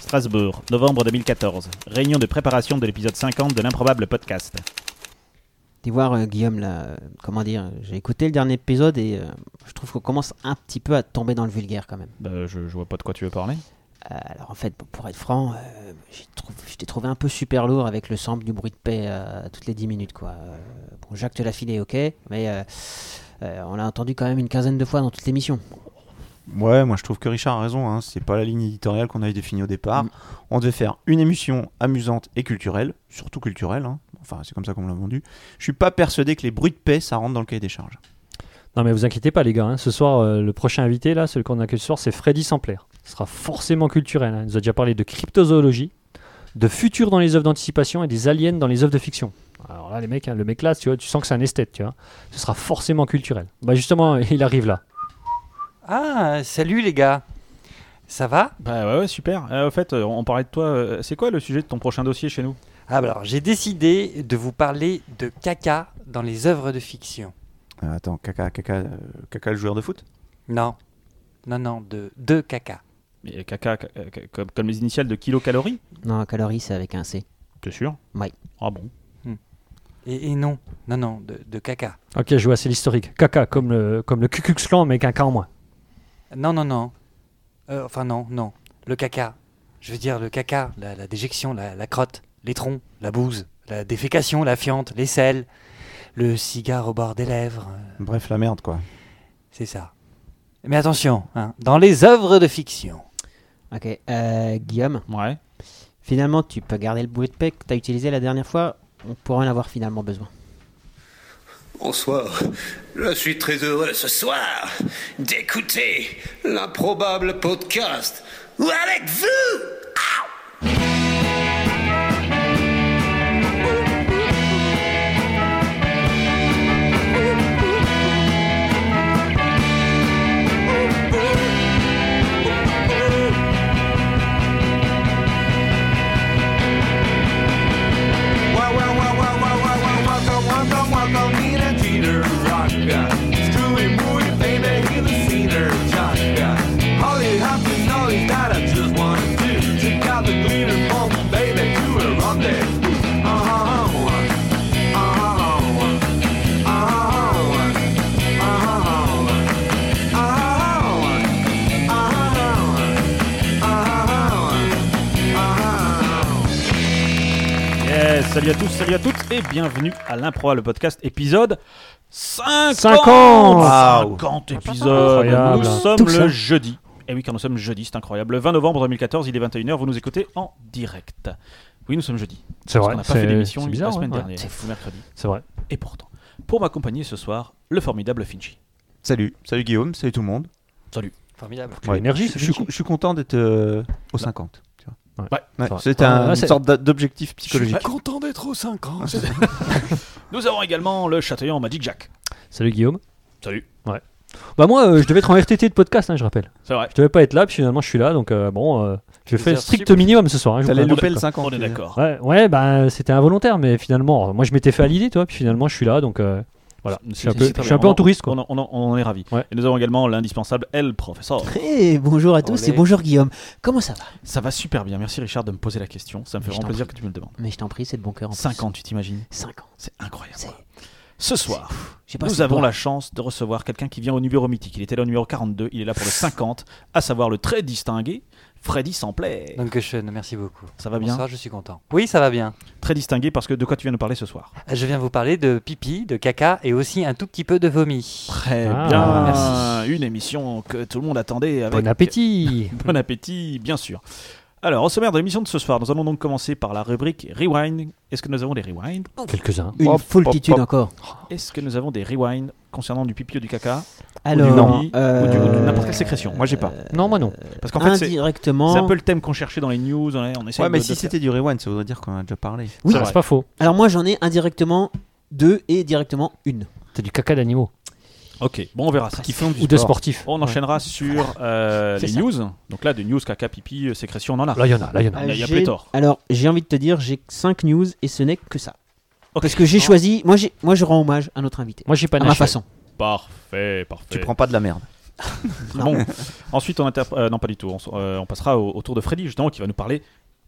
Strasbourg, novembre 2014. Réunion de préparation de l'épisode 50 de l'improbable podcast. T'es voir, euh, Guillaume, là, euh, comment dire, j'ai écouté le dernier épisode et euh, je trouve qu'on commence un petit peu à tomber dans le vulgaire quand même. Bah, je, je vois pas de quoi tu veux parler. Euh, alors en fait, pour être franc, euh, j'ai trou- je t'ai trouvé un peu super lourd avec le sample du bruit de paix euh, toutes les 10 minutes. Quoi. Euh, bon, Jacques te l'a filé, ok, mais euh, euh, on l'a entendu quand même une quinzaine de fois dans toute l'émission. Ouais, moi je trouve que Richard a raison, hein. c'est pas la ligne éditoriale qu'on avait définie au Mm. départ. On devait faire une émission amusante et culturelle, surtout culturelle, hein. enfin c'est comme ça qu'on me l'a vendu. Je suis pas persuadé que les bruits de paix ça rentre dans le cahier des charges. Non mais vous inquiétez pas les gars, hein. ce soir euh, le prochain invité là, celui qu'on accueille ce soir, c'est Freddy Sampler. Ce sera forcément culturel, hein. il nous a déjà parlé de cryptozoologie, de futur dans les œuvres d'anticipation et des aliens dans les œuvres de fiction. Alors là les mecs, hein, le mec là, tu vois, tu sens que c'est un esthète, tu vois. Ce sera forcément culturel. Bah justement, il arrive là. Ah, salut les gars. Ça va Bah ouais, ouais super. Euh, au fait, euh, on parlait de toi. euh, C'est quoi le sujet de ton prochain dossier chez nous Ah, bah alors j'ai décidé de vous parler de caca dans les œuvres de fiction. Euh, attends, caca, caca, euh, caca le joueur de foot Non. Non, non, de, de caca. Mais, euh, Caca, ca- ca- ca- comme, comme les initiales de kilocalories Non, calories, c'est avec un C. T'es sûr Ouais. Ah bon Et, et non, non, non, de, de caca. Ok, je vois, c'est l'historique. Caca, comme le, comme le Cucuxlan, mais qu'un cas en moins. Non, non, non. Euh, enfin, non, non. Le caca. Je veux dire, le caca, la, la déjection, la, la crotte, les troncs, la bouse, la défécation, la fiente, les selles, le cigare au bord des lèvres. euh, Bref, la merde quoi. C'est ça. Mais attention, hein, dans les œuvres de fiction. Ok, euh, Guillaume, Ouais. finalement, tu peux garder le bruit de paix que tu as utilisé la dernière fois, on pourrait en avoir finalement besoin. Bonsoir. Je suis très heureux ce soir d'écouter l'improbable podcast avec vous. Welcome, welcome, welcome, welcome me to Jeter Rock. Screwy boy, baby, he's a senior jock. Holly Hopkins, all he's got, I just want to do. Take out the glitter bomb, baby, to a rendezvous. Uh-huh, uh-huh, uh-huh, uh-huh, uh-huh, uh-huh, uh-huh, uh-huh, uh-huh. Yes, salut à tous, salut à toutes et bienvenue à l'Impro, le podcast épisode 50 Waouh. 50 épisodes Incroyable. Nous sommes Tout le ça. jeudi. Et oui, quand nous sommes jeudi, c'est incroyable. Le 20 novembre 2014, il est 21h, vous nous écoutez en direct. Oui, nous sommes jeudi. C'est Parce vrai, qu'on n'a pas fait c'est d'émission c'est la bizarre. semaine ouais, ouais. dernière, le mercredi. C'est vrai. Et pourtant, pour m'accompagner ce soir, le formidable Finchi. Salut, salut Guillaume, salut tout le monde. Formidable. Ouais. l'énergie, je, c'est je- gentil. je suis content d'être euh, aux 50. tu vois. Ouais. Ouais, c'est vrai. c'est un- Ouais, ouais, une c'est- sorte d'a- d'objectif psychologique. content d'être aux 5 ans. Nous avons également le châtillon Magic Jack. Salut Guillaume. Salut. Bah moi, euh, je devais être en RTT de podcast, hein, je rappelle. C'est vrai. Je devais pas être là, puis finalement je suis là, donc euh, bon, euh, je Des fais le heures strict sup. minimum ce soir. hein, je T'allais vous louper le raconte. 50. On est tu veux dire. d'accord. Ouais, ouais, bah c'était involontaire, mais finalement, euh, moi je m'étais fait à l'idée, toi, puis finalement je suis là, donc euh, voilà. C'est- Je suis un c'est peu, très je suis un bien. peu On en touriste, quoi. On, en- on en- on en est ravis. Ouais. Et nous avons également l'indispensable L Professeur. Eh, bonjour à tous Olé. et bonjour Guillaume. Comment ça va Ça va super bien. Merci Richard de me poser la question. Ça me fait Je vraiment t'en plaisir que tu me le demandes. Mais je t'en prie, c'est de bon cœur en 50, tu t'imagines 5 ans. C'est incroyable. C'est- Ce soir, J'ai pas nous assez de avons poids. la chance de recevoir quelqu'un qui vient au numéro mythique. Il était là au numéro 42, il est là pour le 50, à savoir le très distingué Freddy Sampley. Donc, Sean, merci beaucoup. Ça va bien Bonsoir, je suis content. Oui, ça va bien. Très distingué parce que de quoi tu viens nous parler ce soir Euh, Je viens vous parler de pipi, de caca et aussi un tout petit peu de vomi. Très Ah. Eh bien. Merci. Une émission que tout le monde attendait. Avec Bon appétit Bon appétit, bien sûr. Alors, au sommaire de l'émission de ce soir, nous allons donc commencer par la rubrique Rewind. Est-ce que nous avons des rewinds Quelques-uns. Une Hop, foultitude hop, hop. encore. Est-ce que nous avons des rewinds concernant du pipi ou du caca Alors, vomi, ou du- euh, ou de n'importe quelle sécrétion Moi, j'ai pas. Non, moi non. Parce qu'en fait, c'est indirectement. c'est un peu le thème qu'on cherchait dans les news. On, on essaye Ouais, mais de- si de faire. c'était du rewind, ça voudrait dire qu'on en a déjà parlé. Oui, C'est Ah, vrai. c'est pas faux. alors moi j'en ai indirectement deux et directement une. T'as du caca d'animaux Ok, bon, on verra ça. ou de sportifs. On enchaînera sur euh, C'est les ça. news. Donc là, de news, caca, pipi, euh, sécrétion, on en a. Là, il y en a, là, il y en a. il y a J'ai- pléthore. Alors j'ai envie de te dire, j'ai 5 news et ce n'est que ça. Ok. Parce que j'ai choisi, moi, j'ai- moi je rends hommage à notre invité. Moi, j'ai pas à ma nage. façon. Parfait, parfait. Tu prends pas de la merde. Bon. Ensuite, on interpr- euh, non pas du tout. On, s- euh, on passera au, au tour de Freddy justement qui va nous parler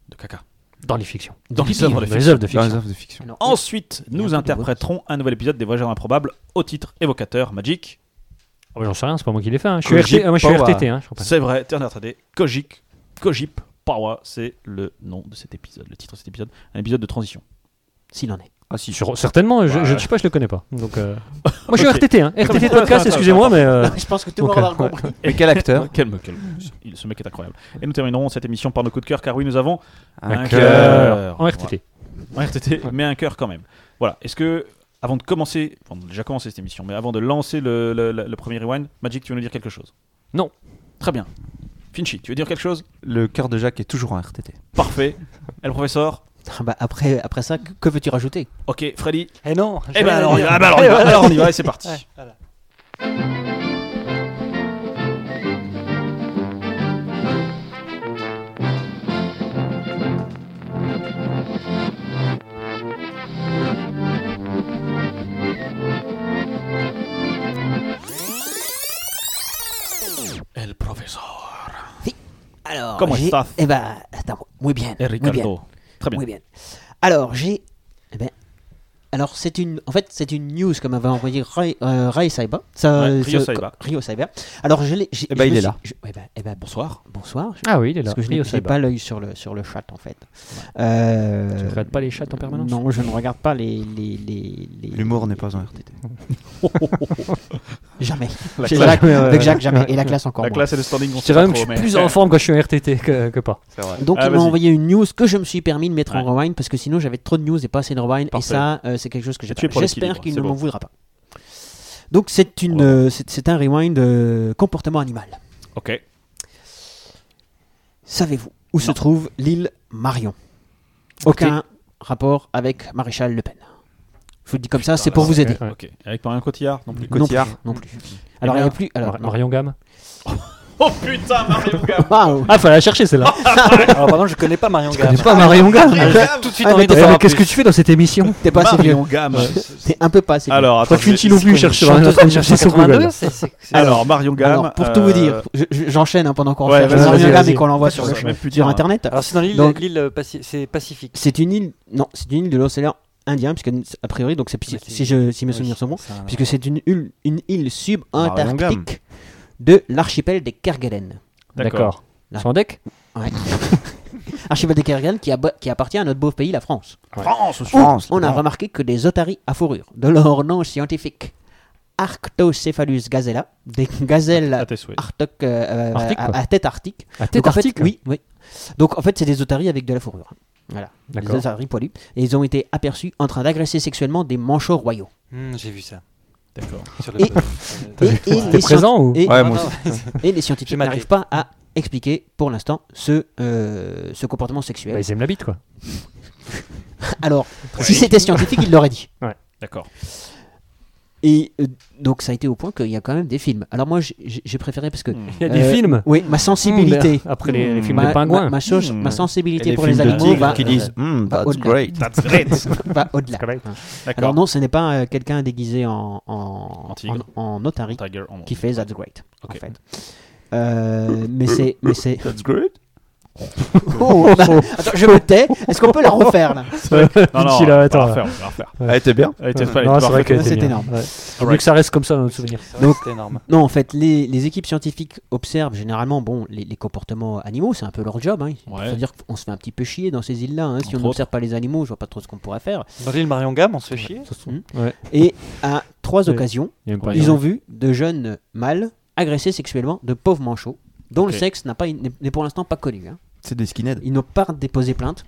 de caca. Dans les fictions. Dans les œuvres de Dans les œuvres de Dans les fiction. œuvres de fiction. Alors, Ensuite, un peu nous de interpréterons un nouvel épisode des Voyageurs improbables au titre évocateur Magic. Ah bah, J'en sais rien, c'est pas moi qui l'ai fait. hein. Je suis, Que RT j'ai ah, moi, je suis pas, bah. RTT. hein, je crois pas. C'est vrai, t'es un RTD. Kojik, Kojip, Pawa, c'est le nom de cet épisode, le titre de cet épisode, un épisode de transition. S'il en est. Ah si, Je- certainement, je, Ouais. je- je sais pas, je le connais pas. Donc, euh, moi je suis Ok. RTT, hein. RTT attends, podcast, attends, excusez-moi, mais euh, Je pense que tout le monde Ok, aura compris. Mais quel acteur Calme, calme. Il- Ce mec est incroyable. Et nous terminerons cette émission par nos coups de cœur, car oui, nous avons Un cœur. en RTT. un RTT, mais un cœur quand même. Voilà. Est-ce que, avant de commencer, enfin, on a déjà commencé cette émission, mais avant de lancer le, le- le- le premier rewind, Magic, tu veux nous dire quelque chose Non. Très bien. Finchi, tu veux dire quelque chose Le cœur de Jacques est toujours en RTT. Parfait. Et le professeur Bah, après, après ça, que, que veux-tu rajouter Ok, Freddy. Eh non Eh je- ben alors, on y va. Ah ben alors, on y va. Alors, on y va et c'est parti. Ouais, voilà. El professeur. Alors, Comment j'ai- ça Eh ben, attends, muy bien. Et muy bien, Ricardo. Très bien. muy bien. Alors, j'ai. eh ben, alors, c'est une. En fait, c'est une news comme avait envoyé Rai, euh, Rai Saiba. Ça, Ouais, Rio ce- Saiba. Rio Saiba. Alors, je l'ai. j'ai- Eh ben, je il me est suis- là. je- eh ben, eh ben, bonsoir. Bonsoir. Je- Ah oui, il est là. Parce que je Rio n'ai j'ai Saiba. Ah pas l'œil sur le, sur le chat, en fait. Euh, Tu regardes pas les chats en permanence Non, je ne regarde pas les. les, les, les- L'humour n'est pas en RTT. Jamais. La Chez classe. Jacques, Jamais, ouais, avec ouais. Jacques, jamais. Et la Ouais. classe encore. La moins. classe et le standing, Je on sait dirais pas même que je trop, suis mais- plus en forme quand je suis en RTT que, que pas. C'est vrai. Donc Ah, il m'a vas-y. envoyé une news que je me suis permis de mettre en rewind parce que sinon j'avais trop de news et pas assez de rewind Parfait. et ça euh, c'est quelque chose que j'ai Et tu es pas. pour J'espère l'équilibre, qu'il c'est ne beau. m'en voudra pas. Donc c'est une Voilà. euh, c'est c'est un rewind euh, comportement animal. Ok. Savez-vous où se trouve l'île Marion Aucun rapport avec Maréchal Le Pen. Je vous le dis comme ça, c'est pour vous aider. Ouais. Ah, Ok. Avec Marion Cotillard non plus. Non plus, Cotillard. non plus. Alors il n'y a plus. Alors, Mar- Marion Gamme. Oh putain, Marion Gamme. Waouh Ah, fallait la chercher celle-là. Alors, pardon, je connais pas Marion Gamme. pas Marion Gamme. Tout de suite, Ah, envie mais d'en Eh, savoir mais Qu'est-ce que plus. tu fais dans cette émission T'es pas assez vieux. Marion Gamme. T'es un peu pas assez vieux. Alors, Je crois attends, que je vais- Finchi non plus cherche sur en train de chercher sur Google. 82, c'est- c'est- c'est- Alors, Marion Gamme. Alors, pour tout vous euh, dire, je- je- j'enchaîne hein, pendant qu'on Ouais, recherche vas-y, Marion vas-y, Gamme et vas-y. qu'on l'envoie sur le J'aurais même pu sur dire, hein. Internet. Alors, c'est dans l'île, Donc- l'île, euh, Paci- c'est Pacifique. C'est une île. Non, c'est une île de l'océan Indien, puisque a priori, donc c'est Ouais, c'est- si, je, si mes Oui, souvenirs sont bons, c'est un- puisque c'est une île, une île Marion sub-antarctique de l'archipel des Kerguelen. D'accord. D'accord. Sans deck Ouais. Archipel des Kerguelen qui, abo- qui appartient à notre beau pays, la France. France aussi. France. On a vraiment remarqué que des otaries à fourrure, de leur nom scientifique, Arctocephalus gazella, des À gazelles tes souhaits. arctoc- euh, euh, Arctique, à, quoi. à tête arctique. À Donc, tête en fait, article oui, oui. Donc en fait, c'est des otaries avec de la fourrure. Voilà. D'accord. Des otaries poilues. Et ils ont été aperçus en train d'agresser sexuellement des manchots royaux. Hmm, J'ai vu ça. D'accord. Sur le- Et- Et, et T'es les, scien- présent ou et- Ouais, moi aussi. et les J'ai scientifiques maté. n'arrivent pas à expliquer pour l'instant ce, euh, ce comportement Bah, sexuel. Ils aiment la bite quoi. Alors, si c'était scientifique, ils l'auraient dit. D'accord. Et euh, donc ça a été au point qu'il y a quand même des films. Alors moi, j'ai- j'ai j'ai préféré parce que... Hmm. Il y a des euh, films. Hmm. Oui, ma sensibilité. Mmh, Après les, les films ma, de pingouins. ma- ma chose- Mmh. ma sensibilité les pour films les de animaux tigres va, euh, qui disent Hmm, va that's au-delà. great. That's great. va au-delà. Correct. Alors D'accord. non, ce n'est pas euh, quelqu'un déguisé en, en, En tigre. en- en otarie Tiger en qui fait That's Great, Ok. en fait. Euh, mais c'est... mais c'est- That's great. Oh, bah, attends, je me tais. Est-ce qu'on peut la refaire là Non, non, Finchi, là, on va attends. refaire, on va refaire. Elle était bien. Elle était Ouais. pas- elle Non, était c'est pas vrai refaite. qu'elle était C'est bien. énorme. Ouais. Alright. Mieux que ça reste comme ça dans notre souvenir. C'est vrai Donc- que c'était énorme. Non, en fait, les, les équipes scientifiques observent généralement bon, les, les comportements animaux, c'est un peu leur job. hein. Ouais. C'est-à-dire qu'on se fait un petit peu chier dans ces îles-là. hein. Si Entre on n'observe pas les animaux, je vois pas trop ce qu'on pourrait faire. Dans l'île Marion Gamme, on se fait chier. Hmm. Et à trois Ouais. occasions, Il y a même pas ils rien. ont vu de jeunes mâles agressés sexuellement de pauvres manchots dont Ok. le sexe n'a pas, n'est n'est pour l'instant pas connu. hein. C'est des skinheads. Ils n'ont pas déposé plainte,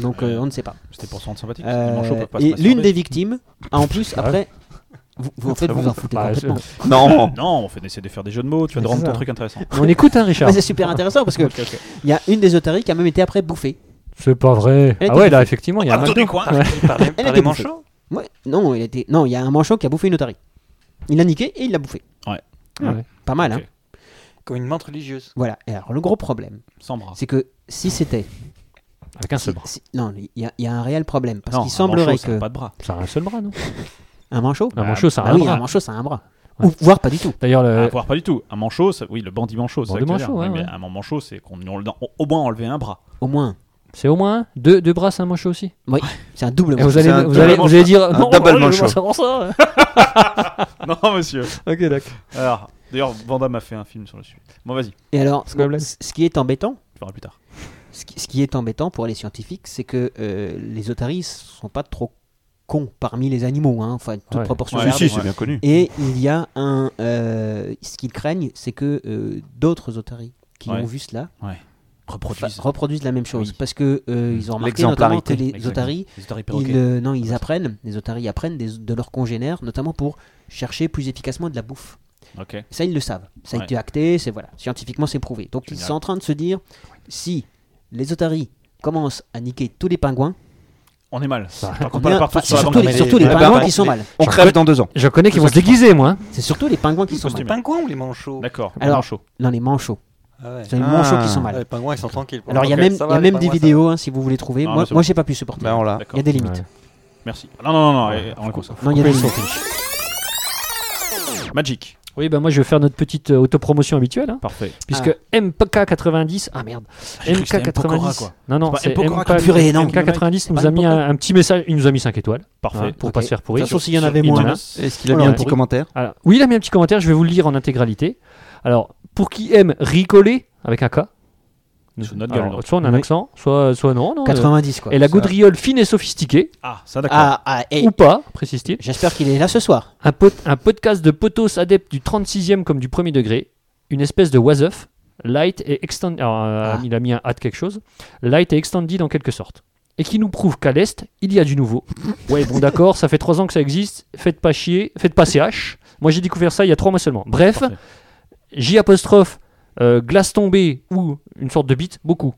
donc euh, on ne sait pas. C'était pour se rendre sympathique. parce que les Euh, manchots peuvent pas se et l'une masturber. des victimes a en plus après... Vous, vous, en fait, Très vous bon. en foutez Bah, complètement. Non. Non, on fait essayer de faire des jeux de mots, tu vas Mais de rendre c'est ton ça. truc intéressant. Mais On écoute hein Richard. Mais c'est super intéressant parce que Ok, ok. il y a une des otaries qui a même été après bouffée. C'est pas vrai. Elle Ah était ouais là effectivement il y a un Partout McDo. des coins. Ouais. Par les, par Elle les était bouffée. manchots Ouais, non, il était... non, il y a un manchot qui a bouffé une otarie. Il l'a niqué et il l'a bouffé. Ouais. Ah Ouais. Pas mal, Ok. hein. Comme une menthe religieuse. Voilà. Et alors, le gros problème, Sans bras. c'est que si c'était. Avec un si- seul bras. si- non, il y, a- il y a un réel problème. Parce Non, qu'il un semblerait manchot, ça a que. Pas de bras. Ça a un seul bras non Un manchot Un manchot ça a Ah un oui, un bras. manchot, ça a un bras. Ou voire pas du tout. D'ailleurs, le- À voir Ah, pas du tout. Un manchot, ça- oui, le bandit manchot, c'est ça Bandit que je veux dire. manchot, ouais, Oui, mais ouais. Un manchot, c'est qu'on lui a au moins enlevé un bras. Au moins. c'est au moins un. deux, deux bras, c'est un manchot aussi. Oui, c'est un double. Et vous manche. allez, un vous double allez, vous manche. allez dire Un non, double moi, je veux manchot. pas savoir ça. non, monsieur. ok, d'accord. Alors, d'ailleurs, Vanda m'a fait un film sur le sujet. Bon, vas-y, Et alors, Square bon, Blade. c- ce qui est embêtant, tu verras plus tard. ce qui, ce qui est embêtant pour les scientifiques, c'est que euh, les otaries sont pas trop cons parmi les animaux, hein, enfin, toute Ouais. proportion Ouais, Si, gardée. si, c'est ouais. bien connu. Et il y a un. euh, ce qu'ils craignent, c'est que euh, d'autres otaries qui Ouais. ont vu cela Reproduisent. fa- reproduisent la même chose. Oui. Parce que euh, ils ont remarqué notamment L'exemplarité. que les Exactement. otaries, Les otaries ils, perroquets. euh, non, ils apprennent, les otaries apprennent des- de leurs congénères, notamment pour chercher plus efficacement de la bouffe. Ok. Ça, ils le savent. Ça a Ouais. été acté, c'est voilà, scientifiquement c'est prouvé. Donc ils Génial. sont en train de se dire, si les otaries commencent à niquer tous les pingouins, On est mal. Par contre, bien- pas partout enfin, c'est sur la surtout, banque. les, mais surtout les- les les pingouins pingouins, qui sont les- mal. On crève dans deux ans. J'en connais qui vont se déguiser, moi. C'est surtout les pingouins qui sont Costume. mal. Les pingouins ou les manchots D'accord. Alors- manchot. Non, les manchots. Ah ouais. C'est les Ah. manchots qui sont mal. Ah, Les pingouins, ils sont tranquilles. pour Alors il y a l'instant. même, Ça il y va, Ben, a les même des pingouins, ça vidéos hein, si vous voulez trouver. Non, moi, mais c'est moi bon. j'ai pas pu supporter. Bah, on l'a. Il y D'accord. a des limites. Ouais. Merci. Ah, Non, non, non, non. eh, on est con, ça. Non, il y a des Coupez le limites. Magic. Oui, bah moi je vais faire notre petite euh, autopromotion habituelle, hein, Parfait. Ah, puisque MPK90, ah merde, J'ai cru que c'était Mpokora, MK90, quoi. non non, C'est c'est pas Mpokora MK- qui purée, non. MK90 nous pas a mis un, un petit message, il nous a mis 5 étoiles, hein, Parfait. pour Ok. pas se faire pourrir. De toute façon, s'il y en Sur- avait sur moins, iTunes. Est-ce qu'il a On mis l'a un petit pourri. commentaire Alors, oui, il a mis un petit commentaire, je vais vous le lire en intégralité. Alors, pour qui aime rigoler avec un K, Sous notre alors, gueule. donc. soit on a un Oui. accent, soit, soit non, non, euh, 90 quoi. et la Ça- gaudriole fine et sophistiquée, Ah, ça, d'accord. Ah, ah, et ou pas, précise-t-il. j'espère qu'il est là ce soir. Un, pot- un podcast de potos adeptes du 36e comme du premier degré, une espèce de was-up, light et extended. Alors, euh, Ah. il a mis un at quelque chose, light et extended en quelque sorte. Et qui nous prouve qu'à l'Est, il y a du nouveau. Ouais, bon, d'accord, ça fait 3 ans que ça existe, faites pas chier, faites pas CH. Moi, j'ai découvert ça il y a 3 mois seulement. Bref, Parfait. J apostrophe, euh, glace tombée ou une sorte de bite, beaucoup.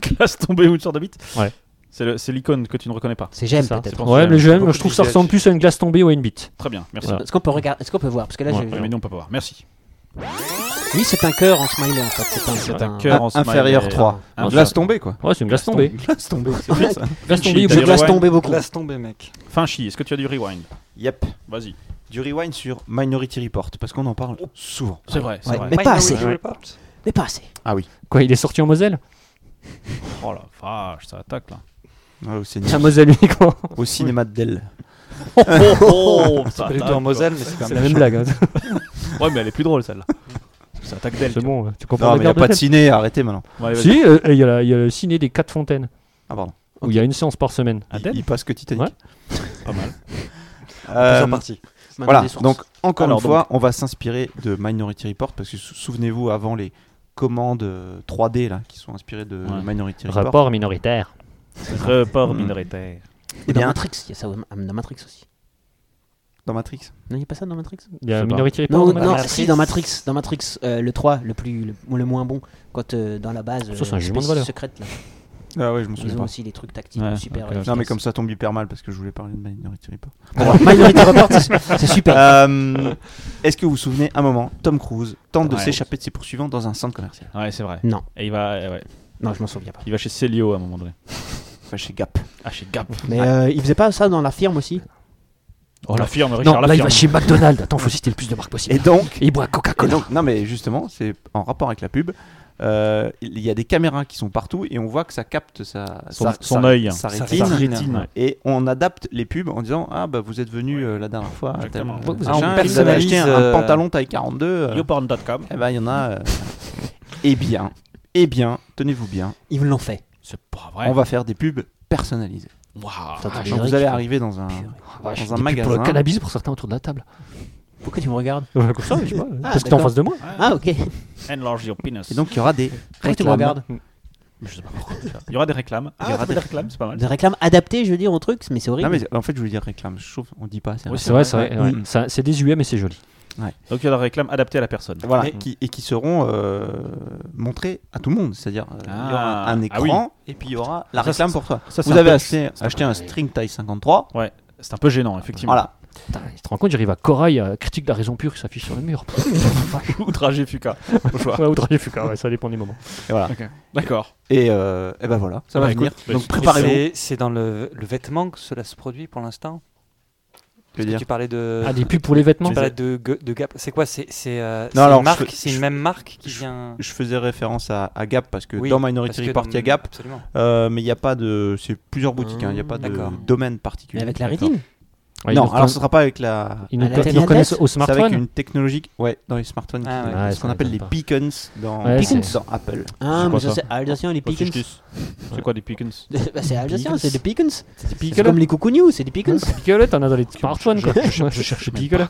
Classe tombée ou une sorte de bite Ouais. C'est le- c'est l'icône que tu ne reconnais pas. C'est j'aime ça. peut-être. pense Ouais, que mais c'est j'aime, beaucoup je trouve de que ça ressemble visage. plus à une glace tombée ou à une bite. Très bien, merci. Voilà. Est-ce qu'on peut regarder, est-ce qu'on peut voir parce que là, Ouais. Ouais, j'ai- mais non, on peut pas voir. Merci. oui, c'est un cœur en smiley en fait. C'est un, C'est un cœur en smiley. Inférieur 3. Un Glace glace tombée, quoi. Ah, Ouais, c'est une glace tombée. Glace tombée, c'est bien ça. Glace Chi, tombée ou t'as Je D'ailleurs, glace ouais. tomber va. beaucoup. Laisse tomber, mec. Fin chi, est-ce que tu as du rewind Yep. Vas-y. Oh. Du rewind sur Minority Report, parce qu'on en parle souvent. C'est vrai, c'est Ouais, vrai. Mais pas assez. Minority Report. Mais pas assez. Ah Quoi, il est sorti en Moselle Oh la vache, ça attaque là. Ouais, au, ciné- Un Moselle uniquement. au cinéma de Dell. Oh, oh, ça Pas du attaque, tout en quoi. Moselle, mais c'est quand C'est même. la même blague. hein. Ouais, mais elle est plus drôle celle-là. Parce que Ça attaque d'elle. C'est bon, tu comprends Non, mais le il n'y nord a pas de tête. ciné, arrêtez maintenant. Bon, allez, vas-y. Si, euh, et il y, a la- il y a le ciné des 4 fontaines, Ah, pardon. où il y a une séance par semaine. Il- Il passe que Titanic. Ouais. Pas mal. Euh, Plusieurs parties. voilà, donc encore Alors, une fois, on va s'inspirer de Minority Report, parce que sou- souvenez-vous, avant les commandes euh, 3D là, qui sont inspirées de Ouais. Minority Report. Rapport minoritaire. Report Mm. minoritaire. Et dans bien- Matrix, il y a ça au- dans Matrix aussi. Dans Matrix. Non, il n'y a pas ça dans Matrix Il y a Je sais pas. Minority Report. Non, dans non, Matrix. si, dans Matrix, dans Matrix euh, le 3, le, plus, le, le moins bon, quand euh, dans la base, Ça, c'est un euh, jugement de espèce valeur. secrète, là, Ah ouais, je m'en ils souviens ont pas. aussi des trucs tactiques Ouais, super. ok, ok. Non, mais efficaces. comme ça tombe hyper mal, parce que je voulais parler de Minority Report. Alors, Ah Minority Report, c'est- c'est super. Euh, Est-ce que vous vous souvenez, un moment, Tom Cruise tente de Ouais. s'échapper de ses poursuivants dans un centre commercial Ouais, c'est vrai. Non. Et il va, euh, ouais. Non, je m'en souviens pas. il va chez Célio à un moment donné. Enfin, chez Gap. Ah, chez Gap. Mais euh, il faisait pas ça dans la firme aussi Oh, la firme, Richard, Non, la là, il firme. va chez McDonald's. Attends, faut citer le plus de marques possible. Et donc, Et il boit un et Coca-Cola. donc, non mais justement, c'est en rapport avec la pub. Euh, il y a des caméras qui sont partout et on voit que ça capte sa, Son- sa- son sa- œil. sa Sa rétine, rétine. Ouais. et on adapte les pubs en disant ah bah vous êtes venu euh, la dernière fois à tel- Exactement. vous Ah, avez on vous avez acheté personnalise, un, euh, pantalon taille 42 euh, Youporn.com. eh ben il y en a euh, eh bien eh bien tenez-vous bien Ils l'ont fait. C'est pas vrai. on va faire des pubs personnalisées Waouh. Putain, t'es Donc, générique. vous allez arriver dans un Ah, je dans dis plus Pour un magasin. le cannabis, pour certains autour de la table. Pourquoi tu me regardes Comme ça, je sais pas. Ah, Parce que t'es en d'accord. face de moi. Ah, ok. Enlarge your penis. et donc il y aura des Pourquoi tu me réclames. regardes Ah, je sais pas pourquoi. je fais ça. Il y aura des réclames. il y aura des réclames, c'est pas mal. Des réclames adaptées, je veux dire, au truc, mais c'est Non, horrible. mais en fait, je voulais dire réclame. Je trouve on dit pas. assez. Oui, C'est vrai, c'est vrai. ouais. Mm. Ça- C'est des UM et c'est joli. Donc il y a des réclames adaptées à la personne. Voilà, Mais- et qui, et qui seront euh, montrés à tout le monde. C'est-à-dire, euh, il y aura Ah, un ah écran et puis il y aura la Ça, réclame c'est- pour toi. ça, c'est Vous un avez peu- acheté, acheté un string taille 53. C'est un peu gênant, effectivement. Voilà. Putain, tu te rends compte, j'arrive à Corail, euh, critique de la raison pure qui s'affiche sur le mur. Outragé Fuka. Ouais, outragé, Fuka, ouais, ça dépend des moments. Et, voilà. D'accord. et, euh, et ben voilà, ça Ouais, va venir. écoute, bah, Donc c'est- préparez-vous. C'est- C'est dans le, le vêtement que cela se produit pour l'instant Parce veux que dire tu parlais de. Ah, des pubs pour les vêtements tu parlais de, Gu- de Gap. C'est quoi C'est c'est, euh, c'est alors, une marque je- C'est une je- même marque qui vient. Je faisais référence à, à Gap parce que Oui, dans parce Minority que Report, dans- il y a Gap, Absolument. euh, mais il n'y a pas de. C'est plusieurs boutiques, hein, il n'y a pas D'accord. de domaine Mais particulier. Mmh, avec la rétine Ouais, ils non, nous alors reconna- ce sera pas avec la. ils à nous, la co- tête ils nous de reconnaissent tête au C'est avec smartphone. une technologie, ouais, dans les smartphones, Ah qui- ouais. Ouais, ce ça qu'on appelle les m'étonne beacons dans, Ouais, Beacons. dans Apple. Ah, C'est mais quoi ça ça c'est alsacien les Parce que je Pickens. dis- C'est quoi des Pickens Bah, c'est alsacien, c'est des Pickens. C'est Pickles. comme les coucougnou, c'est des Pickens. Picolet, t'en as dans les smartphones. quoi. Je cherche- je cherche Picolet.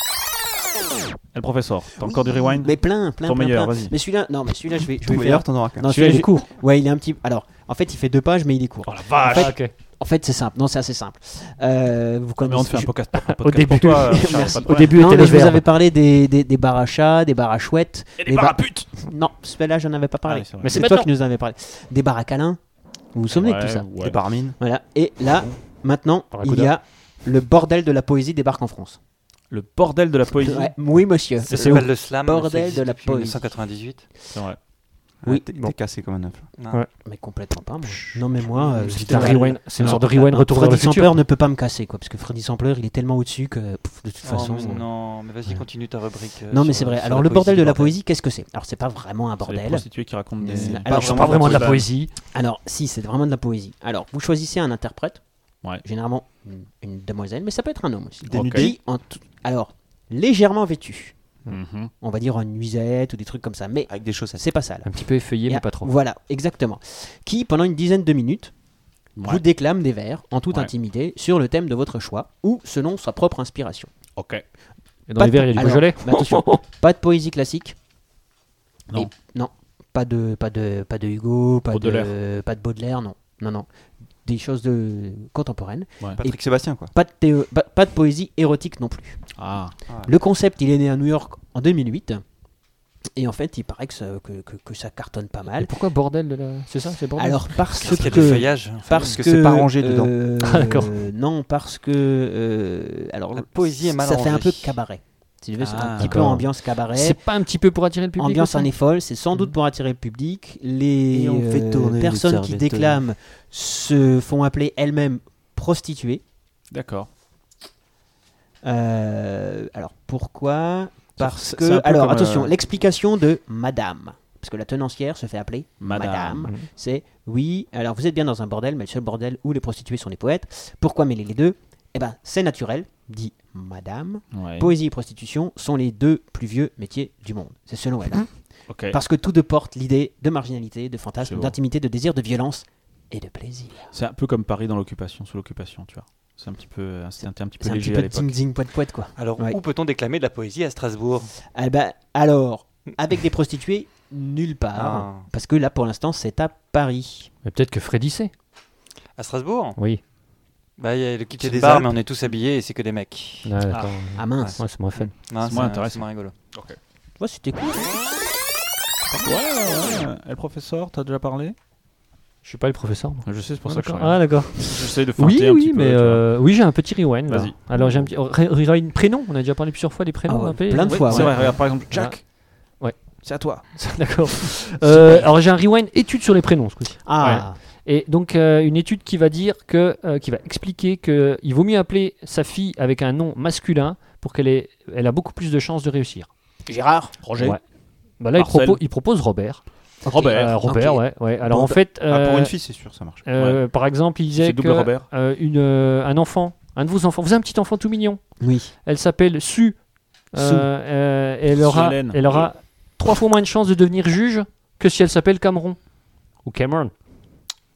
Eh, Le professeur, t'as encore du rewind Mais plein, plein, Ton plein, meilleur, plein. vas-y. Mais celui-là, non, mais celui-là je vais, je vais Tout faire. meilleur, t'en auras qu'un. Non, Celui-là, il est je- court. Ouais, il est un petit. Alors, en fait, il fait deux pages, mais il est court. Oh la vache Ah, ok. En fait, c'est simple. Non, c'est assez simple. Euh, vous Mais on te connaissez. fait un podcast, un podcast début. pour toi. euh, Charles, Merci. pas de Au problème. début, non, était mais le je vous verbe. avais parlé des, des, des barres à chats, des barres à chouettes. Et les des bar- paraputes Non, celui-là, j'en avais pas parlé. Ah, c'est vrai. Mais c'est c'est toi maintenant. qui nous en avais parlé. Des barres à câlins. Vous vous souvenez de Ouais, tout ça ouais. Les barmines. Voilà. Et là, maintenant, il Barracuda. y a le bordel de la poésie débarque en France. Le bordel de la poésie. Ouais, oui, monsieur. Ça Le- s'appelle le slam. ça bordel existe de la depuis poésie. 1998. C'est vrai. Oui, Ah, t'es t'es cassé comme un œuf. Non. Ouais. Mais complètement pas. moi. Non, mais moi, euh, C'est putain, un rewind. C'est une alors, sorte de rewind retour vers Freddy le Sampleur futur. ne peut pas me casser, quoi, parce que Freddy Sampleur, il est tellement au-dessus que pff, de toute Oh, façon. mais euh, non, mais vas-y, Ouais. continue ta rubrique. euh, Non, mais sur- c'est vrai. sur Alors, le bordel de la bordel. poésie, qu'est-ce que c'est Alors, c'est pas vraiment un C'est les bordel. prostituées qui racontent des. C'est- des- alors, des- c'est Pas vraiment de la poésie. Alors, si, c'est vraiment de la poésie. Alors, vous choisissez un interprète, Ouais. généralement une, une demoiselle, mais ça peut être un homme aussi. Dénudé. Qui, en tout- Alors, légèrement vêtu, Mhm. on va dire en nuisette ou des trucs comme ça, mais Avec des chaussettes. c'est pas ça là. Un petit peu effeuillé, Et mais à- pas trop. Voilà, exactement. Qui, pendant une dizaine de minutes, Ouais. vous déclame des vers en toute Ouais. intimité sur le thème de votre choix ou selon sa propre inspiration. Ok. Et dans les de- verres, il y a du alors, Beaujolais. mais attention, pas de poésie classique. Non. Et- non. Pas de, pas de, pas de Hugo, pas de, Baudelaire. pas de Baudelaire, non, non, non. Des choses de contemporaines. Patrick Sébastien, quoi. Pas de, théo- pas- pas de poésie érotique non plus. Ah. Le concept, il est né à New York en 2008. Et en fait, il paraît que ça, que, que- que ça cartonne pas Et mal. pourquoi bordel de la... C'est ça, c'est bordel Alors parce Parce qu'il y a que du feuillage. parce que que c'est pas rangé dedans. euh, Ah, d'accord. Non, parce que euh, alors La poésie est mal Ça fait un peu rangée. cabaret. Si tu veux, c'est Ah, un petit peu d'accord. ambiance cabaret. C'est pas un petit peu pour attirer le public Ambiance aussi en est folle, c'est sans doute pour attirer le public. Les Et on fait euh, tourner les personnes qui serviettes. déclament se font appeler elles-mêmes prostituées. D'accord. Euh, alors pourquoi Parce c'est- c'est un que peu alors comme, attention, euh, l'explication de Madame, parce que la tenancière se fait appeler Madame. Mmh. Madame. C'est oui, alors vous êtes bien dans un bordel, mais le seul bordel où les prostituées sont les poètes. Pourquoi mêler les deux Eh ben, c'est naturel, dit Madame. Ouais. Poésie et prostitution sont les deux plus vieux métiers du monde. C'est selon elle. hein. Ok. Parce que tout de porte l'idée de marginalité, de C'est fantasme, beau. d'intimité, de désir, de violence et de plaisir. C'est un peu comme Paris dans l'occupation, sous l'occupation, tu vois. C'est un petit peu, c'était un petit peu C'est un petit léger peu à de l'époque. zing zing poète poète quoi. Alors, Ouais. où peut-on déclamer de la poésie à Strasbourg Ah ben, alors, avec des prostituées, nulle part. Ah. Parce que là pour l'instant c'est à Paris. Mais peut-être que Freddy sait. À Strasbourg Oui. Bah, il y a le Il y a kitchen des bar, Alpes. mais on est tous habillés et c'est que des mecs. Ah, d'accord. Ah mince. Ouais, c'est moins fun. Non, C'est moins intéressant. C'est moins rigolo. Ouais, c'était cool. Ouais, ouais, ouais. Eh, le professeur, t'as déjà parlé Je suis pas le professeur. moi. Je sais, c'est pour ça que je Ah, d'accord. J'essaie de Oui, feinter un oui, petit peu. mais tu vois. euh, oui, j'ai un petit rewind. là. Vas-y. Alors, j'ai un petit. oh, re- Rewind prénom, on a déjà parlé plusieurs fois des prénoms. Ah ouais, un peu. plein de Ouais, fois, c'est ouais. vrai, regarde, par exemple, Jack. Ouais. C'est à toi. D'accord. Euh, alors, j'ai un rewind étude sur les prénoms ce coup-ci. Ah, Et donc euh, une étude qui va dire que euh, qui va expliquer que il vaut mieux appeler sa fille avec un nom masculin pour qu'elle ait elle a beaucoup plus de chances de réussir. Gérard. Roger. Ouais. Bah là il, Marcel. propo- il propose Robert. Robert. Euh, Robert, ouais, ouais. Alors Bon, en fait, Ah, pour euh, une fille, c'est sûr, ça marche. euh, par exemple, il disait C'est que double Robert. euh, une, euh, un enfant, un de vos enfants, vous avez un petit enfant tout mignon. Oui. Elle s'appelle Sue. Euh, Sue. euh, elle aura, Solène. elle aura trois fois moins de chances de devenir juge que si elle s'appelle Cameron ou Cameron.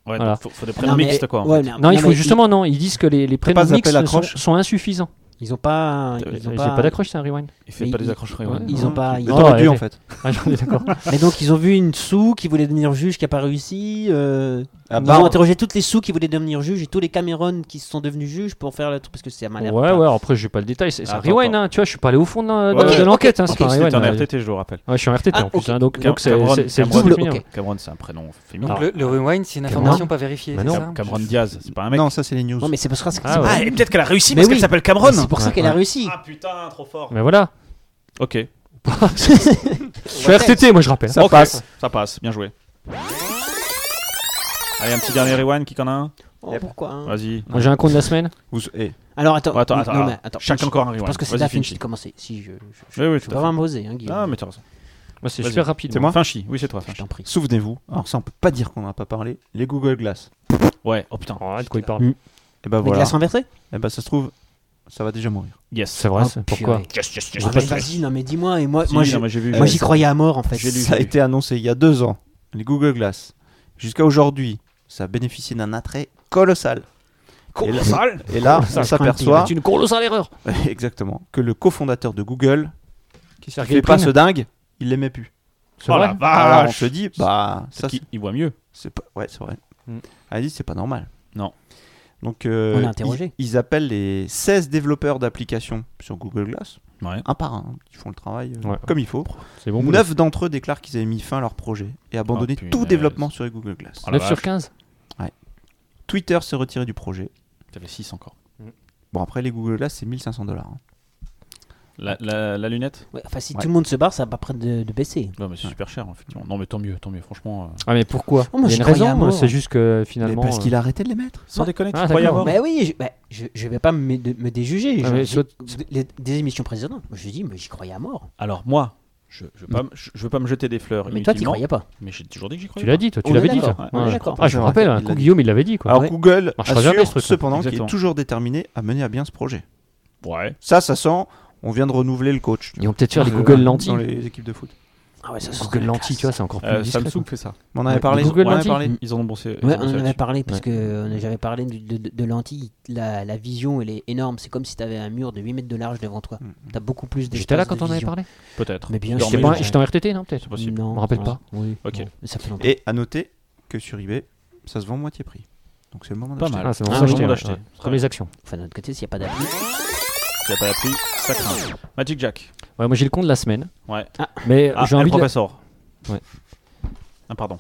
Ouais, Voilà. donc Bah, faut, faut des Ah Non, prénoms mais- mixtes, quoi. en ouais, fait. mais- Non, il faut mais justement non. Ils disent que les, les pas prénoms mixtes appel ne sont, accroche sont insuffisants. Ils ont pas. Ils ont Euh, J'ai pas, pas d'accroche, c'est un rewind. Il fait mais pas des il- accrocheries. ouais. ouais. Ils ont pas. ils Mais Non, ont- t'aurais ouais, dû, ouais. en fait. Ah, j'en ai d'accord. Mais donc ils ont vu une sous qui voulait devenir juge qui a pas réussi. euh, Ah, ils bah, ont interrogé toutes les sous qui voulaient devenir juges et tous les Cameron qui se sont devenus juges pour faire le truc parce que c'est un Ouais, malheur. ouais, alors après, j'ai pas le détail. C'est c'est un Attends, rewind, hein, tu vois, je suis pas allé au fond de la- de Ouais, de ok, l'enquête. hein, c'est pas un C'était rewind, un ouais. RTT, je le rappelle. Ouais, je suis en RTT Ah, en plus. ok. hein, donc, Cam- donc c'est Cameron, c'est- c'est le Cameron, double. ok. hein. Cameron, c'est un prénom féminin. Donc, le, le rewind, c'est une Cameron. information pas vérifiée. Mais c'est non. ça Cameron Diaz, c'est pas un mec. Non, ça, c'est les news. Non mais c'est parce que c'est Ah, ouais. pas- et peut-être qu'elle a réussi Mais oui. Cameron. Ah, c'est pour ça Ouais, qu'elle a ouais. réussi. putain, trop fort. Mais voilà, Ok, je suis RTT, moi je rappelle. Ok. Ça passe, bien joué. Allez, un petit dernier rewind, qui en a un Oh, Yep. pourquoi hein Vas-y. Moi, j'ai un con de la semaine. Vous- eh, Alors attends, Oh, attends, non, attends, non, alors, mais attends, chacun je- encore un Je rewind. pense que c'est Vas-y, la fin finis. de commencer. Si je, je, Oui, oui, je tout peux à pas m'imposer, hein, Guillaume. Ah, mais t'as raison. Moi, c'est Vas-y. super rapide. C'est moi. moi Finchi, oui, c'est toi. je Finchi. t'en prie. souvenez-vous, Ah. alors ça on peut pas dire qu'on n'en a pas parlé, les Google Glass. Ouais, oh putain. Oh, de quoi il parle Mm. Et bah Les voilà. glaces renversées Et bah ça se trouve, ça va déjà mourir. Yes. C'est vrai, Oh, ça. purée. pourquoi Yes, yes, yes. Ah, Pas mais de stress. Vas-y, non mais dis-moi et moi, Si, moi, non, j'ai- moi, j'ai vu. moi j'ai- j'y croyais à mort en fait. J'ai lu. Ça a été annoncé il y a deux ans, les Google Glass. Jusqu'à aujourd'hui, ça a bénéficié d'un attrait colossal. Colossal. Et là, Colossal, on s'aperçoit C'est une colossale erreur. exactement que le cofondateur de Google, Qui qui fait pas ce dingue, il l'aimait plus. C'est Oh vrai. la Alors on vache. se dit, bah ça Qui- Il voit mieux. C'est pas... Ouais, c'est vrai. Mm. Elle dit, c'est pas normal. Non. Donc, euh, On l'a interrogé. Ils, ils appellent les 16 développeurs d'applications sur Google Glass, Ouais. un par un, ils font le travail euh, Ouais. comme il faut. C'est bon. boulot. 9 d'entre eux déclarent qu'ils avaient mis fin à leur projet et abandonné Ah, punaise. tout développement sur les Google Glass. Oh la 9 sur vache. 15. Twitter s'est retiré du projet. T'avais 6 encore. Mm. Bon, après, les Google Glass, c'est 1500 dollars. hein. La, la, la lunette Ouais, enfin, si Ouais. tout le monde se barre, ça va pas près de, de baisser. Non, mais c'est super cher, effectivement. Non, mais tant mieux, tant mieux. Franchement, euh, Ah, mais pourquoi Oh, Il y moi, a j'y une croyais à raison. mort. C'est juste que finalement. parce euh, qu'il a arrêté de les mettre. sans déconner, tu Ah, croyais d'accord. avoir Bah oui, je, bah, je, je vais pas me, dé- me déjuger. Ah, Je- mais j'ai- soit- les- des émissions précédentes, moi, je dis, mais j'y croyais à mort. Alors, moi, je, je, veux pas, me- je, je veux pas me jeter des fleurs. Mais toi, t'y inutilement, croyais pas. Mais j'ai toujours dit que j'y croyais. Tu l'as pas. dit, toi. Tu On est l'avais dit, d'accord, toi. on est Ouais. d'accord. Ah, je me Ouais. rappelle. hein, Il Con l'a dit. Guillaume, il l'avait dit, quoi. Alors, Ouais. Google Marchera jamais, ce assure truc, hein. là. cependant qu'il Exactement. est toujours déterminé à mener à bien ce projet. Ouais. Ça, ça sent, on vient de renouveler le coach tu Ils vont peut-être faire les vois, Google dans lentilles. les équipes de foot. Ah ouais, ça se Google lentilles, tu vois, c'est encore plus. Euh, discret, Samsung quoi. fait ça. Mais On en avait Ouais, parlé. Google on en avait Lentilles. parlé. Ils en ont bossé. ils Ouais, ont on bossé en avait là-dessus. parlé parce Ouais. que euh, j'avais parlé du- de, de, de lentilles. La, la vision, elle est énorme. C'est comme si t'avais un mur de 8 mètres de large devant toi. Mm. T'as beaucoup plus d'espace. J'étais là quand de on avait vision. parlé. Peut-être. Mais bien Dormez, sûr. J'étais les pas- gens. je- j'étais en RTT, non, peut-être. C'est possible. Non, Je me rappelle non, pas. Oui. Ok. non, ça fait longtemps. Et à noter que sur eBay, ça se vend moitié prix. Donc c'est le moment Pas d'acheter. mal. Ah, c'est Ah, bon, j'ai ça, envie j'étais, d'acheter. ouais. Comme les actions. bah, Enfin, d'un autre côté, s'il n'y a pas d'appli. S'il n'y a pas d'appli, ça craint. Magic Jack. Ouais, moi j'ai le compte de la semaine. Ouais. Mais Ah, j'ai le envie de. professeur. Ouais. Ah, pardon.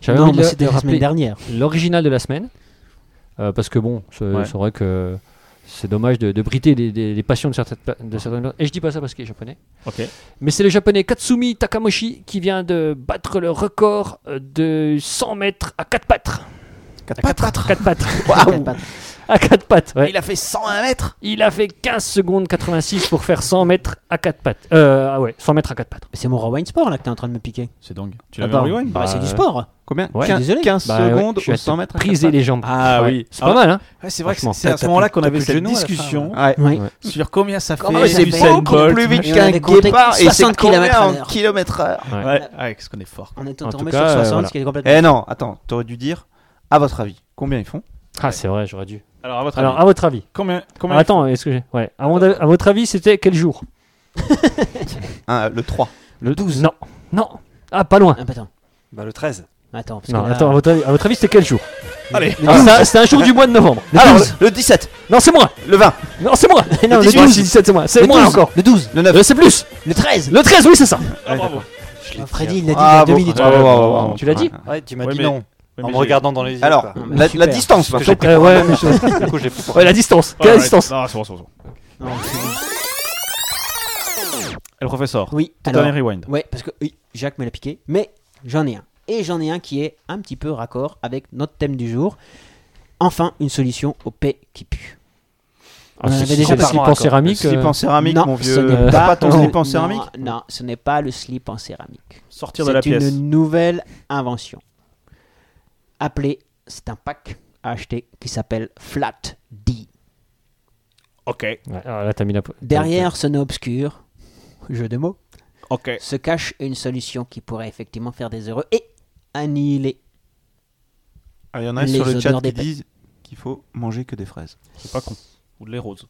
J'avais Non, envie de mais le- c'était de la semaine rappeler dernière. l'original de la semaine. euh, parce que bon, c'est Ouais. c'est vrai que c'est dommage de, de briter les, les- les passions de certaines, pa- de certaines personnes. Et je dis pas ça parce qu'il est japonais. Ok. Mais c'est le japonais Katsumi Takamoshi qui vient de battre le record euh, de 100 mètres à 4 pattes. Quatre À 4 pattes 4 pattes. Quatre pattes. À 4 pattes. ouais. Il a fait 101 mètres Il a fait 15 secondes 86 pour faire 100 mètres à 4 pattes. Euh, ah ouais, 100 mètres à 4 pattes. Mais c'est mon rewind sport là que t'es en train de me piquer. C'est dingue. Tu Ah, l'avais en pardon. rewind Bah, Bah, c'est du euh, sport. Combien Ouais. 15, Désolé. 15 Bah ouais, secondes je suis ou à 100 mètres à Priser quatre les jambes. Ah Ouais. oui. C'est pas mal, hein Ouais, c'est vrai que Franchement, c'est à t'as- ce moment-là t'as qu'on plus avait de cette genoux à la fin, discussion pattes. Ouais. Oui. sur combien ça Comment fait c'est Usain beaucoup Bolt. plus vite Et on qu'un avait compté guépard et c'est 60 combien kilomètres à en l'heure. kilomètre heure Ouais, Ah, ouais, parce qu'on est fort. On est En tout tombé sur cas, euh, 60, voilà. ce qui est complètement. Eh non, attends, t'aurais dû dire, à votre avis, combien ils font Ah, c'est vrai, j'aurais dû. Alors, à votre Alors, avis, à votre avis combien, combien Ah, Attends, est-ce que j'ai. Ouais. À, mon avis- à votre avis, c'était quel jour Hein, Le 3. Le 12 Non. Non. Ah, pas loin. Ah, bah, attends. Bah, le 13. Attends, parce Non, que là- attends, à votre avis, à votre avis, c'était quel jour Allez. Ah, ça- C'est un jour du mois de novembre. Le Alors, 12. le, le 17, Non, c'est moi. le 20, Non, c'est moi. Non, le le 12. 17, c'est moi. C'est Le moi 12, encore. Le 12, le 9. Euh, c'est plus. le 13. Le 13, oui, c'est ça. Ah, bravo. Ah, Freddy, il l'a dit Ah, il y a bon. deux minutes. Ouais, Ah, ouais, ouais, ouais, ouais, ouais, ouais. Tu l'as dit Ah, Ouais, tu m'as Ouais, dit mais- non. Ouais, en mais me j'ai- regardant dans les yeux. Alors, quoi. Non, mais la, super. la distance, par que j'ai contre. pris Euh, pour ouais, un mais con, du coup, j'ai pris pour un Ouais, la distance. Ah, Quelle ouais, distance Non, c'est bon, c'est bon, c'est bon. Non, c'est bon. Et le professeur, Oui, ton alors. dernier rewind. Ouais, parce que oui, Jacques me l'a piqué, mais j'en ai un. Et j'en ai un qui est un petit peu raccord avec notre thème du jour. Enfin, une solution au paix qui pue. Ah, On c'est- avait c'est- déjà c'est parlé. slip en céramique. slip euh, en céramique, non, mon ce vieux. n'est T'as pas, pas ton non, slip en non, céramique Non, ce n'est pas le slip en céramique. Sortir de la C'est une pièce. nouvelle invention. Appelée, c'est un pack à acheter qui s'appelle Flat D. Ok, ouais, alors là, t'as mis la. po- Derrière ce nom obscur, jeu de mots, ok. se cache une solution qui pourrait effectivement faire des heureux et annihiler. Ah, Il y en a Les sur le chat odeurs qui d'épais. disent qu'il faut manger que des fraises. C'est pas con. Ou de les roses.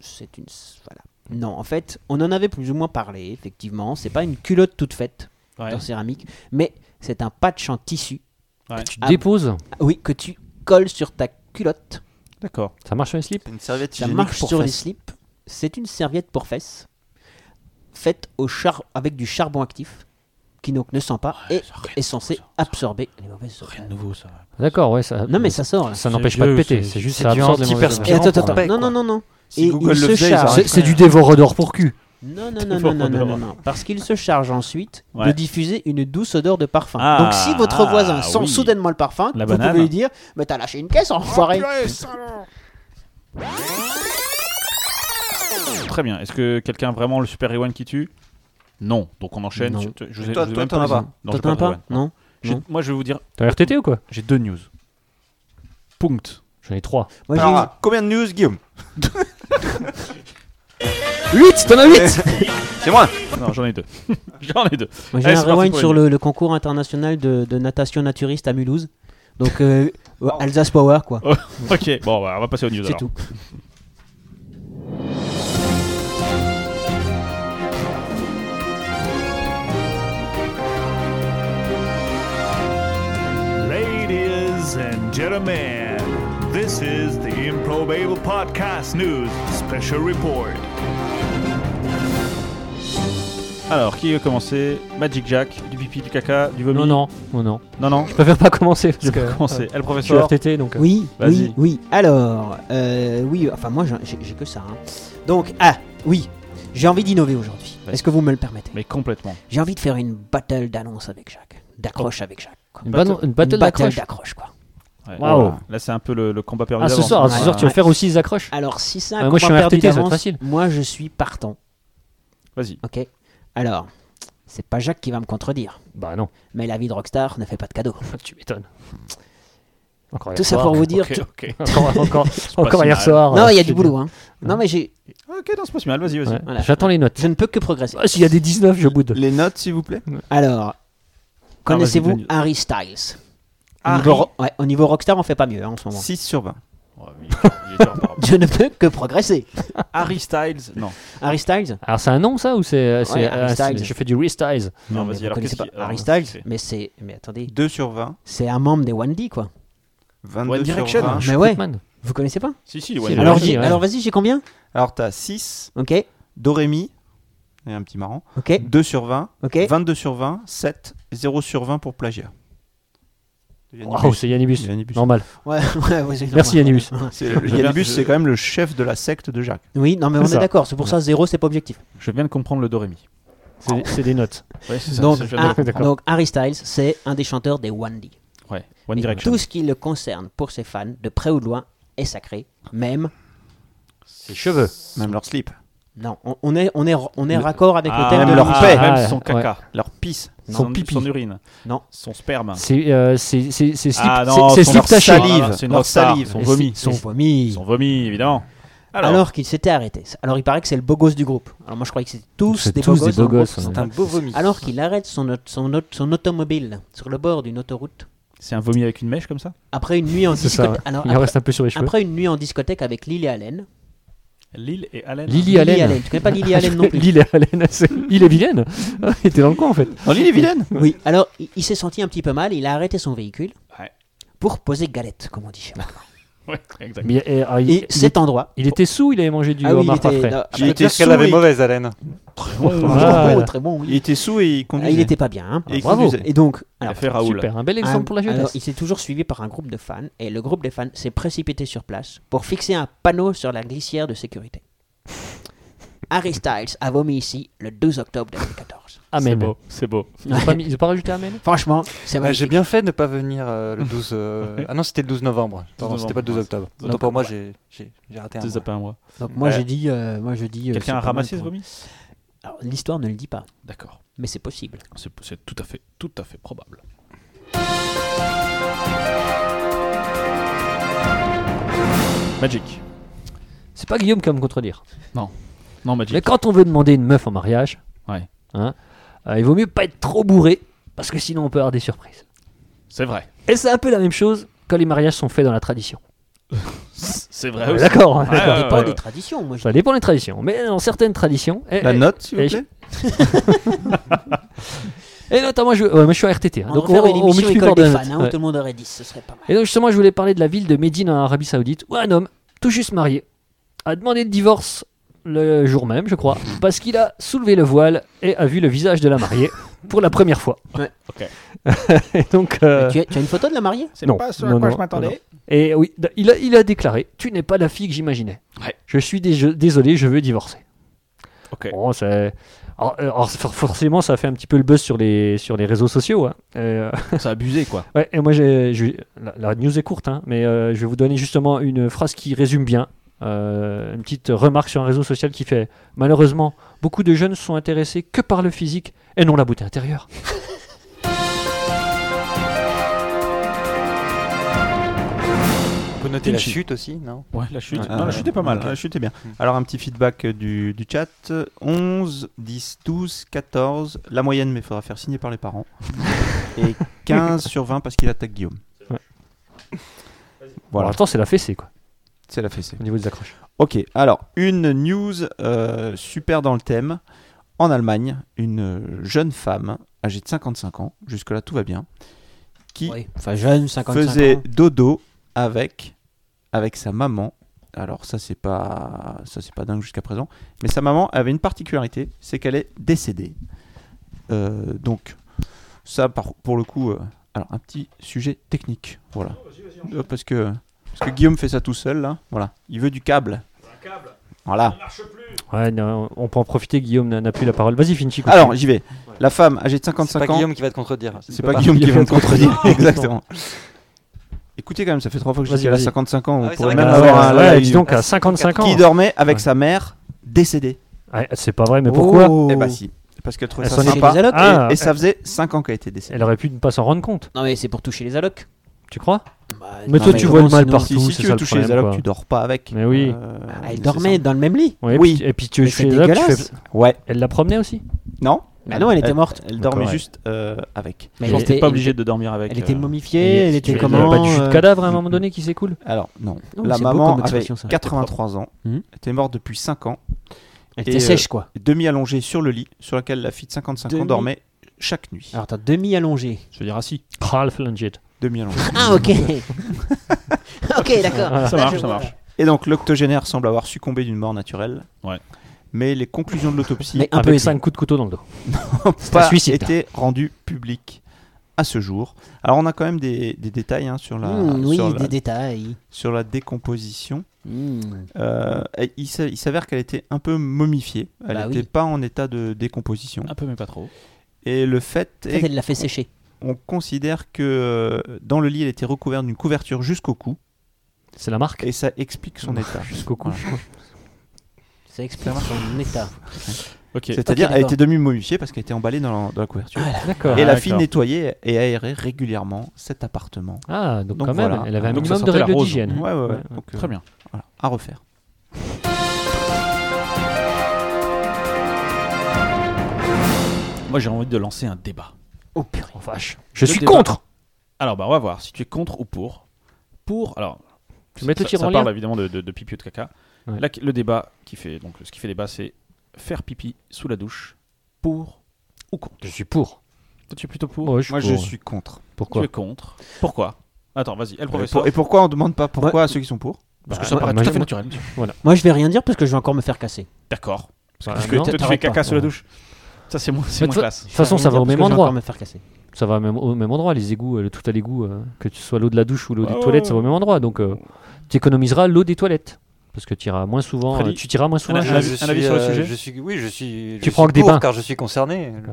C'est une. Voilà. Non, en fait, on en avait plus ou moins parlé, effectivement. C'est pas une culotte toute faite Ouais. en céramique, mais c'est un patch en tissu. Ouais. Tu Ah, déposes. Oui, que tu colles sur ta culotte. D'accord. Ça marche sur les slips C'est une serviette Ça marche sur les slips. C'est une serviette pour fesses faite au char avec du charbon actif qui donc ne sent pas et ça a rien est censé absorber les mauvaises odeurs. Rien de nouveau, ça. euh, D'accord, ouais. Ça, Non mais ça sort. là. ça c'est n'empêche pas de vieux, péter. c'est- C'est juste c'est ça du absorbe les mauvaises odeurs. antiperspirant. Et attends, pour attends, un bec, non, quoi. non, non, non. Si et Google il le se faisait, ils charge. arrêteraient. C'est c'est du dévorador pour cul. Non, non, non, Pour non, non, non, non, Pandore. non. Parce qu'il se charge ensuite Ouais. de diffuser une douce odeur de parfum. Ah, Donc si votre voisin sent oui. soudainement le parfum, La vous banane. pouvez lui dire Mais t'as lâché une caisse, enfoiré Très bien. Est-ce que quelqu'un a vraiment le Super Rewind qui tue Non. Donc on enchaîne. Non. Je, te- je vous ai- Toi- je vous ai toi, même t'en as dit- pas. Non, T'en j'ai pas as de pas Rewind. Non J'ai- Non. Moi, je vais vous dire, T'as RTT ou quoi j'ai deux news. Punct. J'en ai trois. Moi, j'ai Alors, combien de news, Guillaume 8 T'en as 8 C'est moi Non, j'en ai deux. j'en ai deux. Moi j'ai Allez, un c'est parti rewind pour sur une. le, le concours international de, de natation naturiste à Mulhouse. Donc euh, Alsace Power quoi. ok. Bon, bah, on va passer aux news. C'est alors. tout. Ladies and gentlemen, this is the Improbable Podcast News Special Report. Alors, qui veut commencer Magic Jack, du pipi, du caca, du vomi Non, non, non, non. Non, non. Je préfère pas commencer parce Je que euh, vais commencer. Elle, je suis professeur. RTT donc. euh, Oui, Vas-y. oui, oui. Alors, euh, oui, enfin moi j'en- j'ai j'ai que ça. hein. Donc, ah, oui, j'ai envie d'innover aujourd'hui. Vas-y. Est-ce que vous me le permettez Mais complètement. Oh. J'ai envie de faire une battle d'annonce avec Jacques. D'accroche avec Jacques. quoi. Une, battle, une battle Une battle d'accroche. d'accroche quoi. Ouais. Waouh. Là, c'est un peu le, le combat perdu. Ah, ce d'avance. soir, Ouais. ce soir, tu vas Ouais. faire aussi les accroches. Alors, si c'est un Ouais, moi, je combat suis en perdu RTT, ça va être d'avance, facile. moi je suis partant, Vas-y. ok Alors, c'est pas Jacques qui va me contredire, Bah non, mais la vie de rockstar ne fait pas de cadeaux. tu m'étonnes. Encore Tout hier ça soir. pour vous dire... Ok, tout- ok. Encore, encore, encore si hier mal. soir. Non, euh, il y a je du te boulot, hein. Non, mais j'ai- Ok, non, c'est pas si mal. Vas-y, dis. vas-y. Ouais. Voilà. J'attends les notes. je ne peux que progresser. Ah, S'il y a des 19, je boude. Les notes, s'il vous plaît Ah, Alors, connaissez-vous vas-y, vas-y. Harry Styles au Ah, Harry niveau, ro- ouais, au niveau rockstar, on fait pas mieux hein, en ce moment. 6 sur 20. Oh, mais il est dur, pardon. Je ne peux que progresser. Harry Styles Non. Harry Styles Alors, c'est un nom ça ou c'est. c'est- Ouais, Harry ah, c'est- Styles. je fais du restyles. Non, mais vas-y, vous alors, connaissez qu'est-ce pas qui- Harry alors, Styles c'est- Mais c'est. Mais attendez, 2 sur 20. c'est un membre des One D quoi. 22 One Direction. hein. sur 20. Mais ouais, Hitman. vous connaissez pas Si, si, Si, ouais. le Alors, One D, j'ai- ouais. alors vas-y, j'ai combien Alors, t'as 6, Ok, Dorémy, et un petit marrant, ok, 2 sur 20, ok. 22 sur 20, 7, 0 sur 20 pour plagiat. De Yannibus. Waouh, c'est Yannibus. Yannibus. Normal. Ouais, ouais, ouais, euh, c'est- Merci Yannibus. C'est- le Yannibus, c'est quand même le chef de la secte de Jacques. Oui, non mais on C'est est ça. d'accord, c'est pour ça zéro c'est pas objectif. Je viens de comprendre le Dorémy. C'est- C'est des notes. Ouais, c'est ça. donc, c'est- je viens de- ah, d'accord. donc Harry Styles c'est un des chanteurs des One D. Ouais, One Et Direction. Tout ce qui le concerne pour ses fans, de près ou de loin, est sacré. Même Ses cheveux. Même leur slip, non, on, on est on est on est raccord avec le Ah, thème même de leur l'émission. paix. Même Ah, son ouais. caca. leur pisse. Son, Son pipi. son urine. Non. Son sperme. C'est euh, c'est- c'est- c'est slip, Ah, c'est- non, c'est son- slip leur taché. salive. salive, c'est une leur rockstar. salive. Son Et vomi. c'est- Son ah. Son vomi. son vomi, évidemment. Alors, qu'il s'était arrêté. Alors il paraît que c'est le beau gosse du groupe. Alors moi je croyais que c'était tous C'est des tous des beaux gosses. beaux dans le gosses, groupe. ouais. C'est un beau vomi. Alors qu'il arrête son, aut- son, aut- son automobile sur le bord d'une autoroute C'est un vomi avec une mèche comme ça après une nuit en C'est ça. ouais. discothèque. Alors, Il en après, reste un peu sur les cheveux. après une nuit en discothèque avec Lily Allen. Lille et Allen. Lily Allen. Tu connais pas Lily Allen non plus. Lily Allen. c'est- Il est vilaine. Il était dans le coin en fait. Oh, Dans l'île est vilaine Oui, alors il, il s'est senti un petit peu mal, il a arrêté son véhicule Ouais. pour poser galette, comme on dit chez moi. Ouais, exact. Mais, euh, alors, il, Et il, cet endroit. il était sous, il avait mangé du Ah oui, il homard était, pas frais. non, Il était qu'elle sous avait et- mauvaise haleine. très voilà. bon, très bon, oui. Il était sous et il Ah, conduisait. il était pas bien. hein. Et il Bravo. conduisait. Et donc, alors, fait Raoul. Super, un bel exemple un- pour la alors, jeunesse. il s'est toujours suivi par un groupe de fans et le groupe des fans s'est précipité sur place pour fixer un panneau sur la glissière de sécurité. Harry Styles a vomi ici le 12 octobre 2014. C'est Amen. beau, c'est beau. Ah, Ils ont pas mis- ils ont pas rajouté Amen Franchement, c'est Ouais, j'ai magnifique. bien fait de ne pas venir euh, le 12. euh, Ah non, c'était le 12 novembre. Pardon, novembre. c'était pas le 12 octobre. Donc, Autant pour moi, j'ai j'ai- j'ai raté un. Deux mois. zappés à moi. Donc moi Euh, je dis, euh, moi je dis. euh, c'est Quelqu'un a pas ramassé mal ce pour- vomi Alors, L'histoire ne le dit pas, D'accord. mais c'est possible. C'est c'est tout à fait, tout à fait probable. Magic. C'est pas Guillaume qui va me contredire. Non, Mais Magic. quand on veut demander une meuf en mariage, Ouais. hein, euh, il vaut mieux pas être trop bourré parce que sinon on peut avoir des surprises. C'est vrai. Et c'est un peu la même chose quand les mariages sont faits dans la tradition. C'est Ouais, vrai. aussi. D'accord. hein, Ouais, d'accord. ouais, Dépend ouais, des ouais. traditions, moi je Ça dépend des traditions, mais dans certaines traditions. eh, Et, La et- note, s'il vous et- plaît Et notamment, je, ouais, moi, je suis RTT. hein, On donc va faire on, une on émission multiplie par école deux des fans, notes, hein, ouais. où tout le monde aurait 10, ce serait pas mal. Et donc justement, je voulais parler de la ville de Médine en Arabie Saoudite, où un homme, tout juste marié, a demandé le divorce le jour même, je crois, parce qu'il a soulevé le voile et a vu le visage de la mariée pour la première fois. Ouais. Ok. et donc, euh, Mais Tu as, tu as une photo de la mariée C'est Non, pas ce non, à quoi non, je m'attendais. et oui, d- il a, il a déclaré, tu n'es pas la fille que j'imaginais. Ouais. Je suis dé- désolé, je veux divorcer. Ok. Bon, c'est- alors, euh, alors, for- forcément, ça a fait un petit peu le buzz sur les, sur les réseaux sociaux. hein. Euh, Ça a abusé, quoi. ouais, et moi, j'ai, j'ai- la, la news est courte, hein, mais euh, je vais vous donner justement une phrase qui résume bien. euh, une petite remarque sur un réseau social qui fait Malheureusement, beaucoup de jeunes sont intéressés que par le physique et non la beauté intérieure. On peut noter la Pinchy. chute aussi, non Ouais, la chute. Ah, non, la ouais. chute est pas mal. Ok. hein. La chute est bien. Alors, un petit feedback euh, du, du chat 11, 10, 12, 14, la moyenne, mais il faudra faire signer par les parents. Et 15 sur 20 parce qu'il attaque Guillaume. vrai. Voilà, Alors, attends, c'est la fessée, quoi, c'est la fessée. au niveau des accroches. Ok, alors, une news euh, super dans le thème. En Allemagne, une euh, jeune femme âgée de 55 ans, jusque-là tout va bien, qui Ouais. Enfin, jeune, 55 faisait ans. dodo avec avec sa maman. Alors ça c'est pas ça c'est pas dingue jusqu'à présent, mais sa maman avait une particularité, c'est qu'elle est décédée. Euh, donc ça par- pour le coup, euh, alors un petit sujet technique, voilà, Euh, parce que parce que Guillaume fait ça tout seul là, voilà, il veut du câble. Voilà. Ouais, non, on peut en profiter, Guillaume n'a n'a plus la parole. Vas-y, Finchi. continue. Alors j'y vais. La femme âgée de C'est 55 pas ans. Guillaume qui va te contredire. C'est pas Guillaume qui va me contredire. Exactement. Écoutez quand même, ça fait trois fois que je Vas-y, dis qu'elle a vas-y. 55 ans. Ah On oui, c'est pourrait vrai même qu'elle a avoir un ouais, live dis donc, à 55 ans. qui dormait avec Ouais. sa mère décédée. Ouais, c'est pas vrai, mais pourquoi Oh. Eh bah si, parce qu'elle trouvait Elle s'en ça est sympa. chez les allocs. Ah, et, et ça faisait 5 ans qu'elle était décédée. Elle aurait pu ne pas s'en rendre compte, Non, mais c'est pour toucher les allocs. tu crois Bah, Mais non, toi, tu vois le comment mal sinon partout. Si, c'est si tu ça veux le toucher les problème, allocs, quoi. tu dors pas avec. Mais oui. Euh, Bah, c'est Elle dormait ça. dans le même lit. Ouais, Oui. puis- Et puis tu Mais chez c'est les autres, tu dégueulasse. fais- Ouais. Elle la promenait aussi Non Bah non, elle était morte. Elle dormait D'accord, ouais. juste euh, avec. Mais Je elle pense que t'es était- pas elle obligé était- de dormir avec. Elle était euh, momifiée, elle était Tu- comment Pas du jus de euh, cadavre à un moment donné qui s'écoule Alors, non. Non, La c'est beau maman comme avait expression, ça. 83 ans. Mhm. était morte depuis 5 ans. Elle et, était euh, sèche, quoi. Demi-allongée sur le lit sur lequel la fille de 55 ans Demi- dormait chaque nuit. Alors, t'as demi-allongée. Je veux dire assis. Ralph Lungit. Demi-allongée. Ah, ok. ok, d'accord. Ça marche, ça marche. Et donc, l'octogénaire semble avoir succombé d'une mort naturelle. Ouais. Mais les conclusions de l'autopsie Mais un peu Avec aisée. 5 coups de couteau dans le dos. pas un suicide. été rendu public à ce jour. Alors on a quand même des, des détails hein, sur, la, Mmh, oui, sur, des la, détails. sur la décomposition. Mmh. Euh, et il s'a- il s'avère qu'elle était un peu momifiée. Elle Bah oui. n'était pas en état de décomposition. Un peu, mais pas trop. Et le fait Peut-être est elle l'a fait sécher. qu'on considère que euh, dans le lit, elle était recouverte d'une couverture jusqu'au cou. C'est la marque Et ça explique son état. Jusqu'au cou. Voilà. Ça explique son état. Ok. C'est-à-dire, Ok, d'accord. elle était demi-momifiée parce qu'elle était emballée dans la, dans la couverture. Ah, D'accord. et la d'accord. fille nettoyait et aérait régulièrement cet appartement. Ah, donc, Donc quand même, voilà. elle avait un Donc ça minimum de sentait la règles rose. d'hygiène. Ouais, ouais, ouais. Ouais, ouais. Donc, euh, Très bien. voilà, à refaire. Moi, j'ai envie de lancer un débat. Oh purée. Oh, vache. Je Le suis débat. contre Alors, bah, on va voir si tu es contre ou pour. Pour. Alors. Tu mets le ça- tir ça en parle l'air. évidemment de, de, de pipi ou de caca. Ouais. Là, le débat qui fait donc ce qui fait débat, c'est faire pipi sous la douche pour ou contre. Je suis pour. Toi, tu es plutôt pour. Ouais, je suis Moi, pour. je suis contre. tu Pourquoi es contre. Pourquoi Attends, vas-y. Elle Et, professeur. pour- et pourquoi on demande pas pourquoi à ceux qui sont pour Parce Bah, que ça ouais, paraît moi, tout à fait j'aime- naturel. Moi, je vais rien dire parce que je vais encore me faire casser. D'accord. Parce que, Bah, parce que non. toi, tu fais T'arrêtes caca pas, sous la ouais. douche. Ça, c'est moins, c'est Mais Bah, moins toi- classe. De toute façon, Je ça vais va au rien dire parce même que je vais endroit. encore me faire casser. Ça va au même, au même endroit. Les égouts, euh, le tout à l'égout, euh, que tu sois l'eau de la douche ou l'eau des Ouais, toilettes, Ah ouais. ça va au même endroit. Donc, euh, tu économiseras l'eau des toilettes. Parce que tu iras moins souvent. Freddy, euh, tu tireras moins souvent. un la avis- chaise. un avis sur le sujet euh, je suis, Oui, je suis. Tu je prends suis que des pour, bains. car je suis concerné. Euh,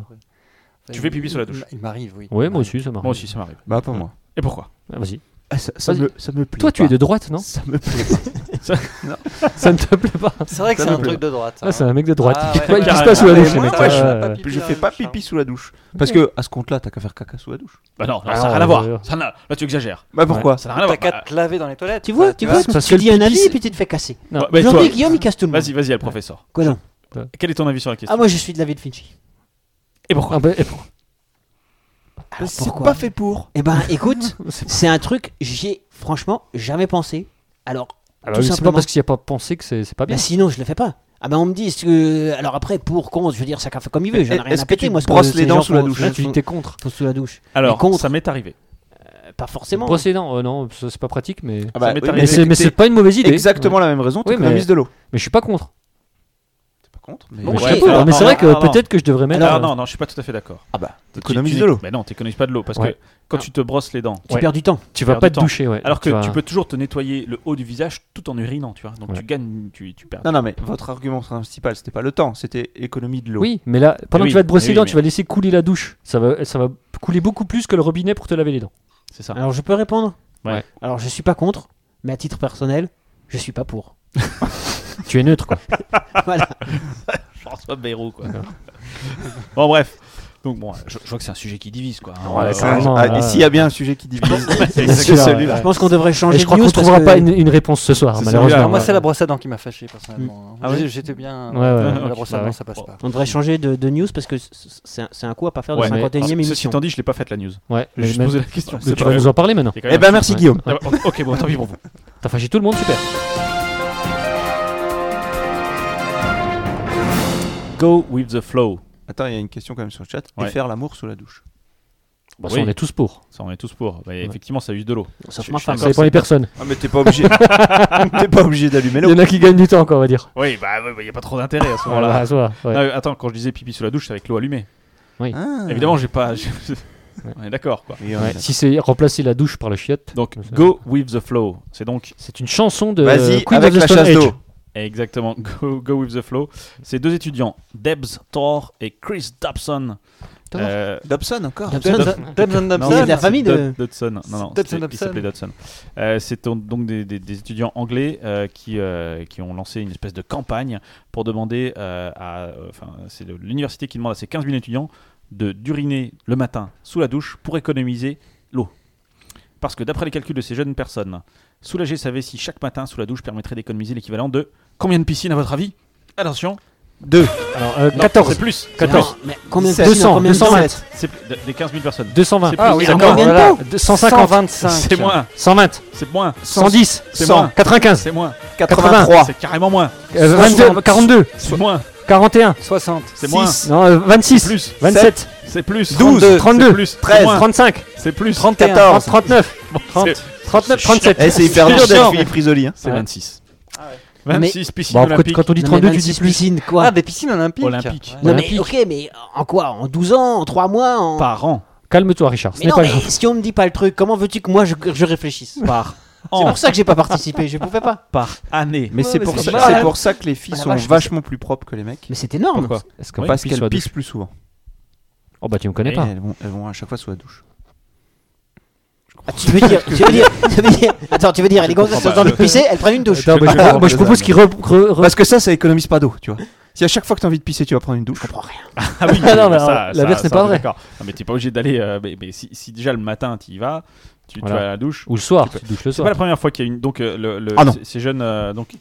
Tu fais pipi sur la douche. Il m'arrive, oui. Ouais, moi aussi, ça marche. Moi aussi, ça m'arrive. Bah, pas moi. Et pourquoi Ah, Vas-y. ça, ça Vas-y. me, ça me plaît. Toi, tu pas. es de droite, non Ça me plaît pas. Ça ne te plaît pas C'est vrai que Ça c'est me un plaît truc de droite. Ah, hein. c'est un mec de droite. Ah, qui, ouais, qui carrément. se passe sous la Ah, douche, mais les moi, mecs. moi, je Ah, ouais. Je fais pas pipi sous la douche. Parce que à ce compte-là, t'as qu'à faire caca sous la douche. Bah non, non, Ah ça n'a non, rien à euh, euh, voir. Ça n'a- Là, tu exagères. Bah pourquoi Ça n'a rien à T'as voir. qu'à Bah, te laver dans les toilettes. Tu vois, tu vois, vois, parce tu que dis un pipi, avis c'est- et puis tu te fais casser. Non, bah, toi, Aujourd'hui, Guillaume, il casse tout le monde. Vas-y, vas-y, elle, professeur. Euh, Quoi non Quel est ton avis sur la Ah, question moi, je suis de la vie de Finchy. Et pourquoi Ah, bah, et pour- Alors, C'est pourquoi pas fait pour. Eh ben, écoute, c'est un truc, j'y ai franchement jamais pensé. Alors, Ah, bah tout oui, c'est pas simplement. parce qu'il n'y a pas pensé que c'est c'est pas bien. Bah, sinon, je le fais pas. Ah ben on me dit, est-ce que... alors après pour con, je veux dire chacun fait comme il veut, j'en ai rien Eh, Est-ce à que péter tu moi. ce brosses que les ces dents gens sous la font- douche Hein, Là, Ah, tu dis font- t'es contre. font sous la douche. Ah, Alors, Mais contre- ça m'est arrivé. Euh, Pas forcément. Procédant, euh, non, ça, c'est pas pratique, mais. Ah bah, m'est oui, arrivé. Mais c'est mais c'est écoutez, pas une mauvaise idée. exactement la même raison. Oui, mais- T'économises de l'eau. Ouais. Mais je suis pas contre. contre. bah, Mais... Bon, Mais je Ouais, sais pas, alors, mais c'est non, vrai que alors, peut-être que je devrais mettre. Alors euh, non, non, je suis pas tout à fait d'accord. Ah bah, Tu- t'économises tu- de l'eau. Mais non, t'économises pas de l'eau parce Ouais. que quand tu te brosses les dents, Tu Ouais. perds du temps. Tu vas perds pas du te temps. doucher, ouais. alors que tu, vas- peux toujours te nettoyer le haut du visage tout en urinant, tu vois. Donc Ouais. tu gagnes, tu, tu perds. Non, non, mais votre argument principal, c'était pas le temps, c'était économie de l'eau. Oui, mais là, pendant que Eh Mais tu vas oui, te brosser mais les dents, oui, tu vas laisser couler la douche. Ça va, ça va couler beaucoup plus que le robinet pour te laver les dents. C'est ça. Alors je peux répondre Ouais. Alors je suis pas contre, mais à titre personnel, je suis pas pour. Tu es neutre, quoi. voilà. François Bayrou, quoi. bon, bref. Donc, bon, je, je vois que c'est un sujet qui divise, quoi. hein. Ouais, Euh, ça- Ah, Vraiment, ah, là, et s'il y a bien un sujet qui divise, c'est c'est celui-là, celui-là. Je pense qu'on devrait changer Et je de crois news qu'on trouvera parce pas que- une, une réponse ce soir, C'est malheureusement. celui-là, Alors moi, ouais. c'est la brosse à dents qui m'a fâché personnellement. Ah ouais J'ai- J'étais bien. euh, Ouais, ouais, la ok, brosse bah à dents, ouais. ça passe pas. Ah, On devrait changer de, de news parce que c- c- c'est un- c'est un coup à pas faire de Ouais, mais- 51 e alors, Ceci émission. étant dit, je l'ai pas faite la news. Ouais, J'ai juste mais- posé la question. mais c'est tu pas vas nous grave. en parler maintenant. Il y a quand Eh même ben un- merci ouais. Guillaume. Ah, bah, Ok, bon, tant pis pour vous. T'as fâché tout le monde, super. Go with the flow. Attends, il y a une question quand même sur le chat. Ouais. Et faire l'amour sous la douche. Bah, Bon, Bah, ça, Oui. on est tous pour. Ça, on est tous pour. Mais effectivement, ça use de l'eau. Sauf Je- ma je suis femme. Ça dépend les personnes. Ah mais t'es pas obligé. t'es pas obligé d'allumer Il y l'eau. en a qui gagnent du temps, quoi, on va dire. Oui, bah, il n'y a pas trop d'intérêt à ce Voilà, moment-là. à soi, ouais. Non, mais attends, quand je disais pipi sous la douche, c'est avec l'eau allumée. Ah. Évidemment, j'ai pas. j'ai- On est d'accord, quoi. Oui, on Ouais, est Si c'est remplacer la douche par la chiotte, Donc, Comme ça. go with the flow. C'est donc c'est une chanson de Vas-y, Queen avec of the la Stone chasse Age. d'eau. Exactement, go, go with the flow. C'est deux étudiants, Debs Thor et Chris Dobson. Thor Euh, Dobson encore. Dobson, Dob- Dobson. Dobson, non, c'est Dobson. de la famille de- Dob- Dodson. Non, non, Dodson c'était- il Dobson. s'appelait Dodson. Euh, c'est donc donc des, des- des étudiants anglais euh, qui, euh, qui ont lancé une espèce de campagne pour demander euh, à. euh, Enfin, c'est le- l'université qui demande à ses 15 000 étudiants de d'uriner le matin sous la douche pour économiser l'eau. Parce que d'après les calculs de ces jeunes personnes, soulager sa vessie chaque matin sous la douche permettrait d'économiser l'équivalent de combien de piscines à votre avis Attention, Deux. Alors, euh, Non, 14, C'est plus. Non, 14, mais combien de 17, piscines, 200, combien de 220. piscines C'est plus- de- des 15 000 personnes. 220, C'est Ah plus. oui, c'est d'accord, combien de voilà. temps 150, 125. C'est moins. 120, C'est moins. 110, C'est 100, moins. 95, C'est moins. 83. C'est carrément moins. euh, 22, 42, C'est moins. 41, 60. C'est moins. Six. non, euh, 26, Plus. 27, C'est plus. 12, C'est 32, plus. C'est 13, moins. 35, C'est plus. 31. 30, 39, Bon, 30, c'est- 39, c'est chiant. 37. Eh, c'est hyper C'est dur d'être chiant. Philippe Risoli. hein. C'est Ouais. 26. Mais- 26 piscines Bon, quand, olympiques. quand on dit Non, mais 32, tu 26 dis plus. piscines, quoi. Ah, des piscines olympiques. Olympiques. Ouais. non, mais olympiques. ok, mais en quoi En 12 ans En 3 mois en... par an. Calme-toi, Richard, ce Mais n'est non, pas mais grave. si on me dit pas le truc, comment veux-tu que moi je, je réfléchisse Par C'est an. pour ça que j'ai pas participé, je pouvais pas. Par année. Mais Ouais, c'est mais pour, c'est ça- pas mal. c'est pour ça que les filles Ah, la sont vache, vachement plus propres que les mecs. Mais c'est énorme. Pourquoi Est-ce qu'on Oui, passe Parce qu'elles pisse pissent plus souvent. Oh bah tu me connais Et- Et pas. Elles vont, elles vont à chaque fois sous la douche. Ah, tu veux dire, tu veux dire, tu veux dire, attends, tu veux dire, les Oh, gonzesses comprends bah, sont dans le pisser, elles prennent une douche. Attends, moi, je, pas moi, je le propose zan. qu'il re, re- re- Parce que ça, ça économise pas d'eau, tu vois. Si à chaque fois que t'as envie de pisser, tu vas prendre une douche. Ah Ah oui, non, mais ça- alors, ça- l'inverse ça, n'est pas on est vrai. d'accord. Non, mais t'es pas obligé d'aller. euh, mais mais si, si déjà le matin tu y vas, tu, tu Voilà. vas à la douche. Ou le soir, Tu tu douches le C'est pas la soir. première fois qu'il y a une. Donc, euh, le, le- Ah non. ces- ces jeunes. euh, donc,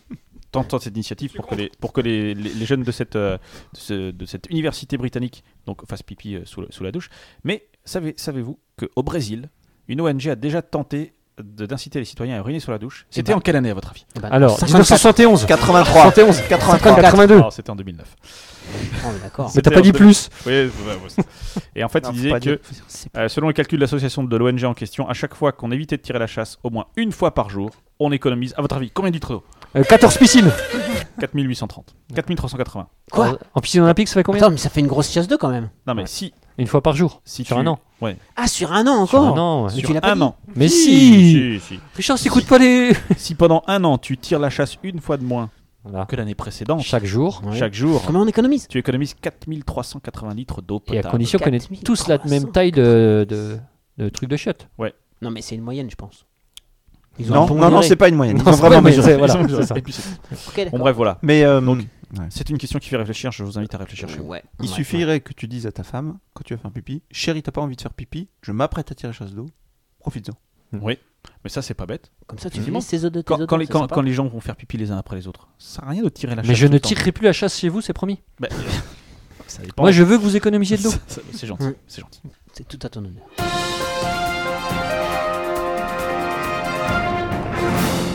tentent cette initiative pour que les, pour que les, les- les jeunes de cette, euh, de, ce- de cette université britannique donc, fassent pipi euh, sous, le- sous la douche. Mais savez- savez-vous qu'au Brésil, une ONG a déjà tenté de- d'inciter les citoyens à uriner sous la douche C'était ben. en quelle année à votre avis Eh ben, Alors, 54. 1971, 83. 84, 84. 82. Alors, Ah, C'était en 2009. Oh, mais d'accord. Mais C'était t'as pas en dit 2000. plus. Oui, bah, bah, c'est- Et en fait, Non, il faut disait pas que dire. Faut dire, c'est Euh, selon les calculs de l'association de l'ONG en question, à chaque fois qu'on évitait de tirer la chasse au moins une fois par jour, on économise, à votre avis, combien de litres d'eau Euh, 14 piscines. 4830. 4380. Quoi Alors, En piscine olympique, ça fait combien Attends, mais ça fait une grosse chasse d'eau quand même. Non mais Ouais. si, Une fois par jour. si Sur tu- un an. Ouais. Ah, sur un an Sur encore un an, ouais. Mais Sur tu l'as pas un dit. an. Mais si si, si. Richard, s'écoute pas les. Si pendant un an, tu tires la chasse une fois de moins Voilà. que l'année précédente, Chaque jour. Ouais. chaque jour, Comment on économise tu économises 4380 litres d'eau Et à potable. condition qu'on ait 4300. tous la même taille de, de, de truc de chiotte. Non, mais c'est une moyenne, je pense. Ils ont Non, un bon non, non, durée. c'est pas une moyenne. Non, Ils ont c'est vraiment pas une mesuré. moyenne. voilà, Ils ont- c'est ça. Et puis c'est- Ok, d'accord. Bon bref, voilà. Mais euh, C'est une question qui fait réfléchir, je vous invite à réfléchir chez vous. Ouais, il ouais, ouais. suffirait que tu dises à ta femme, quand tu vas faire pipi, chérie, t'as pas envie de faire pipi, je m'apprête à tirer chasse d'eau, profites-en. Mmh. Mais ça c'est pas bête. Comme ça, tu Effectivement. laisses tes œufs de tes Quand, œufs quand d'or, les, c'est quand, sympa. quand les gens vont faire pipi les uns après les autres, ça sert à rien de tirer la chasse. Mais je tout ne le temps. Bah, euh, tirerai plus la chasse chez vous, c'est promis. Ça Moi, dépend. je veux que vous économisiez de l'eau. Ça- ça- C'est gentil, Mm. c'est gentil. C'est tout à ton honneur.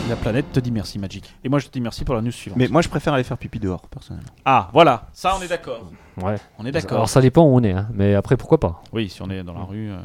La planète te dit merci, Magic. Et moi, je te dis merci pour la news suivante. Mais moi, je préfère aller faire pipi dehors, personnellement. Ah, voilà, ça, on est d'accord. Ouais. On est Alors, d'accord. ça dépend où on est. hein. Mais après, pourquoi pas Oui, si on est dans la rue. euh,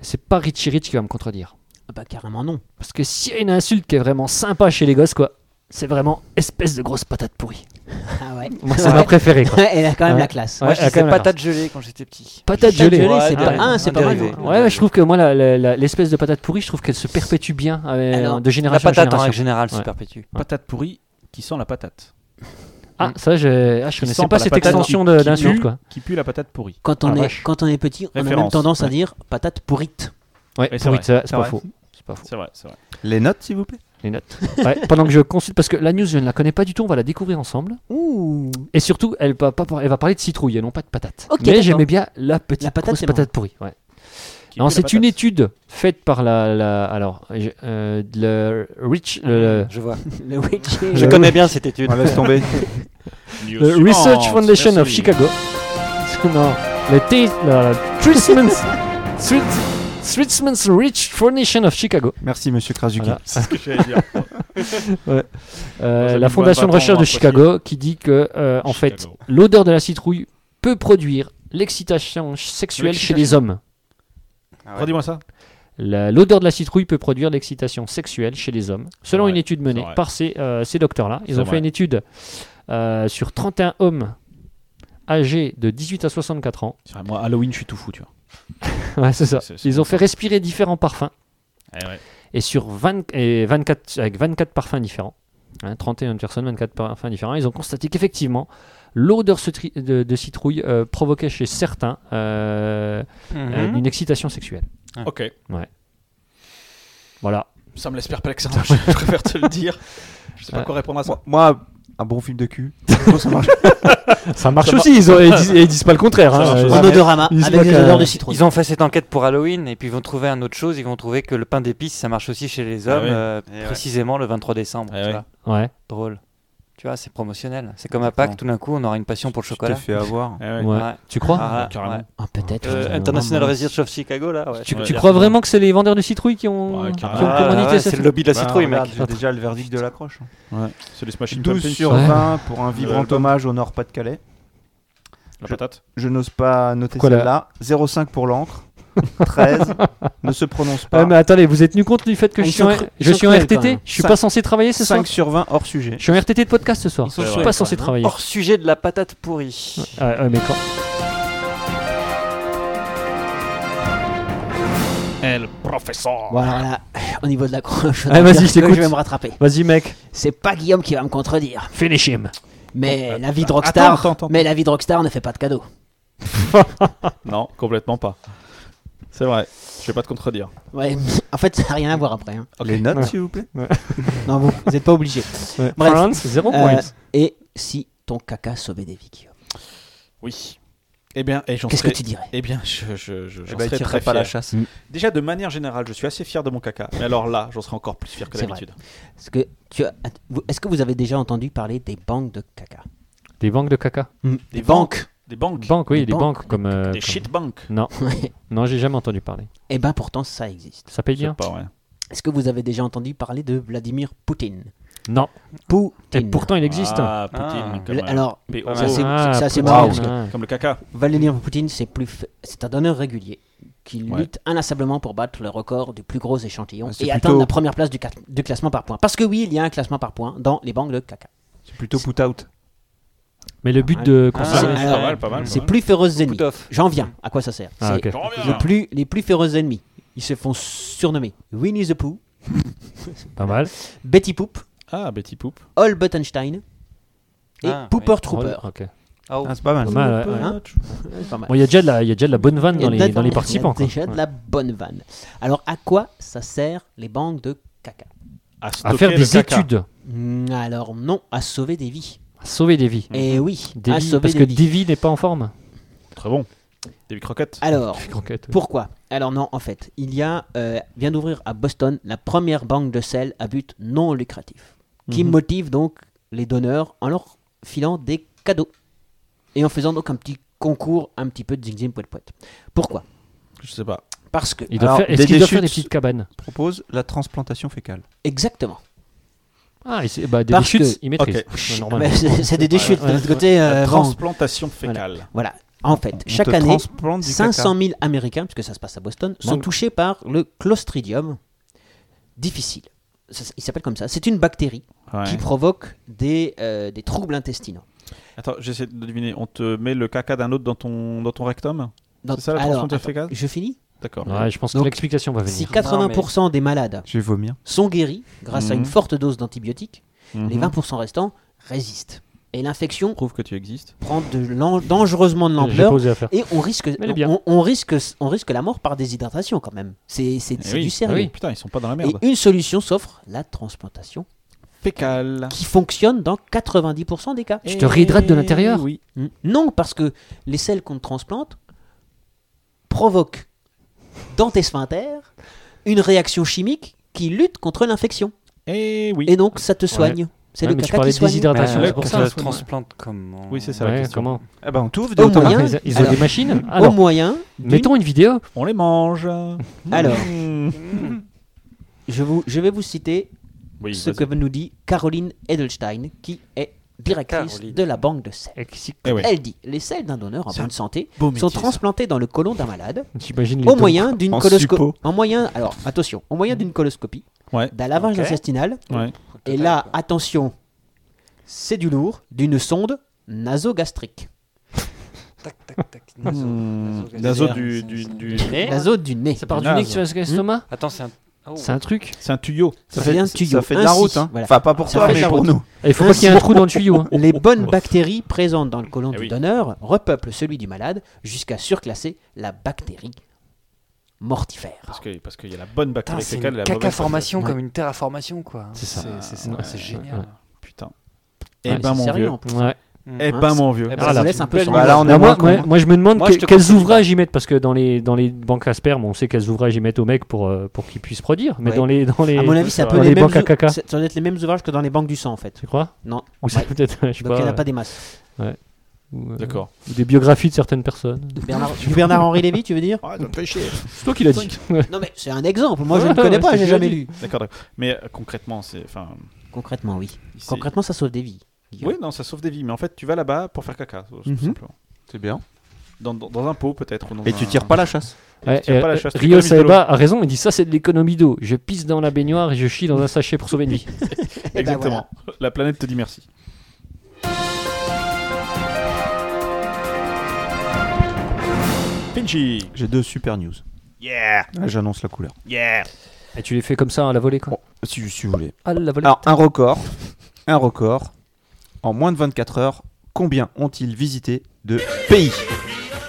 C'est pas Richie Rich qui va me contredire. Ah Bah, carrément non. Parce que s'il y a une insulte qui est vraiment sympa chez les gosses, quoi, c'est vraiment espèce de grosse patate pourrie. Ah ouais préférée. Moi, c'est ma préférée. quoi. Elle a quand même Ouais. la classe. Ouais, Moi, je elle a quand disais même la patate gelée quand j'étais petit. Patate Patate gelée. gelée, Ouais, c'est pas- ouais. ah, c'est pas mal. dérivé. hein. Ouais, ouais, je trouve que moi, la- la- la- l'espèce de patate pourrie, je trouve qu'elle se perpétue bien euh, Alors, de La génération en patate en génération. règle générale se Ouais. perpétue. Patate pourrie qui sent la patate. Ah, ça, je, ah, je Qui connaissais sent pas la cette patate extension qui- de- qui d'insulte, pue, quoi. Qui pue la patate pourrie. Quand Ah, on, la est, vache. quand on est petit, on a même Référence, tendance à ouais. dire patate pourrite. Ouais, Oui, c'est pourrie, vrai, ça, c'est c'est pas vrai. faux. C'est pas faux. C'est vrai, c'est vrai. Les notes, s'il vous plaît. Les notes. Ouais, pendant que je consulte, parce que la news, je ne la connais pas du tout, on va la découvrir ensemble. Ouh Et surtout, elle va, pas, elle va parler de citrouille et non pas de patate. Ok, Mais d'accord. j'aimais bien la petite La patate, grosse c'est patate pourrie. ouais. Qui Non, pue la c'est une patate. étude faite par la, la- alors je- euh, le Rich le, Je vois. Le witch. Je Euh, connais bien cette étude. On laisse tomber. News le Research suivante, Foundation of merci. Chicago. Non, le T- la- la Treatments Treat- Treatments Rich Foundation of Chicago. Merci, monsieur Krasuki. Voilà. C'est ce que j'allais dire. Euh, Nos amis la Fondation de Balbaton, recherche de moi, Chicago qui dit que, euh, en fait, Chicago. l'odeur de la citrouille peut produire l'excitation sexuelle chez les hommes. Redis-moi ça. La- L'odeur de la citrouille peut produire l'excitation sexuelle chez les hommes, selon Ouais, une étude menée c'est vrai. par ces, euh, ces docteurs-là. Ils C'est ont vrai. fait une étude euh, sur 31 hommes âgés de 18 à 64 ans. C'est vrai, Moi, Halloween, je suis tout fou, tu vois. Ouais, c'est ça. C'est- c'est Ils ont comme fait respirer différents parfums Eh ouais. et sur 20 et 24, avec 24 parfums différents. hein, 31 personnes, 24 parfums différents. Ils ont constaté qu'effectivement, l'odeur citri- de, de citrouille euh, provoquait chez certains euh, euh, une excitation sexuelle. Ok. Voilà. Ça me laisse perplexe, hein, je préfère te le dire. Je sais pas Ouais. quoi répondre à ça. Moi- Moi, un bon film de cul. ça marche. Ça marche Ça mar- aussi, ils, ont- ils disent, ils disent pas le contraire. Ça hein. marche Euh, aussi. En odorama, Ils se avec moquent, des odeurs euh, de citrouille. Ils ont fait cette enquête pour Halloween et puis ils vont trouver un autre chose. Ils vont trouver que le pain d'épices ça marche aussi chez les Ah hommes, ouais. euh, Et ouais. précisément le 23 décembre. Ah tu ouais. vois. Ouais. Drôle. Tu vois, c'est promotionnel. C'est comme à Pâques, tout d'un coup, on aura une passion pour le Je t'ai chocolat. fait avoir. Eh ouais. Ouais. Ouais. Tu crois Ah, ouais, carrément. ouais. Ah, Peut-être. Euh, International Research of Chicago, là. ouais. Tu, Ouais. tu crois vraiment que c'est les vendeurs de citrouilles qui ont, Ouais, qui ont carrément. Ah, commandité ouais, cette- c'est le lobby de la citrouille, Bah, mec. regarde, J'ai déjà le verdict de l'accroche. Ouais. C'est les Smashing 12 Pumpkins, Euh, sur Ouais. 20 pour un vibrant Ouais. hommage au Nord-Pas-de-Calais. La patate. Je n'ose pas noter Quoi, là celle-là. 0,5 pour l'encre. 13. ne se prononce Ah, pas. mais attendez, vous êtes tenu compte du fait que Ah, je ils suis en, sont cru- je ils sont suis en cruels, quand RTT même. Je suis Cinq- pas censé travailler ce 5 soir sur 20 hors sujet. Je suis en RTT de podcast ce soir. Ils sont Je suis chouettes, pas quand censé même, hein. travailler. Hors sujet de la patate pourrie. Ouais, ouais, mais quand- El professeur. Bon, alors là, au niveau de la croche, Allez, Ah, vas-y, je je t'écoute. vais me rattraper. Vas-y, mec, C'est pas Guillaume qui va me contredire, finish him. mais la vie de Euh, attends, rockstar, attends, attends. mais la vie de rockstar ne fait pas de cadeaux. Non, complètement pas. C'est vrai. Je vais pas te contredire. Ouais, en fait, ça n'a rien à voir après. hein. Les notes, Ouais. s'il vous plaît. Non, vous n'êtes pas obligé. Bref. France, 0 Euh, points. et si ton caca sauvait des vies, Guillaume Oui. Eh bien, et j'en Qu'est-ce serais- que tu dirais Mm. Eh bien, je, je, je, Eh j'en ben, serais tirerai très pas la fier. chasse. Déjà, de manière générale, je suis assez fier de mon caca. Mais alors là, j'en serais encore plus fier que C'est d'habitude. Est-ce que, tu as- att- vous- est-ce que vous avez déjà entendu parler des banques de caca Des banques de caca. Hmm. Des banques. Des banques. Banques, oui, Des des banques. banques comme. euh, Des comme- shit banques. Non, Ouais. non, j'ai jamais entendu parler. Eh ben pourtant, ça existe. Ça paye Je sais bien pas, ouais. Est-ce que vous avez déjà entendu parler de Vladimir Poutine Non. Et Poutine. pourtant, il existe. Ah, Poutine. Ah. comme, Le- euh, alors, P.O. ça c'est Ah, ça, c'est Poutine. marrant Wow. parce que Ah. Comme le caca. Vladimir Poutine, c'est plus, f- c'est un donneur régulier qui Ouais. lutte inlassablement pour battre le record du plus gros échantillon Ah, c'est et plutôt- atteindre la première place du, cat- du classement par points. Parce que oui, il y a un classement par points dans les banques de caca. C'est plutôt put out. Mais le but Ah, de Ah, c'est c'est- conserver. pas alors, mal, pas mal. Ses pas mal. plus féroces ennemis. Put off. J'en viens. À quoi ça sert Ah, C'est ok. J'en reviens. les plus, les plus féroces ennemis. Ils se font surnommer Winnie the Pooh, Pas mal. Betty Poop, Ah, Betty Poop. All Buttonstein et Ah, Pooper Trooper. Ok. Ah, oh. Ah, c'est pas mal. Pas mal, ouais, ouais. Hein C'est pas mal. Bon, il y a déjà de la, il y a déjà de la bonne vanne Il y a dans de la- les, dans il les y a participants. quoi. Déjà de Ouais. la bonne vanne. Alors, à quoi ça sert les banques de caca À stocker faire le des caca. études, Hmm, Alors, non, à sauver des vies. à sauver des vies. Eh oui, Des à vies, sauver parce des que vies. Davy n'est pas en forme. Très bon. Des croquettes. Alors, Croquette. pourquoi Alors, non, en fait, il y a, euh, vient d'ouvrir à Boston la première banque de sel à but non lucratif, qui Mhm. motive donc les donneurs en leur filant des cadeaux et en faisant donc un petit concours un petit peu de zing zing poète poète. Pourquoi Je sais pas. Parce que, Il doit Alors, faire- Est-ce des qu'il doit faire des déchutes- petites cabanes Propose la transplantation fécale. exactement. Ah, et c'est- bah, des Parce déchutes, que- il maîtrise. Ok. Ouais, normal. Mais c'est c'est des déchutes, de ouais, l'autre côté, euh, La vraiment. transplantation fécale. Voilà. En fait, On chaque te année, transplante du 500 000 Américains, puisque ça se passe à Boston, sont Bon. touchés par le Clostridium difficile. Ça- il s'appelle comme ça. C'est une bactérie Ouais. qui provoque des, euh, des troubles intestinaux. Attends, j'essaie de deviner. On te met le caca d'un autre dans ton, dans ton rectum Donc, C'est ça la alors, transfusion attends, fécale je finis. D'accord. Ouais, je pense que Donc, l'explication va Si venir. 80% des malades Je vais vomir. sont guéris grâce à Mhm. une forte dose d'antibiotiques, Mhm. les 20% restants résistent. Et l'infection Prouve que tu existes. prend de l'en- dangereusement de J'ai pas l'ampleur osé la faire. et on risque, elle est bien. on, on risque, on risque la mort par déshydratation quand même. C'est c'est- Eh c'est oui, du eh sérieux. oui. Putain, ils sont pas dans la merde. Et une solution s'offre, la transplantation, Fécale. qui fonctionne dans 90% des cas. Tu Eh te réhydrates de l'intérieur Oui. Non, parce que les selles qu'on te transplante provoquent dans tes sphincters une réaction chimique qui lutte contre l'infection. Eh oui. Et donc, ça te soigne. C'est Ouais, le mais tu caca qui parlais de soigne. déshydratation, Mais c'est pour le Bah, Tu ça. le transplantes comment Eh ben, Oui, c'est ça. la Ouais, question. comment Eh Ah bah on t'ouvre Au de temps en moyen, temps. Ils ont- Ils ont alors- des machines Au Alors, moyen, d'une- mettons une vidéo. On les mange. Alors. Mmh. je, vous, je vais vous citer Oui, ce vas-y. que nous dit Caroline Edelstein, qui est directrice Caroline. de la banque de selles. Eh ouais. Elle dit Les selles d'un donneur en C'est bonne santé Beau sont métier, ça. transplantées dans le côlon d'un malade J'imagine les au deux. moyen d'une En coloscopie. suppo. En moyen, alors attention, au moyen d'une coloscopie, Ouais. d'un lavage Ok. intestinal, Ouais. et là, attention, c'est du lourd, d'une sonde nasogastrique. Tac, tac, tac. naso, Mmh. naso, Naso gastrique. du- du- du- nez. Naso du nez. Ça part du Naze. nez que tu vas l'estomac Hmm. Attends, c'est un. Ah Oh. C'est un truc. C'est un tuyau. Ça vient de tuyau. ça fait de la Ainsi, route. Hein. voilà. Enfin, pas pour Ça toi, fait de mais la pour route. nous. Et il faut pas qu'il y ait un trou dans le tuyau. hein. Les bonnes bactéries présentes dans le côlon Eh du oui. donneur repeuplent celui du malade jusqu'à surclasser la bactérie mortifère. Parce qu'il parce qu'il y a la bonne Putain, bactérie c'est fécale et une la caca mauvaise formation Ouais. comme une terraformation, quoi. C'est ça. C'est ça, Ouais, c'est ouais, génial. ouais. bactérie. Putain. Ouais, Eh ben c'est mon sérieux, vieux. en plus. Ouais. Eh Hein, ben mon vieux. Eh ben, Ça Ah, nous là, laisse un peu belle sans Bah, voix. là, on est Bah, moins moi, con, moi- hein. moi, je me demande Moi, que- je te quels conseille ouvrages ils mettent parce que dans les, dans les banques à sperme, on sait quels ouvrages ils mettent aux mecs pour, euh, pour qu'ils puissent produire. Mais Ouais. dans les. Dans les euh, À mon avis, ça dans peut les les mêmes banques à ou- caca. ça ça doit être les mêmes ouvrages que dans les banques du sang en fait. Tu crois Non. Ou c'est Ouais. peut-être. Je sais Donc il n'y en pas. a pas des masses. Ou, euh, D'accord. ou des biographies de certaines personnes. Bernard- du Bernard-Henri Lévy, tu veux dire Ah, C'est toi qui l'as dit. Ouais. Non mais c'est un exemple. Moi, je Ouais, ne connais ouais, pas, c'est j'ai déjà jamais dit. lu. D'accord. d'accord. Mais euh, concrètement, c'est enfin. Concrètement, oui. il- c'est- Concrètement, ça sauve des vies. Guillaume. Oui, non, ça sauve des vies. Mais en fait, tu vas là-bas pour faire caca, tout Mhm. simplement. C'est bien. Dans, dans- dans un pot peut-être. ou dans Et tu un- tires pas la chasse. Ouais, tires euh, pas la chasse, tu Rio économises de Saeba a raison, il dit ça c'est de l'économie d'eau. Je pisse dans la baignoire et je chie dans un sachet pour sauver une vie. Eh ben, Exactement. La planète te dit merci. Pinchy J'ai deux super news. Yeah Là, Ah, J'annonce la couleur. Yeah Et tu les fais comme ça à la volée quoi. Bon, Oh, si, si vous voulez. À la volée. Alors, un record. Un record. En moins de 24 heures, combien ont-ils visité de pays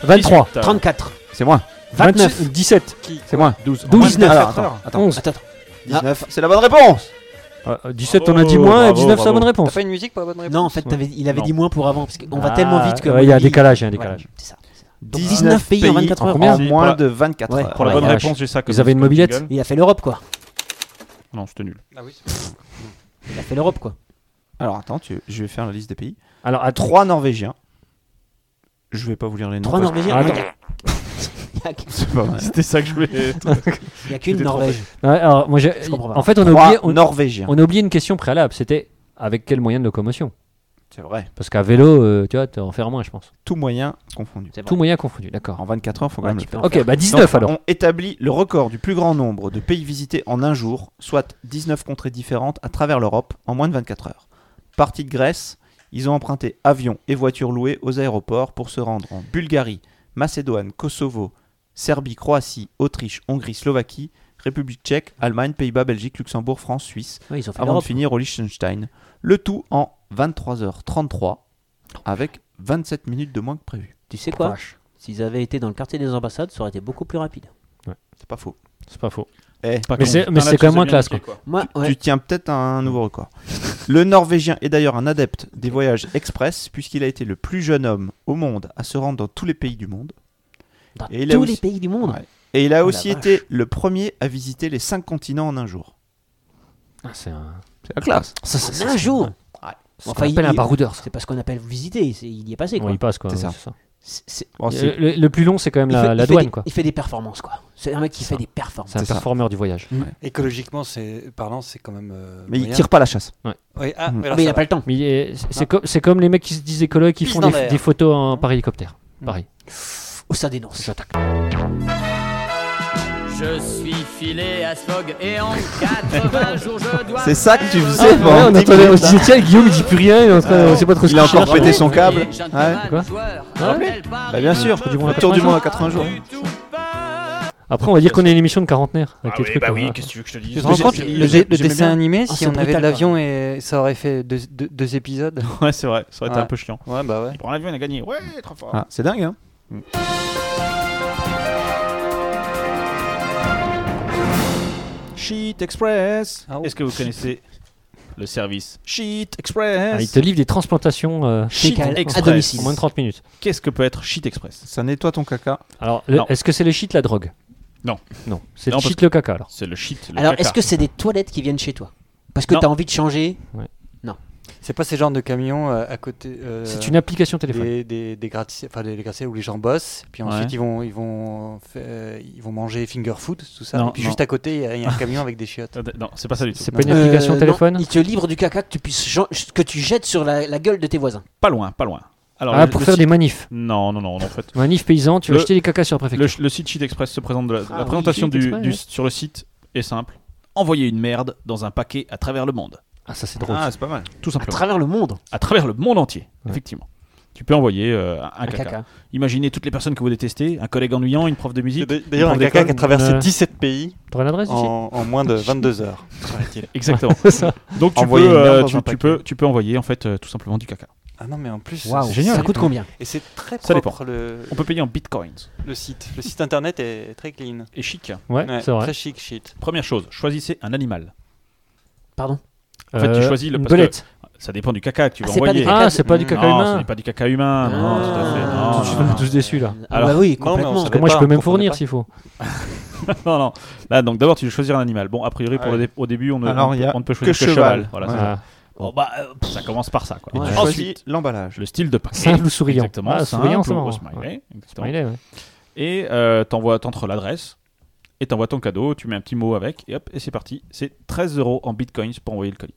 23, 34, C'est moi. 29, 29, 17, C'est moi. 12. 12, 19. Alors, attends, attends. 11. attends, attends. 19. C'est la bonne réponse. Euh, 17 on a dit Bravo, moins, et bravo, 19 c'est la bravo. bonne T'as réponse. pas une musique pour la bonne réponse Non, en fait, t'avais- il avait Non. dit moins pour avant parce qu'on va tellement vite que. Ah, à ouais, Il y mon a un avis- décalage, il y a un Voilà, décalage. c'est ça. Donc, 19 pays en 24 heures. combien En moins Voilà. de 24 Ouais. heures. Pour la Oh bonne la réponse, j'ai ça. comme- Vous avez une comme mobilette jingle. Il a fait l'Europe quoi. Non, c'était nul. Ah oui. Il a fait l'Europe quoi. Alors, attends, tu- je vais faire la liste des pays. Alors à 3. 3 Norvégiens. Je vais pas vous lire les noms. Trois parce que- Ah, Norvégiens. Attends. Il y a- C'est pas vrai. C'était ça que je voulais. Il n'y a qu'une J'étais trompé. Norvège. alors, moi, j'ai- Je comprends pas. en fait, on a, oublié, 3 on, Norvégiens. on a oublié une question préalable c'était avec quel moyen de locomotion C'est vrai. Parce qu'à vélo, euh, tu vois, t'es en faire moins, je pense. Tout moyen confondu. C'est vrai. Tout moyen confondu, d'accord. En 24 heures, faut quand Ouais, même tu le peux faire. en Ok, faire. bah 19 alors. On établit le record du plus grand nombre de pays visités en un jour, soit 19 contrées différentes à travers l'Europe en moins de 24 heures. Partie de Grèce, ils ont emprunté avions et voitures louées aux aéroports pour se rendre en Bulgarie, Macédoine, Kosovo, Serbie, Croatie, Autriche, Hongrie, Slovaquie, République tchèque, Allemagne, Pays-Bas, Belgique, Luxembourg, France, Suisse, Ouais, ils ont fait avant de l'Europe. finir au Liechtenstein. Le tout en 23h33 avec 27 minutes de moins que prévu. Tu sais quoi S'ils avaient été dans le quartier des ambassades, ça aurait été beaucoup plus rapide. C'est pas faux. C'est pas faux. Eh, Pas Mais con. c'est- Putain, mais là, c'est tu quand même sais moins bien classe, niquer, Moi, ouais. Tu tiens peut-être un nouveau record. Le Norvégien est d'ailleurs un adepte des voyages express, puisqu'il a été le plus jeune homme au monde à se rendre dans tous les pays du monde. dans Et il a tous aussi- les pays du monde. Ouais. Et il a Oh la aussi vache. été le premier à visiter les cinq continents en un jour. Ah, c'est un. C'est la classe. Ça, En c'est un jour. C'est Enfin, enfin, appelle il- un baroudeur, ça. C'est pas ce qu'on appelle visiter. c'est- Il y est passé Bon, quoi. il passe quoi. C'est ouais, ça. c'est ça. C'est- c'est- Bon, c'est- Le, le- le plus long, c'est quand même il la, fait- la il fait douane, des- quoi. Il fait des performances quoi. C'est un mec qui fait des performances. C'est un C'est ça. performeur du voyage. Écologiquement, c'est parlant, c'est quand même. euh, Mais il moyen. tire pas la chasse. Oui, ah, Mm. alors Mais il ça n'a pas le temps. Mais euh, c'est- c'est comme, c'est comme les mecs qui se disent écologues qui Ah. Pisse font dans des, l'air. Mmh. Oh, des photos en- par hélicoptère. Pareil. Ou ça dénonce. J'attaque. je suis filé à Sfog et en 80 jours je dois. C'est ça que tu faire faisais le pendant Ah, on 10 entendait, on minutes, se disait, tiens, Guillaume, il dit plus rien, il est en train- on sait pas trop ce il a qu'il encore cherche. pété son câble. gentleman Quoi joueur. Ah Rappel Bah Paris bien sûr, du monde à le tour du 80 monde à 80 jours. Après, on va dire qu'on est une émission de quarantenaire. Avec Ah les oui, trucs bah comme oui, ça. qu'est-ce que tu veux que je te Tu te dise rends j'ai- compte, j'ai- le, le j'aimais dessin bien. animé, si c'est on avait brutal, de l'avion, et ça aurait fait deux, deux- deux épisodes Ouais, c'est vrai, ça aurait été Ouais. un peu chiant. Ouais, bah ouais. Il prend l'avion, il a gagné. Ouais, trop fort. Ah, c'est dingue, hein Sheet Express Ah, Est-ce que vous connaissez le service Sheet Ah, il Express te livre des transplantations euh, Chic en- express. à domicile en moins de 30 minutes. Qu'est-ce que peut être Shit Express Ça nettoie ton caca. Alors, le- Non. est-ce que c'est le shit la drogue Non. Non, c'est Non, le parce shit le caca alors. C'est le shit. Le Alors, caca. est-ce que c'est des toilettes qui viennent chez toi Parce que Non. t'as envie de changer C'est pas ces genres de camions euh, à côté. euh, C'est une application téléphone. des, des, des gratte- enfin des, des gratte-ciels où les gens bossent, puis ensuite Ouais. ils vont ils vont fa- euh, ils vont manger finger food, tout ça. Non, puis non. juste à côté, il y a- il y, a un camion avec des chiottes. Attends, Non, c'est pas ça du tout. C'est pas une Non. application Euh, non, téléphone Il te livre du caca que tu, puisses gen- que tu jettes sur la, la gueule de tes voisins. Pas loin, pas loin. Alors, Ah, le- pour le faire des site- manifs. Non, non, non, en fait. Manifs paysans, tu Le- vas acheter des cacas sur la Le, préfecture. le site Shit Express se présente de la, la Ah oui, présentation Shit du, Express, du- ouais. sur le site est simple. Envoyer une merde dans un paquet à travers le monde, Ah, ça c'est drôle. Ah, c'est pas mal. tout À simplement. travers le monde. à travers le monde entier, Ouais. effectivement. Tu peux envoyer euh, un, Un caca. caca. Imaginez toutes les personnes que vous détestez, un collègue ennuyant, une prof de musique. D'ailleurs, un un prend des caca qui a traversé euh, 17 pays T'aurais l'adresse ici en, en moins de 22 heures. paraît-il. Exactement. ça. Donc tu Envoyer peux, une merde euh, dans tu, un tu paquet. peux, tu peux envoyer en fait euh, tout simplement du caca. Ah non, mais en plus, Waouh, c'est ça coûte combien Et c'est très Ça dépend. propre le, On peut payer en bitcoins. le site. Le site internet est très clean. Et chic. Ouais, Ouais, c'est vrai. Très chic shit. Première chose, choisissez un animal. Pardon En fait, tu Euh, choisis le- une parce que- belette. Ça dépend du caca que tu Ah, vas c'est pas envoyer. Mm. des caca Ah, c'est pas du Hmm. caca non, ce humain. n'est pas du caca humain. Non, tout à fait. Non, Ah. non, Je non, suis non. tous déçus là. Ah Alors- bah Non, oui, mais on complètement. savait Parce que moi je pas, peux on même comprenait fournir pas. s'il faut. Non, non. Là, donc d'abord, tu dois choisir un animal. Bon, a priori, pour Ouais. le dé- au début, on ne, Alors, on, il y peut- a on ne peut choisir que que cheval. cheval. Voilà, Ouais. c'est ça. Ah, Bon, bah, euh, pff, ça commence par ça. Quoi. Et tu Ensuite, Ensuite, l'emballage. le style de paquet. Simple ou souriant. Exactement. Ah, simple souriant, c'est ou- marrant. ou smiley, exactement. il est, ouais. Et euh, t'envoies- t'entres l'adresse et t'envoies ton cadeau. Tu mets un petit mot avec et hop, et c'est parti. C'est 13 euros en bitcoins pour envoyer le colis.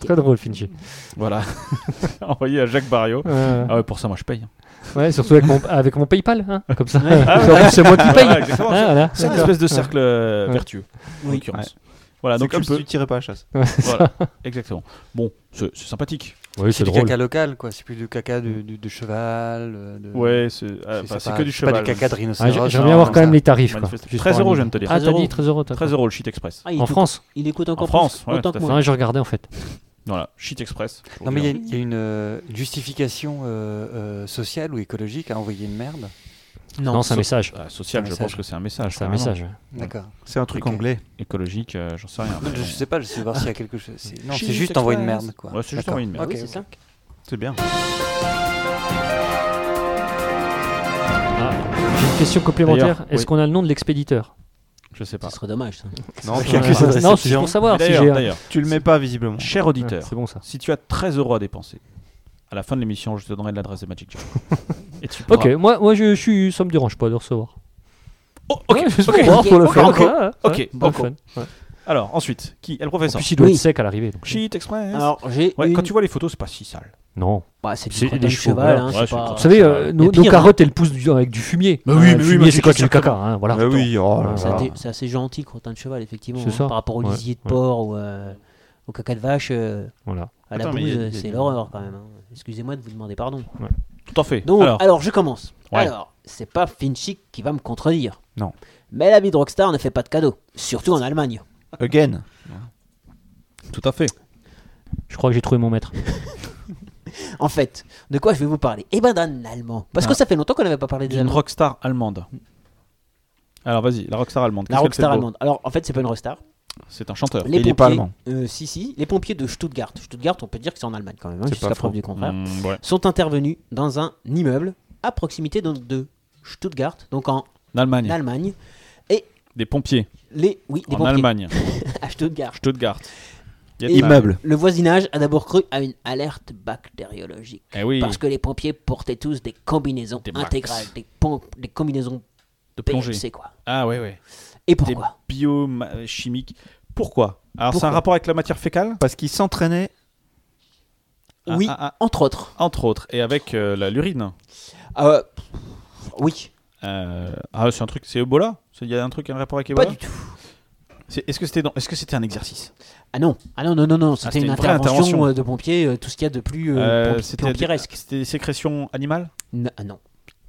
Très drôle, Finchi. Voilà. envoyé à Jacques Barrio. Euh, Ah ouais, pour ça, moi, je paye. hein. Ouais, surtout avec mon, avec mon PayPal, hein, comme ça. Genre, c'est moi qui paye. Voilà, exactement. Ah, voilà. C'est une D'accord. espèce de cercle euh, Ouais. vertueux, en Oui. l'occurrence. Voilà, C'est donc un comme si peu. tu tirais pas à chasse. Ouais, c'est ça. Voilà, exactement. Bon, c'est c'est sympathique. Oui, C'est c'est du drôle. caca local, quoi. C'est plus du caca du, du- de cheval. euh, de- Ouais, c'est c'est- ah, bah, c'est pas- que du c'est pas cheval. du caca de Ah, rhinocéros. j'ai- Non, J'aimerais bien voir non, quand ça. même les tarifs. Quoi. Manifeste. Juste 13 pour euros, un je viens de idée. te dire. Ah, t'as 13 dit 13 euros. toi. 13 euros le shit express. Ah, il En coûte- France. Il écoute encore En plus- France, ouais, autant tout que à moi. Ouais, je regardais en fait. Voilà, shit express. Non, mais il y a- il y, a une, euh, une justification euh, euh, sociale ou écologique à envoyer une merde. Non, c'est un ça- message. Ah, social, Un je message. pense que c'est un message. C'est un carrément. message. D'accord. C'est un truc Ok. anglais. Écologique, euh, j'en sais rien. Je, je sais pas, je sais voir s'il y a quelque chose. c'est- Non, Shit c'est juste envoyer une express. merde, quoi. Ouais, c'est juste D'accord. envoyer une merde. Ok, Ah Oui, c'est ça. C'est bien. Ah, J'ai une question complémentaire. D'ailleurs, Est-ce oui. qu'on a le nom de l'expéditeur Je sais pas. Ce serait dommage. Ça. Non, Ouais. tu- quelques adresses Ah. Non, c'est exceptionnelles. pour savoir si D'ailleurs, j'ai. d'ailleurs, tu le mets pas visiblement. cher Ah, auditeur, C'est bon ça. si tu as 13 euros à dépenser, à la fin de l'émission, je te donnerai l'adresse de Magic Jack. Et tu pourras- Ok, moi, moi je, je suis, ça me dérange pas de recevoir. Oh, ok. Ouais, juste ok, pour voir, pour le ok, fun, ok, quoi. Ouais, ok, ouais, pour le ok. fun, ouais. Alors, ensuite, qui est le En professeur plus, il doit Oui. être sec à l'arrivée. donc. Shit express. Alors, j'ai. ouais, une- quand tu vois les photos, c'est pas si sale. Non. Bah, c'est du C'est crottin des de chevaux, cheval. voilà. hein, Ouais, c'est pas- Vous savez, Ah, ça, euh, ouais. nos, Et pire, nos carottes, elles poussent du- avec du fumier. Bah oui, Euh, mais le oui, fumier, mais c'est quoi C'est du caca. hein, voilà. Bah oui, oh là Ouais. C'est là. athé- C'est assez gentil, crottin de cheval, effectivement. C'est hein, ça. Par rapport aux Ouais, lisiers de ouais. porc ou euh, au caca de vache, euh, Voilà. à la Attends, mais bouse, il y a- euh, il y a- c'est l'horreur quand même. hein. Excusez-moi de vous demander pardon. Tout à fait. Donc, alors, alors, je commence. Ouais. Alors, c'est pas Finchik qui va me contredire. Non. Mais l'habit de Rockstar ne fait pas de cadeaux, surtout en Allemagne. Again. tout à fait. Je crois que j'ai trouvé mon maître. En fait, de quoi je vais vous parler Eh ben d'un Allemand. Ah. Parce Ah. que ça fait longtemps qu'on n'avait pas parlé des D'une Allemands. rockstar allemande. Alors, vas-y, la rockstar allemande. La qu'est-ce qu'elle fait de rockstar beau allemande. Alors en fait, c'est pas une rockstar. C'est un chanteur. Les il est pas allemand. euh, si si, les pompiers de Stuttgart. Stuttgart, on peut dire que c'est en Allemagne quand même, hein, C'est jusqu'à pas preuve faux. du contraire. Mm, ouais. Sont intervenus dans un immeuble à proximité donc de Stuttgart, donc en En Allemagne. Allemagne. Des pompiers. Les oui, les en pompiers Allemagne. à Stuttgart. Stuttgart. Vietnam. Immeuble. Le voisinage a d'abord cru à une alerte bactériologique. Eh oui. Parce que les pompiers portaient tous des combinaisons Des Max. intégrales, des pompes, des combinaisons De plongée. PMC quoi. Ah ouais, ouais. Et pourquoi Des biochimiques. Pourquoi Alors, c'est un Pourquoi rapport avec la matière fécale Parce qu'il s'entraînait. Ah, Oui, ah, entre autres. Entre autres. Et avec euh, la l'urine. Euh, oui. Euh, ah, c'est un truc, c'est Ebola C'est- Il y a un truc, un rapport avec Pas Ebola du tout. C'est- Est-ce que c'était dans- est-ce que c'était un exercice Ah non, ah non, non, non, non. C'était c'était une, une vraie intervention, intervention. euh, de pompiers, euh, tout ce qu'il y a de plus euh, Euh, pompi- C'était des- vampiresque. c'était des sécrétions animales N- ah non,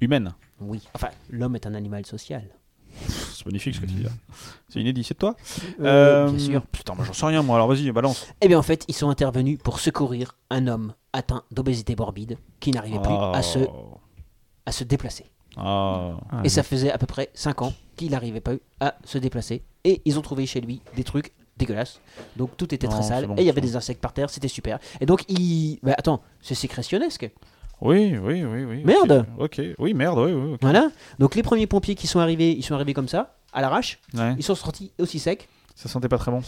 Humaines. oui. Enfin, l'homme est un animal social. C'est magnifique ce que tu dis là. C'est inédit, c'est de toi Euh, bien Euh, sûr. Putain, moi j'en sais rien moi, alors vas-y, balance. Eh bien, en fait, ils sont intervenus pour secourir un homme atteint d'obésité morbide qui n'arrivait plus à se, Oh. à se déplacer. Oh. Et ça faisait à peu près 5 ans qu'il n'arrivait pas à se déplacer. Et ils ont trouvé chez lui des trucs dégueulasses. Donc tout était Non, très sale. c'est bon, et il y avait c'est bon. des insectes par terre, c'était super. Et donc il. Bah, attends, c'est sécrétionnesque. Oui, oui, oui, oui. Merde. Ok, ok. oui, merde, oui, oui. ok. Voilà. Donc les premiers pompiers qui sont arrivés, ils sont arrivés comme ça, à l'arrache. Ouais. Ils sont sortis aussi secs. Ça sentait pas très bon.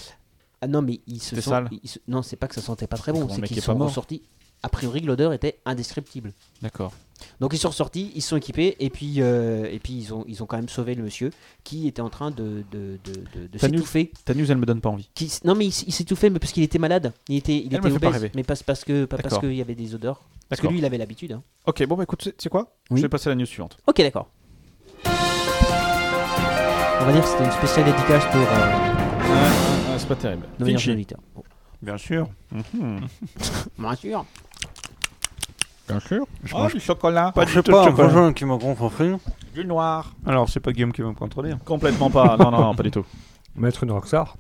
Ah non, mais ils se C'était sont. sale. ils se- Non, c'est pas que ça sentait pas très Pour bon, un c'est mec qu'ils qui est sont pas mort. ressortis. A priori, l'odeur était indescriptible. D'accord. Donc ils sont ressortis, ils se sont équipés et puis euh, et puis ils ont ils ont quand même sauvé le monsieur qui était en train de de, de, de- de T'as nu- s'étouffer. Ta news, elle me donne pas envie. Qui s- non mais il, s- il s'étouffait mais parce qu'il était malade. Il était il Elle me était fait pas obèse, rêver. mais pas parce que pas parce D'accord. qu'il y avait des odeurs. Parce que D'accord. lui il avait l'habitude. hein. Ok, bon, bah écoute, c'est- c'est quoi Oui. Je vais passer à la news suivante. Ok d'accord. On va dire que c'était une spéciale dédicace pour euh, Ah, ah, c'est pas terrible. nos meilleurs Vinci. auditeurs. Bon, Bien sûr. Mhm. bien sûr. Bien sûr. oh, du chocolat. Pas du tout. Pas de un chocolat. conjoint qui m'a compris. Du noir. Alors, c'est pas Guillaume qui va me contredire. Complètement pas. Non, non, non, pas du tout. Mettre une rockstar.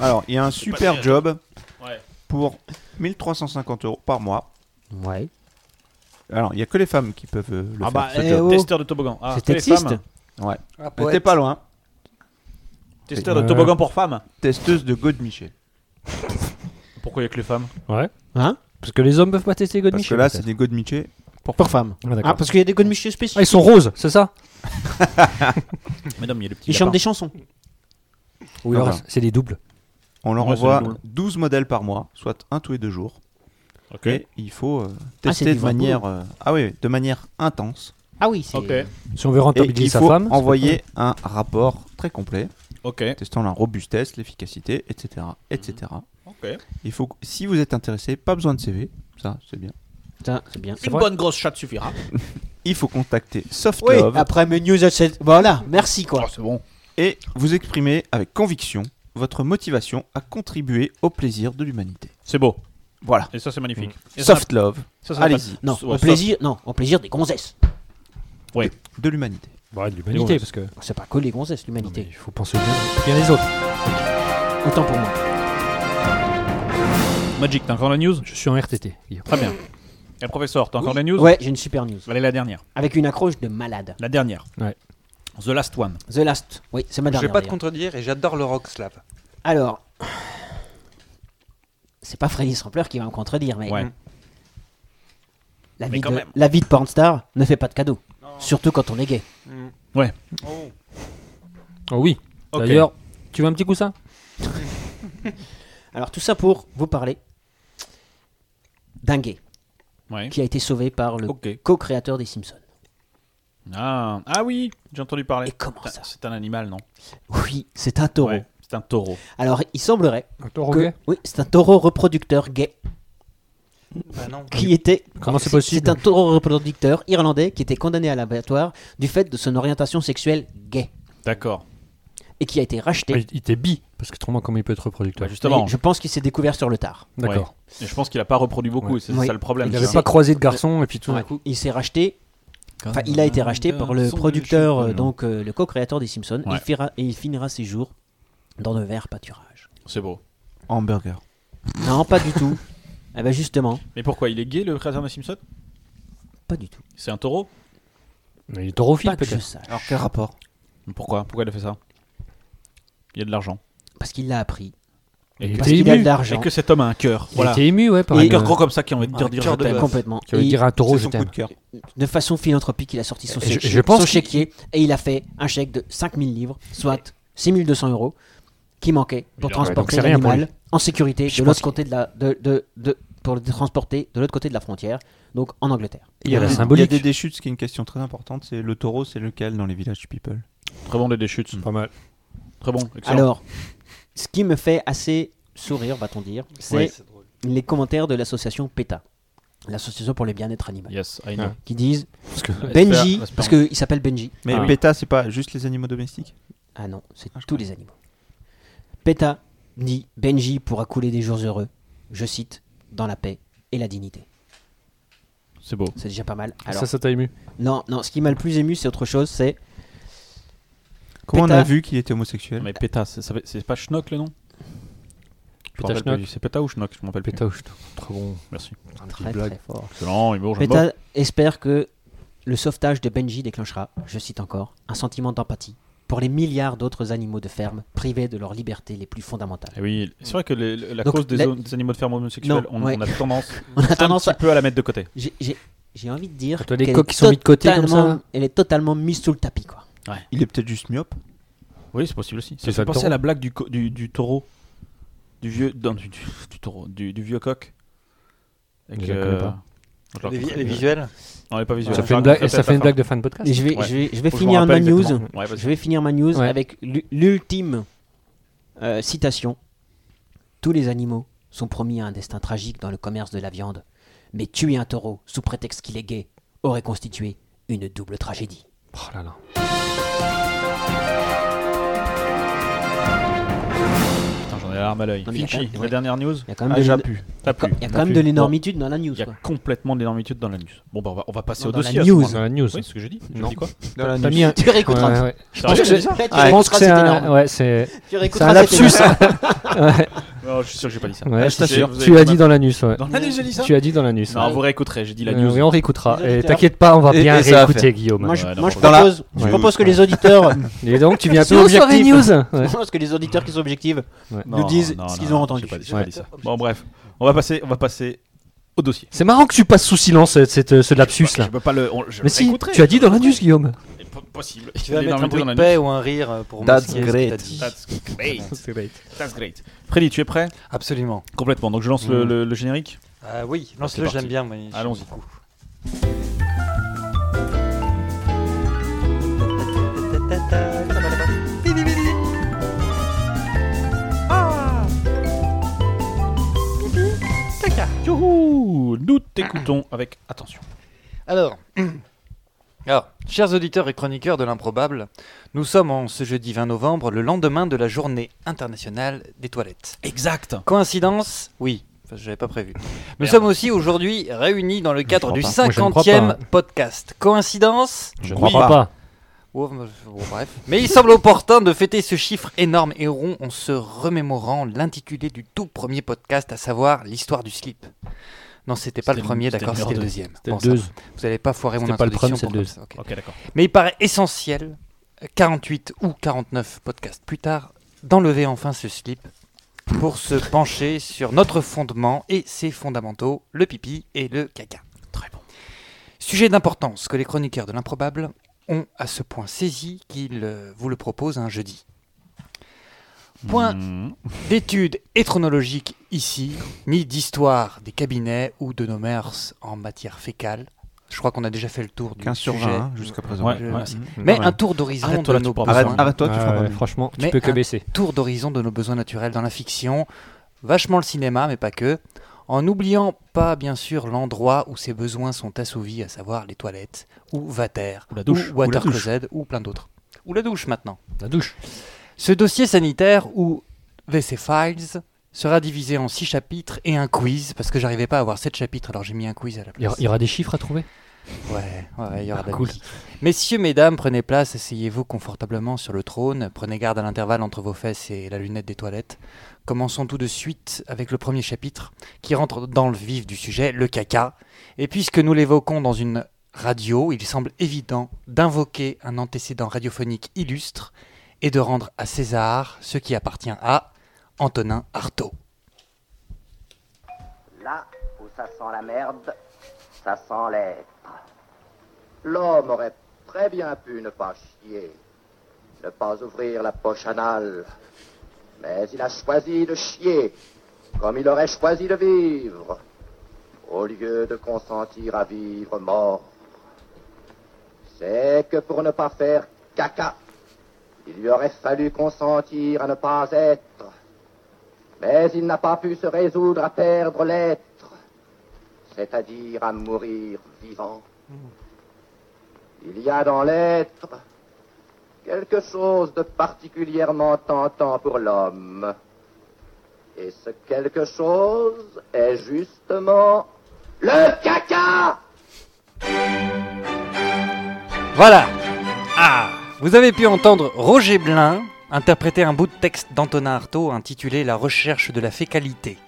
Alors, il y a un super job Ouais. pour 1350 euros par mois. Ouais. Alors, il y a que les femmes qui peuvent euh, le Ah faire. bah, ce eh job. oh. Testeur de toboggan. Ah, c'est que les sexiste. femmes. Ah, Mais T'es pas loin. Testeur de Ouais. toboggan pour femmes. Testeuse de God Michel. Pourquoi il y a que les femmes Hein Parce que les hommes peuvent pas tester God Parce que Michel, là, peut-être. c'est des God Michel. Pour, pour femmes. Ah, Ah d'accord. parce qu'il y a des gones spéciaux Ah, spécifiques. ils sont roses, c'est ça Mesdames, il y a le petit. Ils chantent des chansons. Oui, Ah, alors, bah. c'est des doubles. On leur Ouais, c'est envoie le double. 12 modèles par mois, soit un tous les deux jours. Ok. Et il faut euh, Ah, c'est tester du de vrai manière, euh, ah oui, de manière intense. Ah oui c'est. Ok. Si on veut Et il rentabiliser sa faut femme. c'est envoyer un rapport très complet, Ok. Mhm. testant la robustesse, l'efficacité, etc., etc. Ok. Il faut, que- si vous êtes intéressé, pas besoin de CV, ça c'est bien. Putain, c'est bien. Une vrai. bonne grosse chatte suffira. Il faut contacter Oui, Softlove après mes news à cette- Voilà, merci quoi. Oh, c'est bon. et vous exprimer avec conviction votre motivation à contribuer au plaisir de l'humanité. C'est beau. Voilà. Et ça, c'est magnifique. Mm. Et ça, Softlove, ça, ça allez-y, Non, Ouais, au ça- plaisir, non, au plaisir des gonzesses. de l'humanité. pas- Ouais, Bah, de l'humanité, parce que. C'est pas que les gonzesses, Non, mais l'humanité. Il faut penser bien, bien les autres. Autant pour moi. Magic, t'as encore la news Je suis en RTT. Guillaume. Très bien. Et professeur, t'as encore la news Ouais, j'ai une super news. Allez, la dernière. Avec une accroche de malade. La dernière. Ouais. The last one. The Last. Oui, c'est ma Je dernière. vais pas te d'ailleurs. contredire et j'adore le rock slap. Alors. C'est pas Freddy Sampler qui va me contredire, mais. Ouais. La, Mais vie quand de, même. la vie de pornstar ne fait pas de cadeaux. Surtout quand on est gay. Oh oui. Mm. Ok. D'ailleurs, tu veux un petit coussin Alors, tout ça pour vous parler d'un gay Ouais. qui a été sauvé par le Ok. co-créateur des Simpsons. Ah, ah oui, j'ai entendu Et parler. comment C'est- ça C'est un animal, non Oui, c'est un taureau. Ouais, C'est un taureau. Alors, il semblerait Un taureau que. Oui, c'est un taureau reproducteur gay Bah non. qui était Comment c'est C'est- possible C'est un taureau reproducteur irlandais qui était condamné à l'abattoir du fait de son orientation sexuelle gay D'accord. et qui a été racheté. Ouais, Il était bi, parce que autrement, comment il peut être reproducteur Bah, justement. Mais je pense qu'il s'est découvert sur le tard. D'accord. Et je pense qu'il a pas reproduit beaucoup, Ouais. c'est Oui. ça le problème. Il Je n'avait sais. pas croisé de garçon, et puis tout d'un Ouais. coup. Il s'est racheté. Enfin, il a été racheté par le producteur, euh, donc euh, le co-créateur des Simpsons. Ouais. Il, fera- et il finira ses jours dans de verts pâturages. C'est beau. Hamburger. Non, pas du tout. Eh ben justement, Mais pourquoi Il est gay, le créateur de Simpson pas du tout. C'est un taureau Mais il est taurophile, Pas que je peut-être. sache. Alors quel rapport Mais Pourquoi Pourquoi il a fait ça Il y a de l'argent. Parce qu'il l'a appris. Et Il que, Parce était qu'il a ému. de et l'argent. que cet homme a un cœur. Il Voilà. était ému, ouais, par Un une- cœur gros comme ça qui a envie de Un dire, dire cœur je de t'aime. bœuf. Complètement. Qui veut Et dire un taureau, C'est je son coup t'aime. de cœur. de façon philanthropique, il a sorti son, Je- chèque- je pense son qu'il- chéquier et il a fait un chèque de 5000 livres, soit 6200 euros, qui manquait pour Il a- ouais, donc transporter c'est rien pour l'animal en sécurité Je de pense l'autre côté de la, de, de- de- pour le transporter de l'autre côté de la frontière, donc en Angleterre. Il y a la des- symbolique. Il y a des déchutes, ce qui est une question très importante. C'est le taureau, c'est lequel dans les villages people Très bon, les déchutes. Pas mal. Très bon. Excellent. Alors, ce qui me fait assez sourire, va-t-on dire, c'est Ouais. les commentaires de l'association PETA, l'association pour le bien-être animal, Yes, I know. qui disent Parce que- Benji, Espérons. parce qu'il s'appelle Benji. Mais Ah oui. PETA, c'est pas juste les animaux domestiques Ah non, c'est Ah, je tous les animaux. PETA dit Benji pourra couler des jours heureux, je cite, dans la paix et la dignité. C'est beau. C'est déjà pas mal. Alors, Ça, ça t'a ému. non, non, ce qui m'a le plus ému, c'est autre chose, c'est Comment on PETA. a vu qu'il était homosexuel Mais PETA, c'est ça fait- c'est pas Schnock le nom Je me PETA rappelle Schnock. plus. C'est PETA ou Schnock Je m'en rappelle plus. Péta ou je Très bon. Merci. très très fort. Excellent, humour, j'aime beaucoup. PETA espère que le sauvetage de Benji déclenchera, je cite encore, un sentiment d'empathie pour les milliards d'autres animaux de ferme privés de leur liberté les plus fondamentales. Eh oui, c'est vrai que les- la Donc, cause des, la- zones- des animaux de ferme homosexuels, Non, on, ouais. on a tendance, On a tendance un à... petit peu à la mettre de côté. J'ai- J'ai j'ai envie de dire Quand t'as des qu'elle coqs est qui sont mis de côté comme ça, totalement- là. Elle est totalement mise sous le tapis, quoi. Il est peut-être juste myope. Oui, c'est possible aussi. Ça C'est me ça, fait le penser taureau. à la blague du, co- du, du taureau, du vieux, non, du, du- du taureau, du, du vieux coq. Avec, euh, Je la connais pas. Ah, je la Les, vi- raconterai. les visuels Non, elle est pas visuelle. Ça Je fait une raconterai blague, peut-être ça fait la une fin. blague de fin de podcast. Et je vais, Ouais. je vais, je vais Faut que je me finir ma rappelle news. exactement. Ouais, vas-y. Je vais finir ma news Ouais. avec l'u- l'ultime euh, citation. Tous les animaux sont promis à un destin tragique dans le commerce de la viande, mais tuer un taureau sous prétexte qu'il est gay aurait constitué une double tragédie. Oh là là. Putain, j'en ai la larme à l'œil. Non, mais il y a Finchi, quand même- la dernière news, Il y a quand même Ah, de, j'ai l'éno- pu. t'as plu. il y a T'as quand même plu. de l'énormitude dans la news. Il y a quoi. complètement de l'énormité dans la news. Bon, bah, on va, on va passer Non, au dans la dossier. à ce news. moment-là. Dans la news. Oui, c'est ce que j'ai dit. J'ai Non. dit quoi Dans la T'as news. mis un. Tu réécouteras. Ouais, ouais. Je Je- j'ai dit ça Ouais, tu Je pense que réécouteras, c'est c'est un. énorme. Ouais, c'est. Tu C'est réécouteras, un c'est lapsus. hein. énorme. Ouais, Non, je suis sûr que j'ai pas dit ça. Ah, ouais, je t'assure. Vous avez Tu quand as dit même- dans l'anus, ouais. Dans Ah, la news, j'ai dit ça Tu as dit dans l'anus. Non, ouais. vous réécouterez, j'ai dit la Euh, news. oui, on réécoutera. Les Et auditeurs. t'inquiète pas, on va Et- bien et ça va réécouter, Guillaume. Moi, je, Ouais, moi, je non, dans la- propose, je Ouais. propose que les auditeurs, je Et donc, tu viens un peu Sur Soirée objectif. News. Ouais. pense que les auditeurs qui sont objectifs Non, nous disent non, ce non, qu'ils non, ont j'ai entendu. pas dit- j'ai pas Ouais. dit ça. Bon, bref, on va passer, on va passer au dossier. C'est marrant que tu passes sous silence euh, cette, cette- ce lapsus Je là. peux pas le. on- je Mais le si, réécouterai, tu as dit je le dans l'anus, Guillaume. C'est pas possible. Tu vas Il y mettre a un énormément bruit dans de la paix news. ou un rire euh, pour That's masquer ce que t'as great. dit. That's great. That's great. Freddy, tu es prêt Absolument. Complètement. Donc je lance Hmm. le, le- le générique. Ah oui, c'est lance-le, je parti. l'aime bien. mais je- Allons-y. Youhou Nous t'écoutons avec attention. Alors, alors, chers auditeurs et chroniqueurs de l'improbable, nous sommes en ce jeudi 20 novembre, le lendemain de la journée internationale des toilettes. Exact. Coïncidence Oui, enfin, je n'avais pas prévu. Nous Merde. sommes aussi aujourd'hui réunis dans le cadre crois du pas. Moi, je ne crois 50e pas. podcast. Coïncidence Je ne crois crois pas. pas. Ouais, mais- bon, Oh, bref. Mais il semble opportun de fêter ce chiffre énorme et rond en se remémorant l'intitulé du tout premier podcast, à savoir l'histoire du slip. Non, c'était pas le C'était le- premier, c'était le d'accord, c'était le numéro deux. deuxième. C'était Bon, le ça deux. va. Vous n'allez pas foirer mon C'était pas le introduction premier, c'est le pour deux. comme ça, ok. Ok, d'accord. Mais il paraît essentiel, 48 ou 49 podcasts plus tard, d'enlever enfin ce slip pour se pencher sur notre fondement et ses fondamentaux, le pipi et le caca. Très bon. Sujet d'importance que les chroniqueurs de l'improbable ont à ce point saisi qu'ils euh, vous le proposent un jeudi. Point Mmh. d'études éthronologiques ici, ni d'histoire des cabinets ou de nos mœurs en matière fécale. Je crois qu'on a déjà fait le tour du 15 sur 20 sujet. hein, jusqu'à présent. Ouais, Je- ouais. Mais Ouais. un tour d'horizon Arrête-toi de là, tu nos pourras pas Arrête- Arrête- Arrête-toi, tu feras Ouais, pas mieux. franchement, tu Mais peux que un- baisser. tour d'horizon de nos besoins naturels dans la fiction, vachement le cinéma, mais pas que, en n'oubliant pas bien sûr l'endroit où ces besoins sont assouvis, à savoir les toilettes, ou Vater, Ou la douche, ou ou la Water douche. Closet, ou plein d'autres. Ou la douche maintenant. La douche. Ce dossier sanitaire ou VC Files sera divisé en six chapitres et un quiz, parce que j'arrivais pas à avoir sept chapitres, alors j'ai mis un quiz à la Il y, place. aura, il y aura des chiffres à trouver. Ouais, ouais, il y aura Ah, de la cool. musique. Messieurs, mesdames, prenez place, asseyez-vous confortablement sur le trône, prenez garde à l'intervalle entre vos fesses et la lunette des toilettes. Commençons tout de suite avec le premier chapitre qui rentre dans le vif du sujet, le caca. Et puisque nous l'évoquons dans une radio, il semble évident d'invoquer un antécédent radiophonique illustre et de rendre à César ce qui appartient à Antonin Artaud. Là où ça sent la merde, ça sent l'être. L'homme aurait très bien pu ne pas chier, ne pas ouvrir la poche anale, mais il a choisi de chier, comme il aurait choisi de vivre, au lieu de consentir à vivre mort. C'est que pour ne pas faire caca, il lui aurait fallu consentir à ne pas être. Mais il n'a pas pu se résoudre à perdre l'être. c'est-à-dire à mourir vivant. Il y a dans l'être quelque chose de particulièrement tentant pour l'homme. Et ce quelque chose est justement le caca Voilà. Ah Vous avez pu entendre Roger Blin interpréter un bout de texte d'Antonin Artaud intitulé La recherche de la fécalité.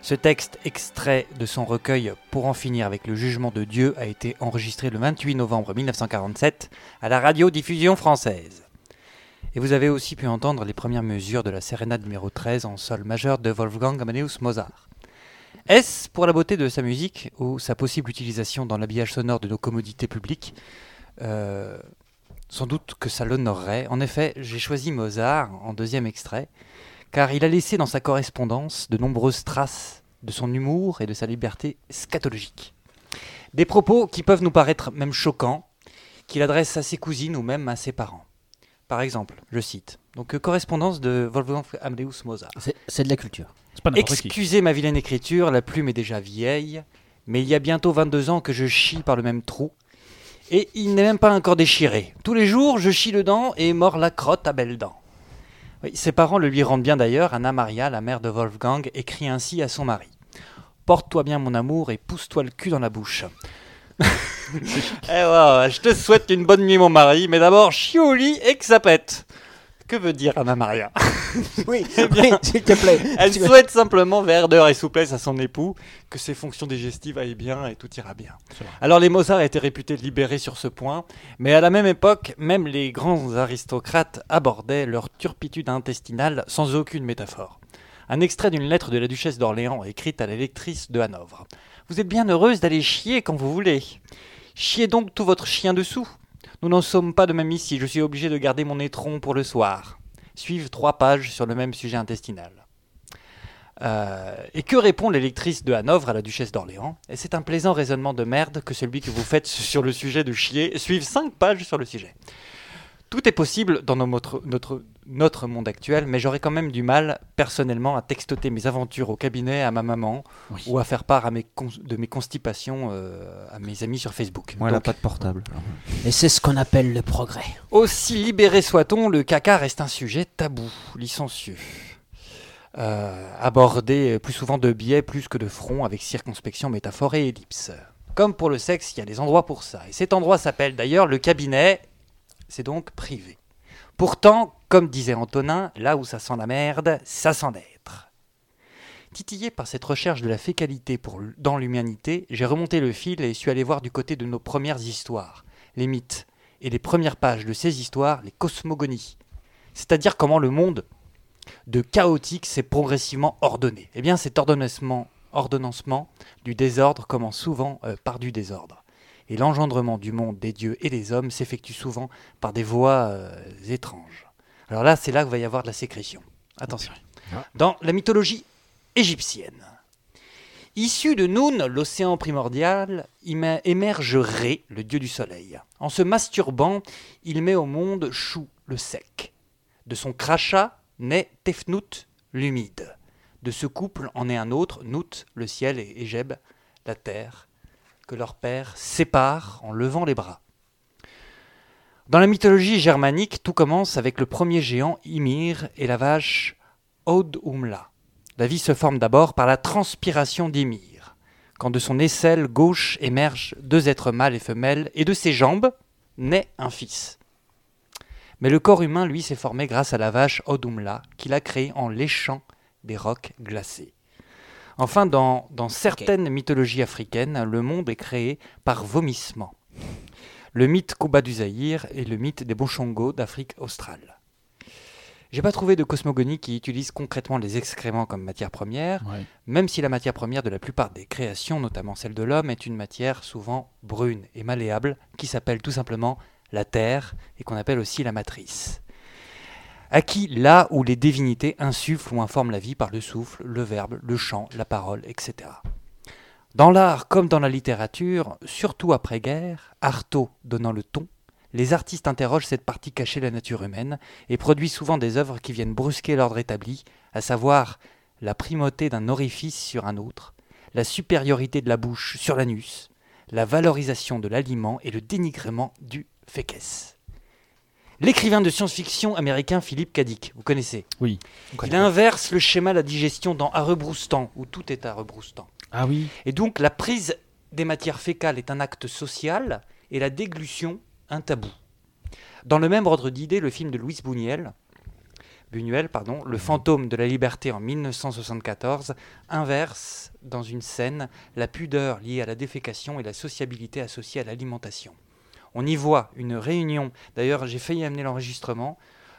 Ce texte, extrait de son recueil Pour en finir avec le jugement de Dieu, a été enregistré le 28 novembre 1947 à la radiodiffusion française. Et vous avez aussi pu entendre les premières mesures de la sérénade numéro 13 en sol majeur de Wolfgang Amadeus Mozart. Est-ce pour la beauté de sa musique ou sa possible utilisation dans l'habillage sonore de nos commodités publiques euh, sans doute que ça l'honorerait. En effet, j'ai choisi Mozart en deuxième extrait, car il a laissé dans sa correspondance de nombreuses traces de son humour et de sa liberté scatologique. Des propos qui peuvent nous paraître même choquants, qu'il adresse à ses cousines ou même à ses parents. Par exemple, je cite, donc euh, correspondance de Wolfgang Amadeus Mozart. C'est- C'est de la culture. C'est pas n'importe qui. Excusez ma vilaine écriture, la plume est déjà vieille, mais il y a bientôt 22 ans que je chie par le même trou, et il n'est même pas encore déchiré. Tous les jours, je chie dedans et mord la crotte à belles dents. Oui, ses parents le lui rendent bien d'ailleurs, Anna Maria, la mère de Wolfgang, écrit ainsi à son mari. Porte-toi bien mon amour et pousse-toi le cul dans la bouche. Eh ouais, ouais, je te souhaite une bonne nuit mon mari, mais d'abord chie au lit et que ça pète. Que veut dire Anna Maria Oui, oui, s'il te plaît. Elle Tu vas- souhaite simplement verdeur et souplesse à son époux, que ses fonctions digestives aillent bien et tout ira bien. Alors les Mozart étaient réputés libérés sur ce point, mais à la même époque, même les grands aristocrates abordaient leur turpitude intestinale sans aucune métaphore. Un extrait d'une lettre de la duchesse d'Orléans écrite à l'électrice de Hanovre. Vous êtes bien heureuse d'aller chier quand vous voulez. Chiez donc tout votre chien dessous. Nous n'en sommes pas de même ici, je suis obligé de garder mon étron pour le soir. Suivent trois pages sur le même sujet intestinal. Euh, et que répond l'électrice de Hanovre à la duchesse d'Orléans Et c'est un plaisant raisonnement de merde que celui que vous faites sur le sujet de chier. Suivent cinq pages sur le sujet. Tout est possible dans nos motre- notre, notre monde actuel, mais j'aurais quand même du mal, personnellement, à textoter mes aventures au cabinet à ma maman Oui. ou à faire part à mes cons- de mes constipations euh, à mes amis sur Facebook. Moi, elle a Donc, pas de portable. Et c'est ce qu'on appelle le progrès. aussi libéré soit-on, le caca reste un sujet tabou, licencieux. Euh, abordé plus souvent de biais plus que de front, avec circonspection, métaphore et ellipse. Comme pour le sexe, il y a des endroits pour ça. Et cet endroit s'appelle d'ailleurs le cabinet. C'est donc privé. Pourtant, comme disait Antonin, là où ça sent la merde, ça sent l'être. Titillé par cette recherche de la fécalité pour, l- dans l'humanité, j'ai remonté le fil et suis allé voir du côté de nos premières histoires, les mythes et les premières pages de ces histoires, les cosmogonies. C'est-à-dire comment le monde de chaotique s'est progressivement ordonné. Eh bien, cet ordonnancement, ordonnancement du désordre commence souvent euh, par du désordre. Et l'engendrement du monde, des dieux et des hommes s'effectue souvent par des voies euh, étranges. Alors là, c'est là qu'il va y avoir de la sécrétion. Attention. Dans la mythologie égyptienne, Issu de Noun, l'océan primordial, ima- émerge Ré, le dieu du soleil. En se masturbant, il met au monde Chou, le sec. De son crachat naît Tefnout, l'humide. De ce couple en est un autre, Nout, le ciel, et Égeb, la terre, que leur père sépare en levant les bras. Dans la mythologie germanique, tout commence avec le premier géant Ymir et la vache Odd-Umla. La vie se forme d'abord par la transpiration d'Ymir, quand de son aisselle gauche émergent deux êtres mâles et femelles, et de ses jambes naît un fils. Mais le corps humain, lui, s'est formé grâce à la vache Odumla, qu'il a créée en léchant des rocs glacés. Enfin, dans, dans certaines mythologies africaines, le monde est créé par vomissement. Le mythe Kuba du Zaïre et le mythe des Bochongo d'Afrique australe. J'ai pas trouvé de cosmogonie qui utilise concrètement les excréments comme matière première, Ouais. même si la matière première de la plupart des créations, notamment celle de l'homme, est une matière souvent brune et malléable qui s'appelle tout simplement la terre et qu'on appelle aussi la matrice. À qui là où les divinités insufflent ou informent la vie par le souffle, le verbe, le chant, la parole, etc. Dans l'art comme dans la littérature, surtout après-guerre, Artaud donnant le ton, les artistes interrogent cette partie cachée de la nature humaine et produisent souvent des œuvres qui viennent brusquer l'ordre établi, à savoir la primauté d'un orifice sur un autre, la supériorité de la bouche sur l'anus, la valorisation de l'aliment et le dénigrement du fécus. L'écrivain de science-fiction américain Philippe Dick, vous connaissez Oui. Il inverse le schéma de la digestion dans À rebroustant, où tout est à rebroustant. Ah oui. Et donc la prise des matières fécales est un acte social et la déglution un tabou. Dans le même ordre d'idée, le film de Louis Buñuel, Buñuel pardon, Le fantôme de la liberté en 1974 inverse dans une scène la pudeur liée à la défécation et la sociabilité associée à l'alimentation. On y voit une réunion. D'ailleurs, j'ai failli amener l'enregistrement.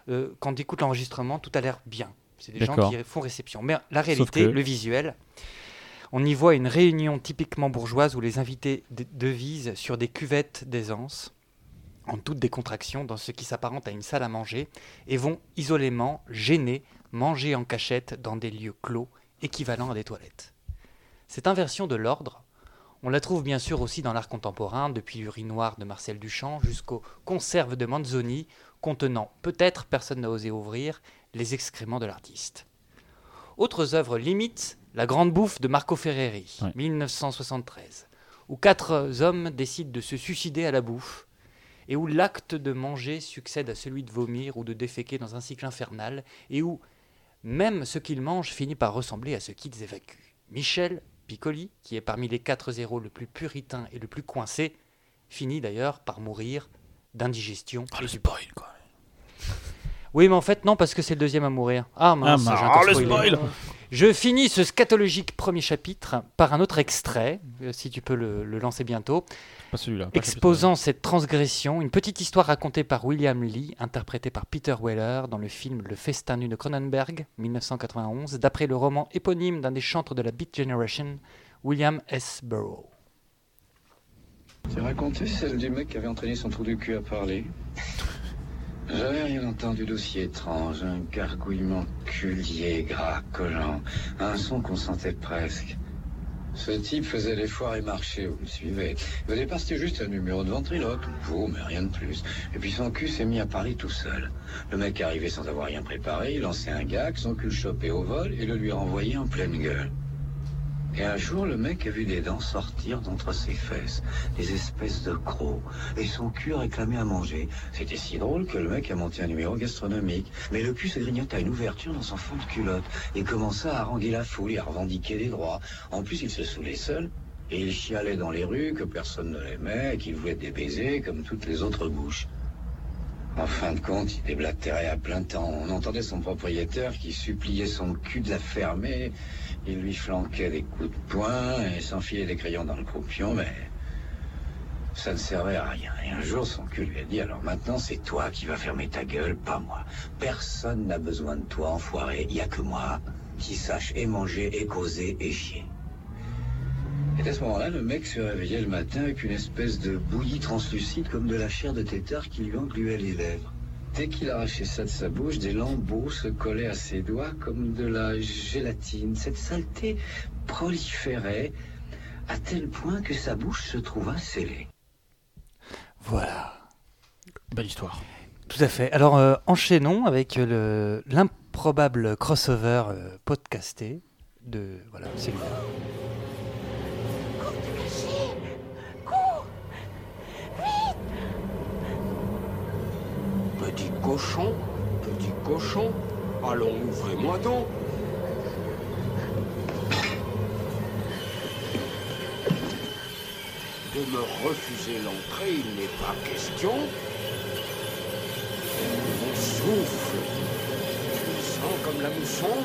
Euh, quand on écoute l'enregistrement, tout a l'air bien. C'est des gens D'accord. qui font réception. Mais la que- réalité, le visuel, on y voit une réunion typiquement bourgeoise où les invités d- devisent sur des cuvettes d'aisance, en toute décontraction, dans ce qui s'apparente à une salle à manger, et vont isolément, gênés, manger en cachette dans des lieux clos équivalents à des toilettes. Cette inversion de l'ordre, on la trouve bien sûr aussi dans l'art contemporain, depuis l'urinoir de Marcel Duchamp jusqu'aux conserves de Manzoni contenant, peut-être personne n'a osé ouvrir, les excréments de l'artiste. Autres œuvres limites, La Grande Bouffe de Marco Ferreri, Ouais. 1973, où quatre hommes décident de se suicider à la bouffe, et où l'acte de manger succède à celui de vomir ou de déféquer dans un cycle infernal, et où même ce qu'ils mangent finit par ressembler à ce qu'ils évacuent. Michel Piccoli, qui est parmi les quatre zéros le plus puritain et le plus coincé, finit d'ailleurs par mourir d'indigestion. et du- Oh, quoi. Oui, mais en fait, non, parce que c'est le deuxième à mourir. Ah, mince, mince, j'ai encore ah, le spoilé. spoil Je finis ce scatologique premier chapitre par un autre extrait, euh, si tu peux le- le lancer bientôt. Pas celui-là. pas Exposant cette transgression, une petite histoire racontée par William Lee, interprétée par Peter Weller dans le film Le festin nu de Cronenberg, 1991, d'après le roman éponyme d'un des chantres de la Beat Generation, William S. Burroughs. T'es raconté celle du mec qui avait entraîné son trou de cul à parler J'avais rien entendu d'aussi étrange, un gargouillement culier, gras, collant, un son qu'on sentait presque. Ce type faisait l'effort et marchait, vous me suivez. Au départ, c'était juste un numéro de ventriloque, vous, mais rien de plus. Et puis son cul s'est mis à parler tout seul. Le mec arrivait sans avoir rien préparé, il lançait un gag, son cul chopé au vol et le lui renvoyait en pleine gueule. Et un jour, le mec a vu des dents sortir d'entre ses fesses, des espèces de crocs, et son cul réclamait à manger. C'était si drôle que le mec a monté un numéro gastronomique. Mais le cul se grignota une ouverture dans son fond de culotte, et commença à haranguer la foule et à revendiquer des droits. En plus, il se saoulait seul, et il chialait dans les rues que personne ne l'aimait, et qu'il voulait des baisers comme toutes les autres bouches. En fin de compte, il déblatérait à plein temps. On entendait son propriétaire qui suppliait son cul de la fermer. Il lui flanquait des coups de poing et s'enfilait des crayons dans le croupion, mais ça ne servait à rien. Et un jour, son cul lui a dit, alors maintenant, c'est toi qui vas fermer ta gueule, pas moi. Personne n'a besoin de toi, enfoiré. Il n'y a que moi qui sache et manger, et causer, et chier. Et à ce moment-là, le mec se réveillait le matin avec une espèce de bouillie translucide comme de la chair de tétard qui lui engluait les lèvres. Dès qu'il arrachait ça de sa bouche, des lambeaux se collaient à ses doigts comme de la gélatine. Cette saleté proliférait à tel point que sa bouche se trouva scellée. Voilà. Belle histoire. Tout à fait. Alors, euh, enchaînons avec le- l'improbable crossover euh, podcasté de. Voilà, c'est lui. Petit cochon, petit cochon, allons, ouvrez-moi donc. De me refuser l'entrée, il n'est pas question. Mon souffle, puissant comme la mousson,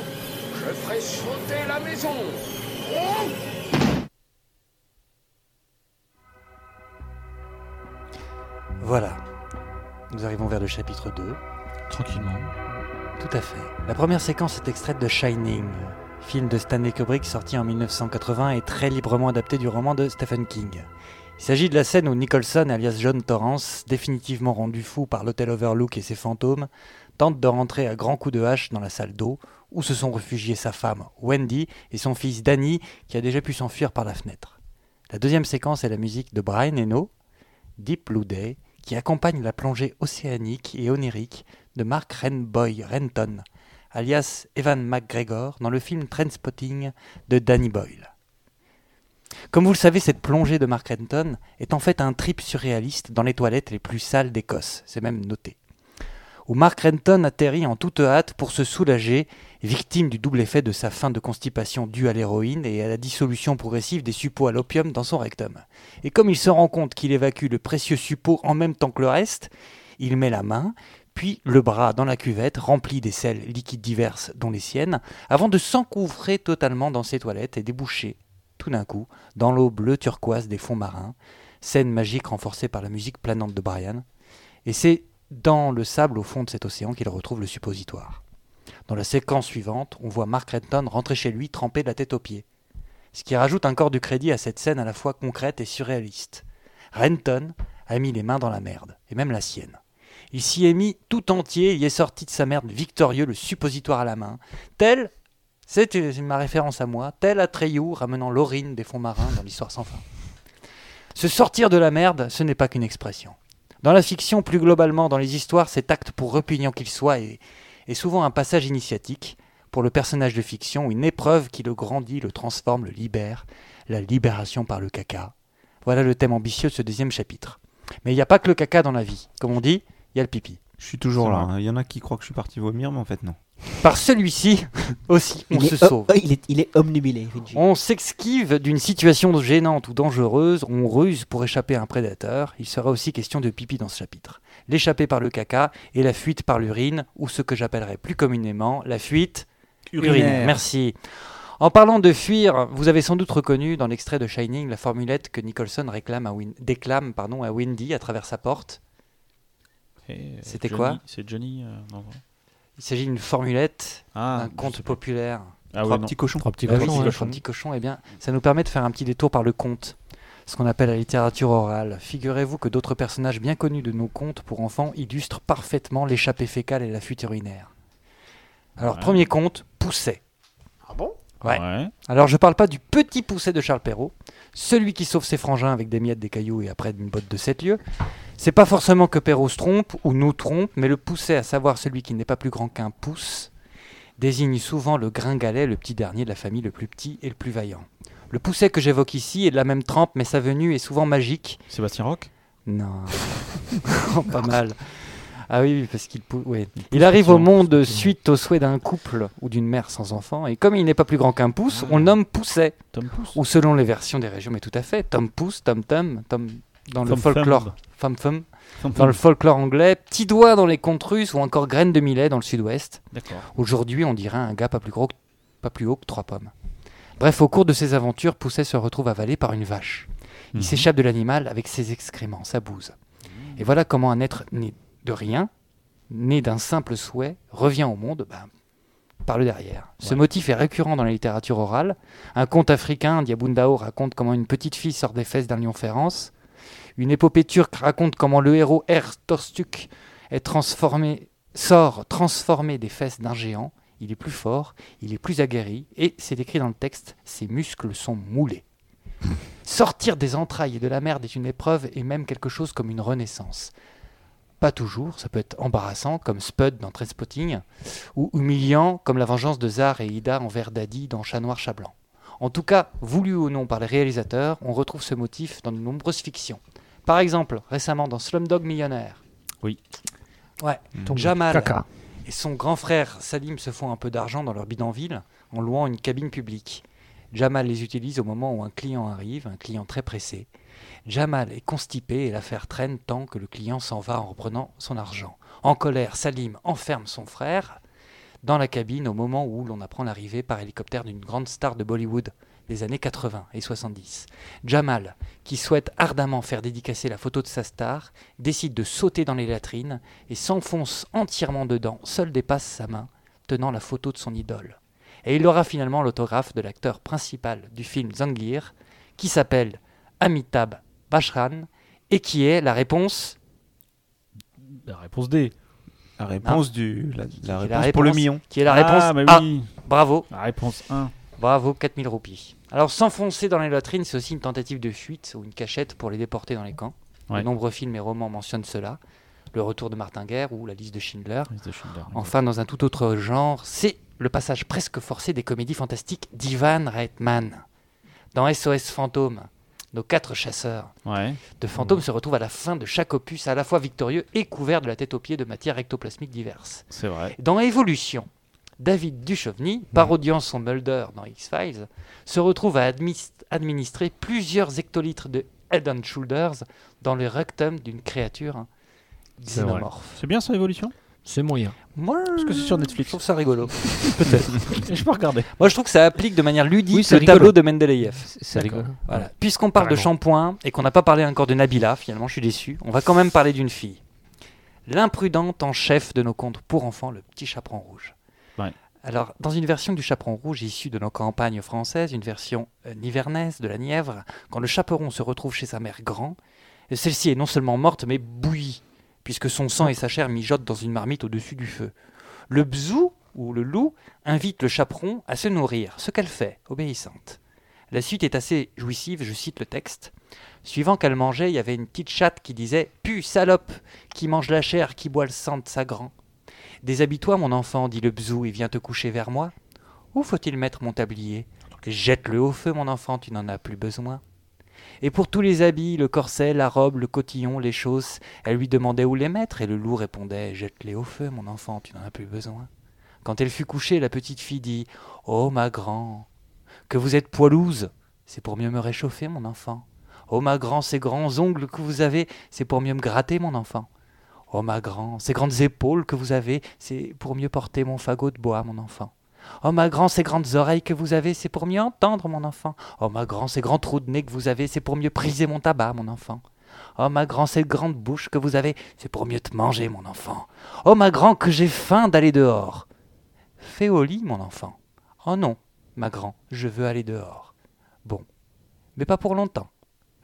je ferai sauter la maison. Oh Voilà. Nous arrivons vers le chapitre 2. Tranquillement. Tout à fait. La première séquence est extraite de Shining, film de Stanley Kubrick sorti en 1980 et très librement adapté du roman de Stephen King. Il s'agit de la scène où Nicholson, alias John Torrance, définitivement rendu fou par l'hôtel Overlook et ses fantômes, tente de rentrer à grands coups de hache dans la salle d'eau où se sont réfugiés sa femme Wendy et son fils Danny qui a déjà pu s'enfuir par la fenêtre. La deuxième séquence est la musique de Brian Eno, Deep Blue Day, qui accompagne la plongée océanique et onirique de Mark Renboy Renton, alias Evan McGregor, dans le film Trainspotting de Danny Boyle. Comme vous le savez, cette plongée de Mark Renton est en fait un trip surréaliste dans les toilettes les plus sales d'Écosse, c'est même noté. Où Mark Renton atterrit en toute hâte pour se soulager, victime du double effet de sa faim de constipation due à l'héroïne et à la dissolution progressive des suppôts à l'opium dans son rectum. Et comme il se rend compte qu'il évacue le précieux suppôt en même temps que le reste, il met la main, puis le bras dans la cuvette remplie des sels liquides diverses, dont les siennes, avant de s'engouffrer totalement dans ses toilettes et déboucher, tout d'un coup, dans l'eau bleu turquoise des fonds marins, scène magique renforcée par la musique planante de Brian. Et c'est dans le sable au fond de cet océan qu'il retrouve le suppositoire. Dans la séquence suivante, on voit Mark Renton rentrer chez lui trempé de la tête aux pieds. Ce qui rajoute encore du crédit à cette scène à la fois concrète et surréaliste. Renton a mis les mains dans la merde, et même la sienne. Il s'y est mis tout entier, il est sorti de sa merde victorieux, le suppositoire à la main. Tel, c'est euh, ma référence à moi, tel Atreyu ramenant Laurine des fonds marins dans l'histoire sans fin. Se sortir de la merde, ce n'est pas qu'une expression. Dans la fiction, plus globalement, dans les histoires, cet acte, pour repugnant qu'il soit, est, est souvent un passage initiatique, pour le personnage de fiction, une épreuve qui le grandit, le transforme, le libère, la libération par le caca. Voilà le thème ambitieux de ce deuxième chapitre. Mais il n'y a pas que le caca dans la vie. Comme on dit, il y a le pipi. Je suis toujours là. hein. Il y en a qui croient que je suis parti vomir, mais en fait, non. Par celui-ci aussi, on Il se est o- oh, sauve. il, est, il est omnubilé, Luigi. On s'exquive d'une situation gênante ou dangereuse, on ruse pour échapper à un prédateur. Il sera aussi question de pipi dans ce chapitre. L'échapper par le caca et la fuite par l'urine, ou ce que j'appellerais plus communément la fuite Urinaire. Merci. En parlant de fuir, vous avez sans doute reconnu dans l'extrait de Shining la formulette que Nicholson réclame à Win- déclame pardon, à Wendy à travers sa porte. Et, euh, C'était Johnny- quoi C'est Johnny. euh, non, non. Il s'agit d'une formulette, Ah, d'un je conte sais populaire. Trois Ah ouais, non. petits cochons. Trois petits Ah oui, cochons, c'est hein. le choix petit cochon, eh bien, ça nous permet de faire un petit détour par le conte, ce qu'on appelle la littérature orale. Figurez-vous que d'autres personnages bien connus de nos contes pour enfants illustrent parfaitement l'échappée fécale et la fuite urinaire. Alors, Ouais. premier conte, Pousset. Ah bon Ouais. Alors, je parle pas du petit Pousset de Charles Perrault, celui qui sauve ses frangins avec des miettes, des cailloux et après une botte de sept lieues. C'est pas forcément que Perrault se trompe ou nous trompe, mais le Pousset, à savoir celui qui n'est pas plus grand qu'un pouce, désigne souvent le gringalet, le petit dernier de la famille, le plus petit et le plus vaillant. Le pousset que j'évoque ici est de la même trempe, mais sa venue est souvent magique. Sébastien Rock Non, Oh, pas mal. Ah oui, oui, parce qu'il pou- ouais. il arrive au monde suite au souhait d'un couple ou d'une mère sans enfant, et comme il n'est pas plus grand qu'un pouce, on le nomme Pousset, Ah. Tom Pouce ou selon les versions des régions, mais tout à fait, Tom Pouce, Tom Tom, Tom dans le Tom Thumb. folklore, Fum Fum, Tom dans le Pouce. folklore anglais, Petit Doigt dans les contes russes, ou encore Graine de Millet dans le sud-ouest. D'accord. Aujourd'hui, on dirait un gars pas plus, gros, que- pas plus haut que trois pommes. Bref, au cours de ses aventures, Pousset se retrouve avalé par une vache. Il Mhm. s'échappe de l'animal avec ses excréments, sa bouse. Et voilà comment un être né de rien, né d'un simple souhait, revient au monde bah, par le derrière. Ce motif est récurrent dans la littérature orale. Un conte africain, Diabundao, raconte comment une petite fille sort des fesses d'un lion féroce. Une épopée turque raconte comment le héros Ertorstuk est transformé, sort transformé des fesses d'un géant. Il est plus fort, il est plus aguerri, et c'est écrit dans le texte, ses muscles sont moulés. Sortir des entrailles et de la merde est une épreuve et même quelque chose comme une renaissance. Pas toujours, ça peut être embarrassant, comme Spud dans Trainspotting, ou humiliant, comme la vengeance de Zar et Ida envers Daddy dans Chat Noir Chat Blanc. En tout cas, voulu ou non par les réalisateurs, on retrouve ce motif dans de nombreuses fictions. Par exemple, récemment dans Slumdog Millionnaire. Oui. Ouais, Ton Jamal caca. et son grand frère Salim se font un peu d'argent dans leur bidonville en louant une cabine publique. Jamal les utilise au moment où un client arrive, un client très pressé. Jamal est constipé et l'affaire traîne tant que le client s'en va en reprenant son argent. En colère, Salim enferme son frère dans la cabine au moment où l'on apprend l'arrivée par hélicoptère d'une grande star de Bollywood des années 80 et 70. Jamal, qui souhaite ardemment faire dédicacer la photo de sa star, décide de sauter dans les latrines et s'enfonce entièrement dedans, seul dépasse sa main, tenant la photo de son idole. Et il aura finalement l'autographe de l'acteur principal du film Zangir, qui s'appelle Amitabh Bachchan, et qui est la réponse La réponse D. La réponse, du, la, la Ah. qui est réponse, la pour le réponse- million. Qui est la Ah, réponse mais A. oui. Bravo. La réponse 1. Bravo, 4000 roupies. Alors, s'enfoncer dans les latrines, c'est aussi une tentative de fuite ou une cachette pour les déporter dans les camps. Ouais. De nombreux films et romans mentionnent cela. Le retour de Martin Guerre ou la liste de Schindler. Liste de Schindler, exact. Enfin, dans un tout autre genre, c'est le passage presque forcé des comédies fantastiques d'Ivan Reitman. dans SOS Fantôme, nos quatre chasseurs Ouais. de fantômes se retrouvent à la fin de chaque opus à la fois victorieux et couverts de la tête aux pieds de matières rectoplasmiques diverses. C'est vrai. Dans Évolution, David Duchovny, parodiant son Mulder dans X-Files, se retrouve à admis- administrer plusieurs hectolitres de Head and Shoulders dans le rectum d'une créature C'est vrai. xénomorphe. C'est bien son évolution C'est moyen. Moi, Parce que c'est sur Netflix. je trouve ça rigolo. Peut-être. Je peux regarder. Moi, je trouve que ça applique de manière ludique le Oui, c'est rigolo. tableau de Mendeleïev. c'est D'accord. rigolo. Voilà. Ouais. Puisqu'on parle de Carrément. shampoing et qu'on n'a pas parlé encore de Nabila, finalement, je suis déçu. On va quand même parler d'une fille. L'imprudente en chef de nos contes pour enfants, le petit chaperon rouge. Ouais. Alors, dans une version du chaperon rouge issue de nos campagnes françaises, une version euh, nivernaise de la Nièvre, quand le chaperon se retrouve chez sa mère grand, euh, celle-ci est non seulement morte, mais bouillie, puisque son sang et sa chair mijotent dans une marmite au-dessus du feu. Le bzou, ou le loup, invite le chaperon à se nourrir, ce qu'elle fait, obéissante. La suite est assez jouissive, je cite le texte. Suivant qu'elle mangeait, il y avait une petite chatte qui disait Pu, salope, qui mange la chair, qui boit le sang de sa grand. Déshabille-toi, mon enfant, dit le bzou, et viens te coucher vers moi. Où faut-il mettre mon tablier Jette-le au feu, mon enfant, tu n'en as plus besoin. Et pour tous les habits, le corset, la robe, le cotillon, les chausses, elle lui demandait où les mettre, et le loup répondait Jette-les au feu, mon enfant, tu n'en as plus besoin. Quand elle fut couchée, la petite fille dit Oh, ma grand, que vous êtes poilouse, c'est pour mieux me réchauffer, mon enfant. Oh, ma grand, ces grands ongles que vous avez, c'est pour mieux me gratter, mon enfant. Oh, ma grand, ces grandes épaules que vous avez, c'est pour mieux porter mon fagot de bois, mon enfant. Oh, ma grand, ces grandes oreilles que vous avez, c'est pour mieux entendre, mon enfant. Oh, ma grand, ces grands trous de nez que vous avez, c'est pour mieux priser mon tabac, mon enfant. Oh, ma grand, cette grande bouche que vous avez, c'est pour mieux te manger, mon enfant. Oh, ma grand, que j'ai faim d'aller dehors. Fais au lit, mon enfant. Oh non, ma grand, je veux aller dehors. Bon, mais pas pour longtemps.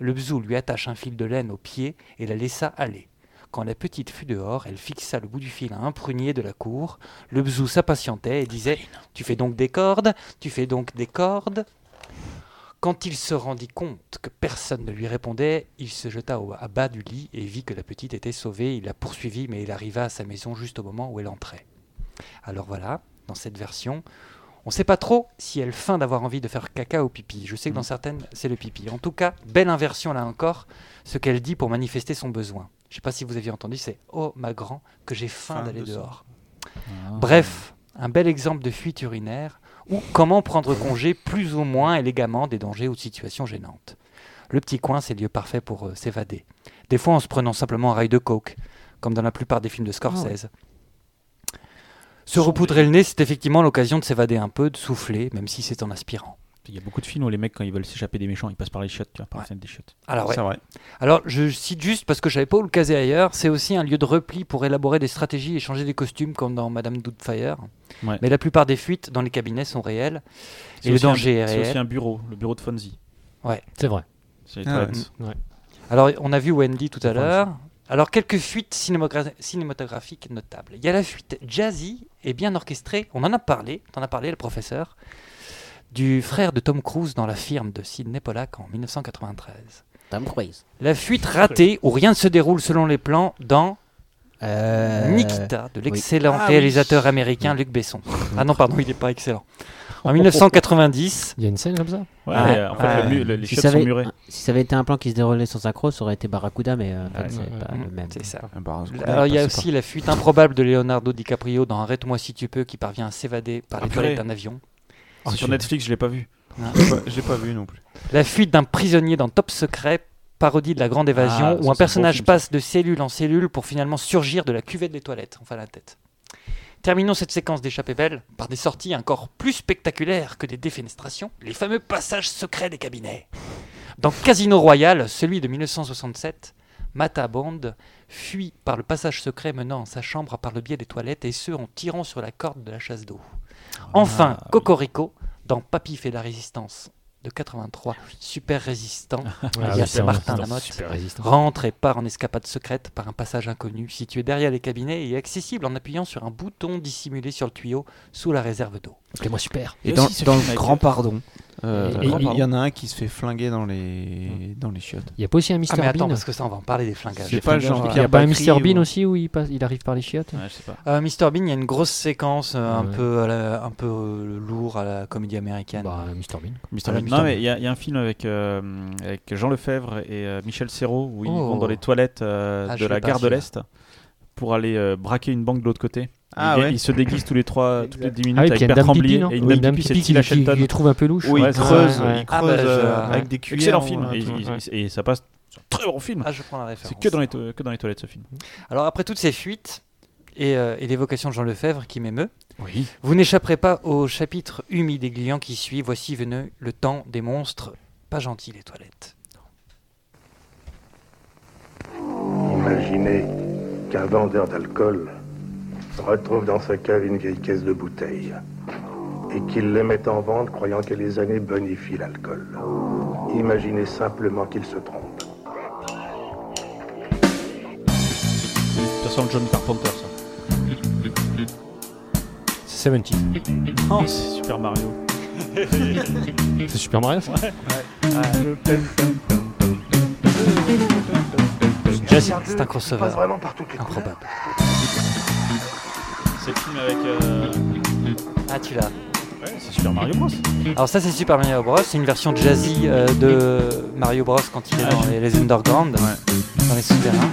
Le bzou lui attache un fil de laine au pied et la laissa aller. Quand la petite fut dehors, elle fixa le bout du fil à un prunier de la cour. Le bzou s'impatientait et disait Tu fais donc des cordes, tu fais donc des cordes. Quand il se rendit compte que personne ne lui répondait, il se jeta au, à bas du lit et vit que la petite était sauvée. Il la poursuivit, mais il arriva à sa maison juste au moment où elle entrait. Alors voilà, dans cette version, on ne sait pas trop si elle feint d'avoir envie de faire caca ou pipi. Je Mhm. sais que dans certaines, c'est le pipi. En tout cas, belle inversion là encore, ce qu'elle dit pour manifester son besoin. Je ne sais pas si vous aviez entendu, c'est Oh ma grand, que j'ai faim Faim d'aller de Ah. sang. dehors. Bref, un bel exemple de fuite urinaire ou comment prendre congé plus ou moins élégamment des dangers ou de situations gênantes. Le petit coin, c'est le lieu parfait pour euh, s'évader. Des fois en se prenant simplement un rail de coke, comme dans la plupart des films de Scorsese. Se repoudrer le nez, c'est effectivement l'occasion de s'évader un peu, de souffler, même si c'est en aspirant. Il y a beaucoup de films où les mecs, quand ils veulent s'échapper des méchants, ils passent par les chiottes, tu vois, par la fenêtre des chiottes. Alors, ouais. Alors, je cite juste parce que j'avais pas où le caser ailleurs. C'est aussi un lieu de repli pour élaborer des stratégies et changer des costumes, comme dans Madame Doubtfire. Ouais. Mais la plupart des fuites dans les cabinets sont réelles C'est et le aussi un- danger est réel. C'est aussi un bureau, le bureau de Fonzie. Ouais. C'est vrai. C'est les Ah ouais. toilettes. Ouais. Alors, on a vu Wendy tout à Enfin, l'heure. Alors, quelques fuites cinémogra- cinématographiques notables. Il y a la fuite jazzy et bien orchestrée. On en a parlé, t'en as parlé, le professeur, du frère de Tom Cruise dans la firme de Sidney Pollack en 1993. Tom Cruise. La fuite ratée où rien ne se déroule selon les plans dans Euh, Nikita de oui. Mm. l'excellent Ah oui. réalisateur américain Luc Besson. Ah non, pardon, il n'est pas excellent. En 1990. Il y a une scène comme ça Ah. Ouais, Ouais. en fait, le mu- le- les Si chiottes ça sont avait- murées. Si ça avait été un plan qui se déroulait sans accro, ça aurait été Barracuda, mais euh, en fait, Ouais. c'est Ouais. pas le même. C'est ça. Ah bah, Embarrassant. Alors il y a passe aussi la fuite improbable de Leonardo DiCaprio dans Arrête-moi si tu peux qui parvient à s'évader par Ah, les purée. toilettes d'un avion. C'est sur Netflix, je l'ai pas vu. Hein. Je l'ai pas vu non plus. La fuite d'un prisonnier dans Top Secret, parodie de la grande Ah, évasion, ça, c'est où un un personnage bon film, ça. passe de cellule en cellule pour finalement surgir de la cuvette des toilettes, enfin la tête. Terminons cette séquence d'échappée belle par des sorties encore plus spectaculaires que des défenestrations, les fameux passages secrets des cabinets. Dans Casino Royal, celui de 1967, Mata Bond fuit par le passage secret menant à sa chambre par le biais des toilettes et ce en tirant sur la corde de la chasse d'eau. Enfin, Cocorico, dans Papy fait la résistance de 83, super résistant, Ah il y a oui, c'est Martin résistant, Lamotte, super résistant. rentre et part en escapade secrète par un passage inconnu situé derrière les cabinets et accessible en appuyant sur un bouton dissimulé sur le tuyau sous la réserve d'eau. Ah. Appelez-moi super. Et dans, dans le grand pardon, Euh, Et- et- il y en a un qui se fait flinguer dans les, dans les chiottes. Il n'y a pas aussi un Mr. Ah, mais attends, Bean parce que ça, on va en parler des flingages. C'est pas Des flingages, Jean-Pierre Il n'y a pas euh, un Bacri Mr. Bean ou- aussi où il, passe, il arrive par les chiottes Ah Ouais, je sais pas. Euh, Mr Bean, il y a une grosse séquence euh, un Ouais. peu, à la- un peu euh, lourd à la comédie américaine. Bah, Mr. Bean. Mr. Ah, Mr. Bean. Euh, Non, Bean. mais il y, a- il y a un film avec, euh, avec Jean Lefebvre et euh, Michel Serrault où ils Oh. vont dans les toilettes euh, Ah, je de l'ai la pas, gare de celui-là. l'Est pour aller euh, braquer une banque de l'autre côté. Ah ils, ouais. ils se déguisent tous les trois, toutes les 10 minutes Ah oui, puis il y avec a une Bertrand dame pipi, Blier non et Oui, une une dame dame pipi, c'est pipi qui- Tila qui- qui Shelton. les trouve un peu louches. Où Ouais, il c'est creuse, ça, ouais. il Ah, creuse bah, je- euh, hein, ouais. avec des cuillères. Excellent ou film. un Et, truc. et- et- et ça passe. C'est un très bon film. Ah, je prends la référence. c'est que dans, les to- que dans les toilettes ce film. Alors, après toutes ces fuites et, euh, et l'évocation de Jean Lefebvre qui m'émeut, Oui. vous n'échapperez pas au chapitre humide et gluant qui suit. Voici venu le temps des monstres. Pas gentils, les toilettes. Imaginez qu'un vendeur d'alcool retrouve dans sa cave une vieille caisse de bouteilles et qu'il les mette en vente croyant que les années bonifient l'alcool. Imaginez simplement qu'il se trompe. Ça sent le John Carpenter, ça. C'est 70. Oh, c'est Super Mario. C'est Super Mario ça Jazz, c'est un crossover. vraiment par toutes les Improbable. C'est le film avec. euh, Ah, tu l'as. Ouais, c'est Super Mario Bros. Alors, ça, c'est Super Mario Bros. C'est une version jazzy euh, de Mario Bros. quand il est Ah, dans je- les, les Underground, dans les souterrains.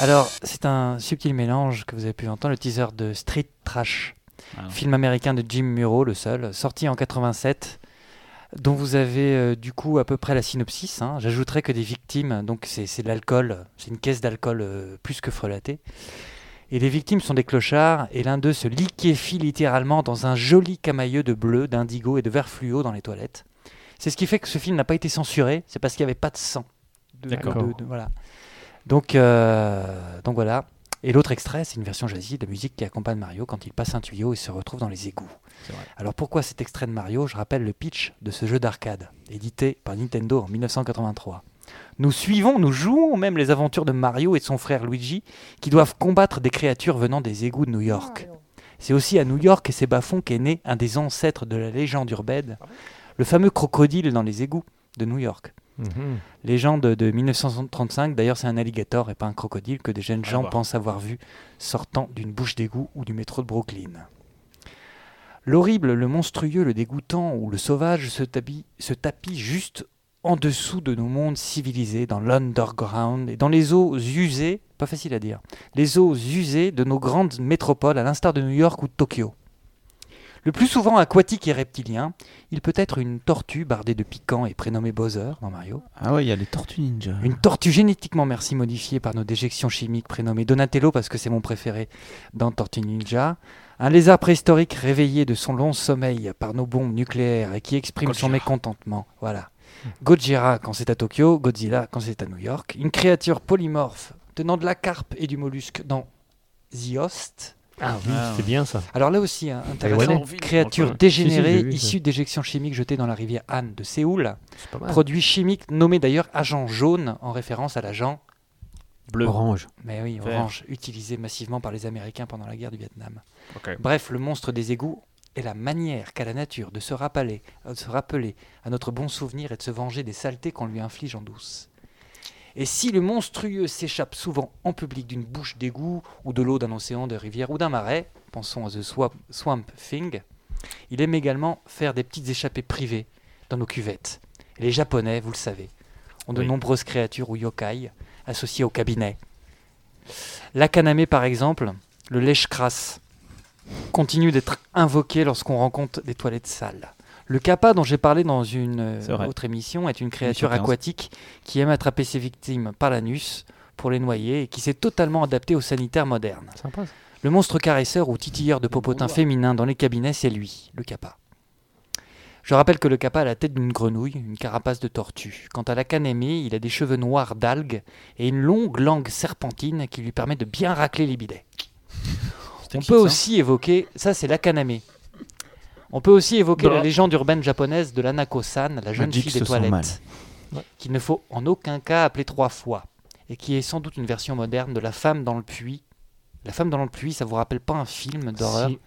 Alors, c'est un subtil mélange que vous avez pu entendre, le teaser de Street Trash, Ah. film américain de Jim Muro, le seul, sorti en 87, dont vous avez euh, du coup à peu près la synopsis. hein. J'ajouterai que des victimes, donc c'est c'est de l'alcool, c'est une caisse d'alcool euh, plus que frelatée. Et les victimes sont des clochards, et l'un d'eux se liquéfie littéralement dans un joli camailleux de bleu, d'indigo et de vert fluo dans les toilettes. C'est ce qui fait que ce film n'a pas été censuré, c'est parce qu'il n'y avait pas de sang. De- D'accord. de- de- voilà. Donc, euh, donc voilà. Et l'autre extrait, c'est une version jazzy de la musique qui accompagne Mario quand il passe un tuyau et se retrouve dans les égouts. C'est vrai. Alors pourquoi cet extrait de Mario Je rappelle le pitch de ce jeu d'arcade, édité par Nintendo en 1983. Nous suivons, nous jouons même les aventures de Mario et de son frère Luigi, qui doivent combattre des créatures venant des égouts de New York. C'est aussi à New York et ses bas-fonds qu'est né un des ancêtres de la légende urbaine, le fameux crocodile dans les égouts de New York. Mhm. Légende Mm. de 1935, d'ailleurs c'est un alligator et pas un crocodile que des jeunes À gens voir. pensent avoir vu sortant d'une bouche d'égout ou du métro de Brooklyn. L'horrible, le monstrueux, le dégoûtant ou le sauvage se tapit, se tapit juste en dessous de nos mondes civilisés, dans l'underground et dans les eaux usées, pas facile à dire, les eaux usées de nos grandes métropoles à l'instar de New York ou de Tokyo. Le plus souvent aquatique et reptilien, il peut être une tortue bardée de piquants et prénommée Bowser dans Mario, Ah ouais, il y a les tortues ninja. une tortue génétiquement merci modifiée par nos déjections chimiques prénommée Donatello parce que c'est mon préféré dans Tortue Ninja. Un lézard préhistorique réveillé de son long sommeil par nos bombes nucléaires et qui exprime son mécontentement. Voilà. Hmm. Gojira quand c'est à Tokyo, Godzilla quand c'est à New York. Une créature polymorphe tenant de la carpe et du mollusque dans The Host. Ah oui, Ah, c'est bien ça. Alors là aussi, hein, intéressant, Taïwanais. créature Enfin, si, si, dégénérée j'ai vu, ça. issue d'éjections chimiques jetées dans la rivière Han de Séoul. C'est pas mal. Produit chimique nommé d'ailleurs agent jaune en référence à l'agent Bleu. Orange. mais oui, Vert. orange, utilisé massivement par les Américains pendant la guerre du Vietnam. Ok. Bref, le monstre des égouts est la manière qu'a la nature de se rappeler, euh, de se rappeler à notre bon souvenir et de se venger des saletés qu'on lui inflige en douce. Et si le monstrueux s'échappe souvent en public d'une bouche d'égout ou de l'eau d'un océan, de rivière ou d'un marais, pensons à The Swamp, Swamp Thing, il aime également faire des petites échappées privées dans nos cuvettes. Et les Japonais, vous le savez, ont de Oui. nombreuses créatures ou yokai associées au cabinet. L'akaname, par exemple, le lèche crasse, continue d'être invoqué lorsqu'on rencontre des toilettes sales. Le kappa dont j'ai parlé dans une euh, C'est vrai. autre émission est une créature 15. aquatique qui aime attraper ses victimes par l'anus pour les noyer et qui s'est totalement adaptée au sanitaire moderne. Sympa, ça. Le monstre caresseur ou titilleur de popotin féminin dans les cabinets, c'est lui, le kappa. Je rappelle que le kappa a la tête d'une grenouille, une carapace de tortue. Quant à l'acanémie, il a des cheveux noirs d'algues et une longue langue serpentine qui lui permet de bien racler les bidets. On peut aussi évoquer, ça c'est l'akaname. On peut aussi évoquer Bah. la légende urbaine japonaise de l'anako-san, la jeune Magic fille des se sent mal. toilettes, qu'il ne faut en aucun cas appeler trois fois, et qui est sans doute une version moderne de la femme dans le puits. La femme dans le puits, ça vous rappelle pas un film d'horreur Si.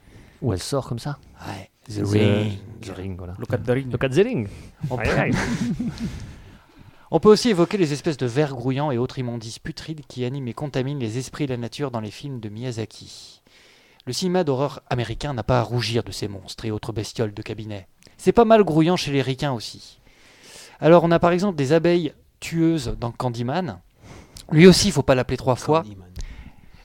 Où elle sort comme ça Ouais. The Ring. The Ring, voilà. Locat de Ring. Locat de Ring. On Aïe, peut- aïe. On peut aussi évoquer les espèces de vers grouillants et autres immondices putrides qui animent et contaminent les esprits et la nature dans les films de Miyazaki. Le cinéma d'horreur américain n'a pas à rougir de ces monstres et autres bestioles de cabinet. C'est pas mal grouillant chez les ricains aussi. Alors on a par exemple des abeilles tueuses dans Candyman. Lui aussi, il faut pas l'appeler trois fois.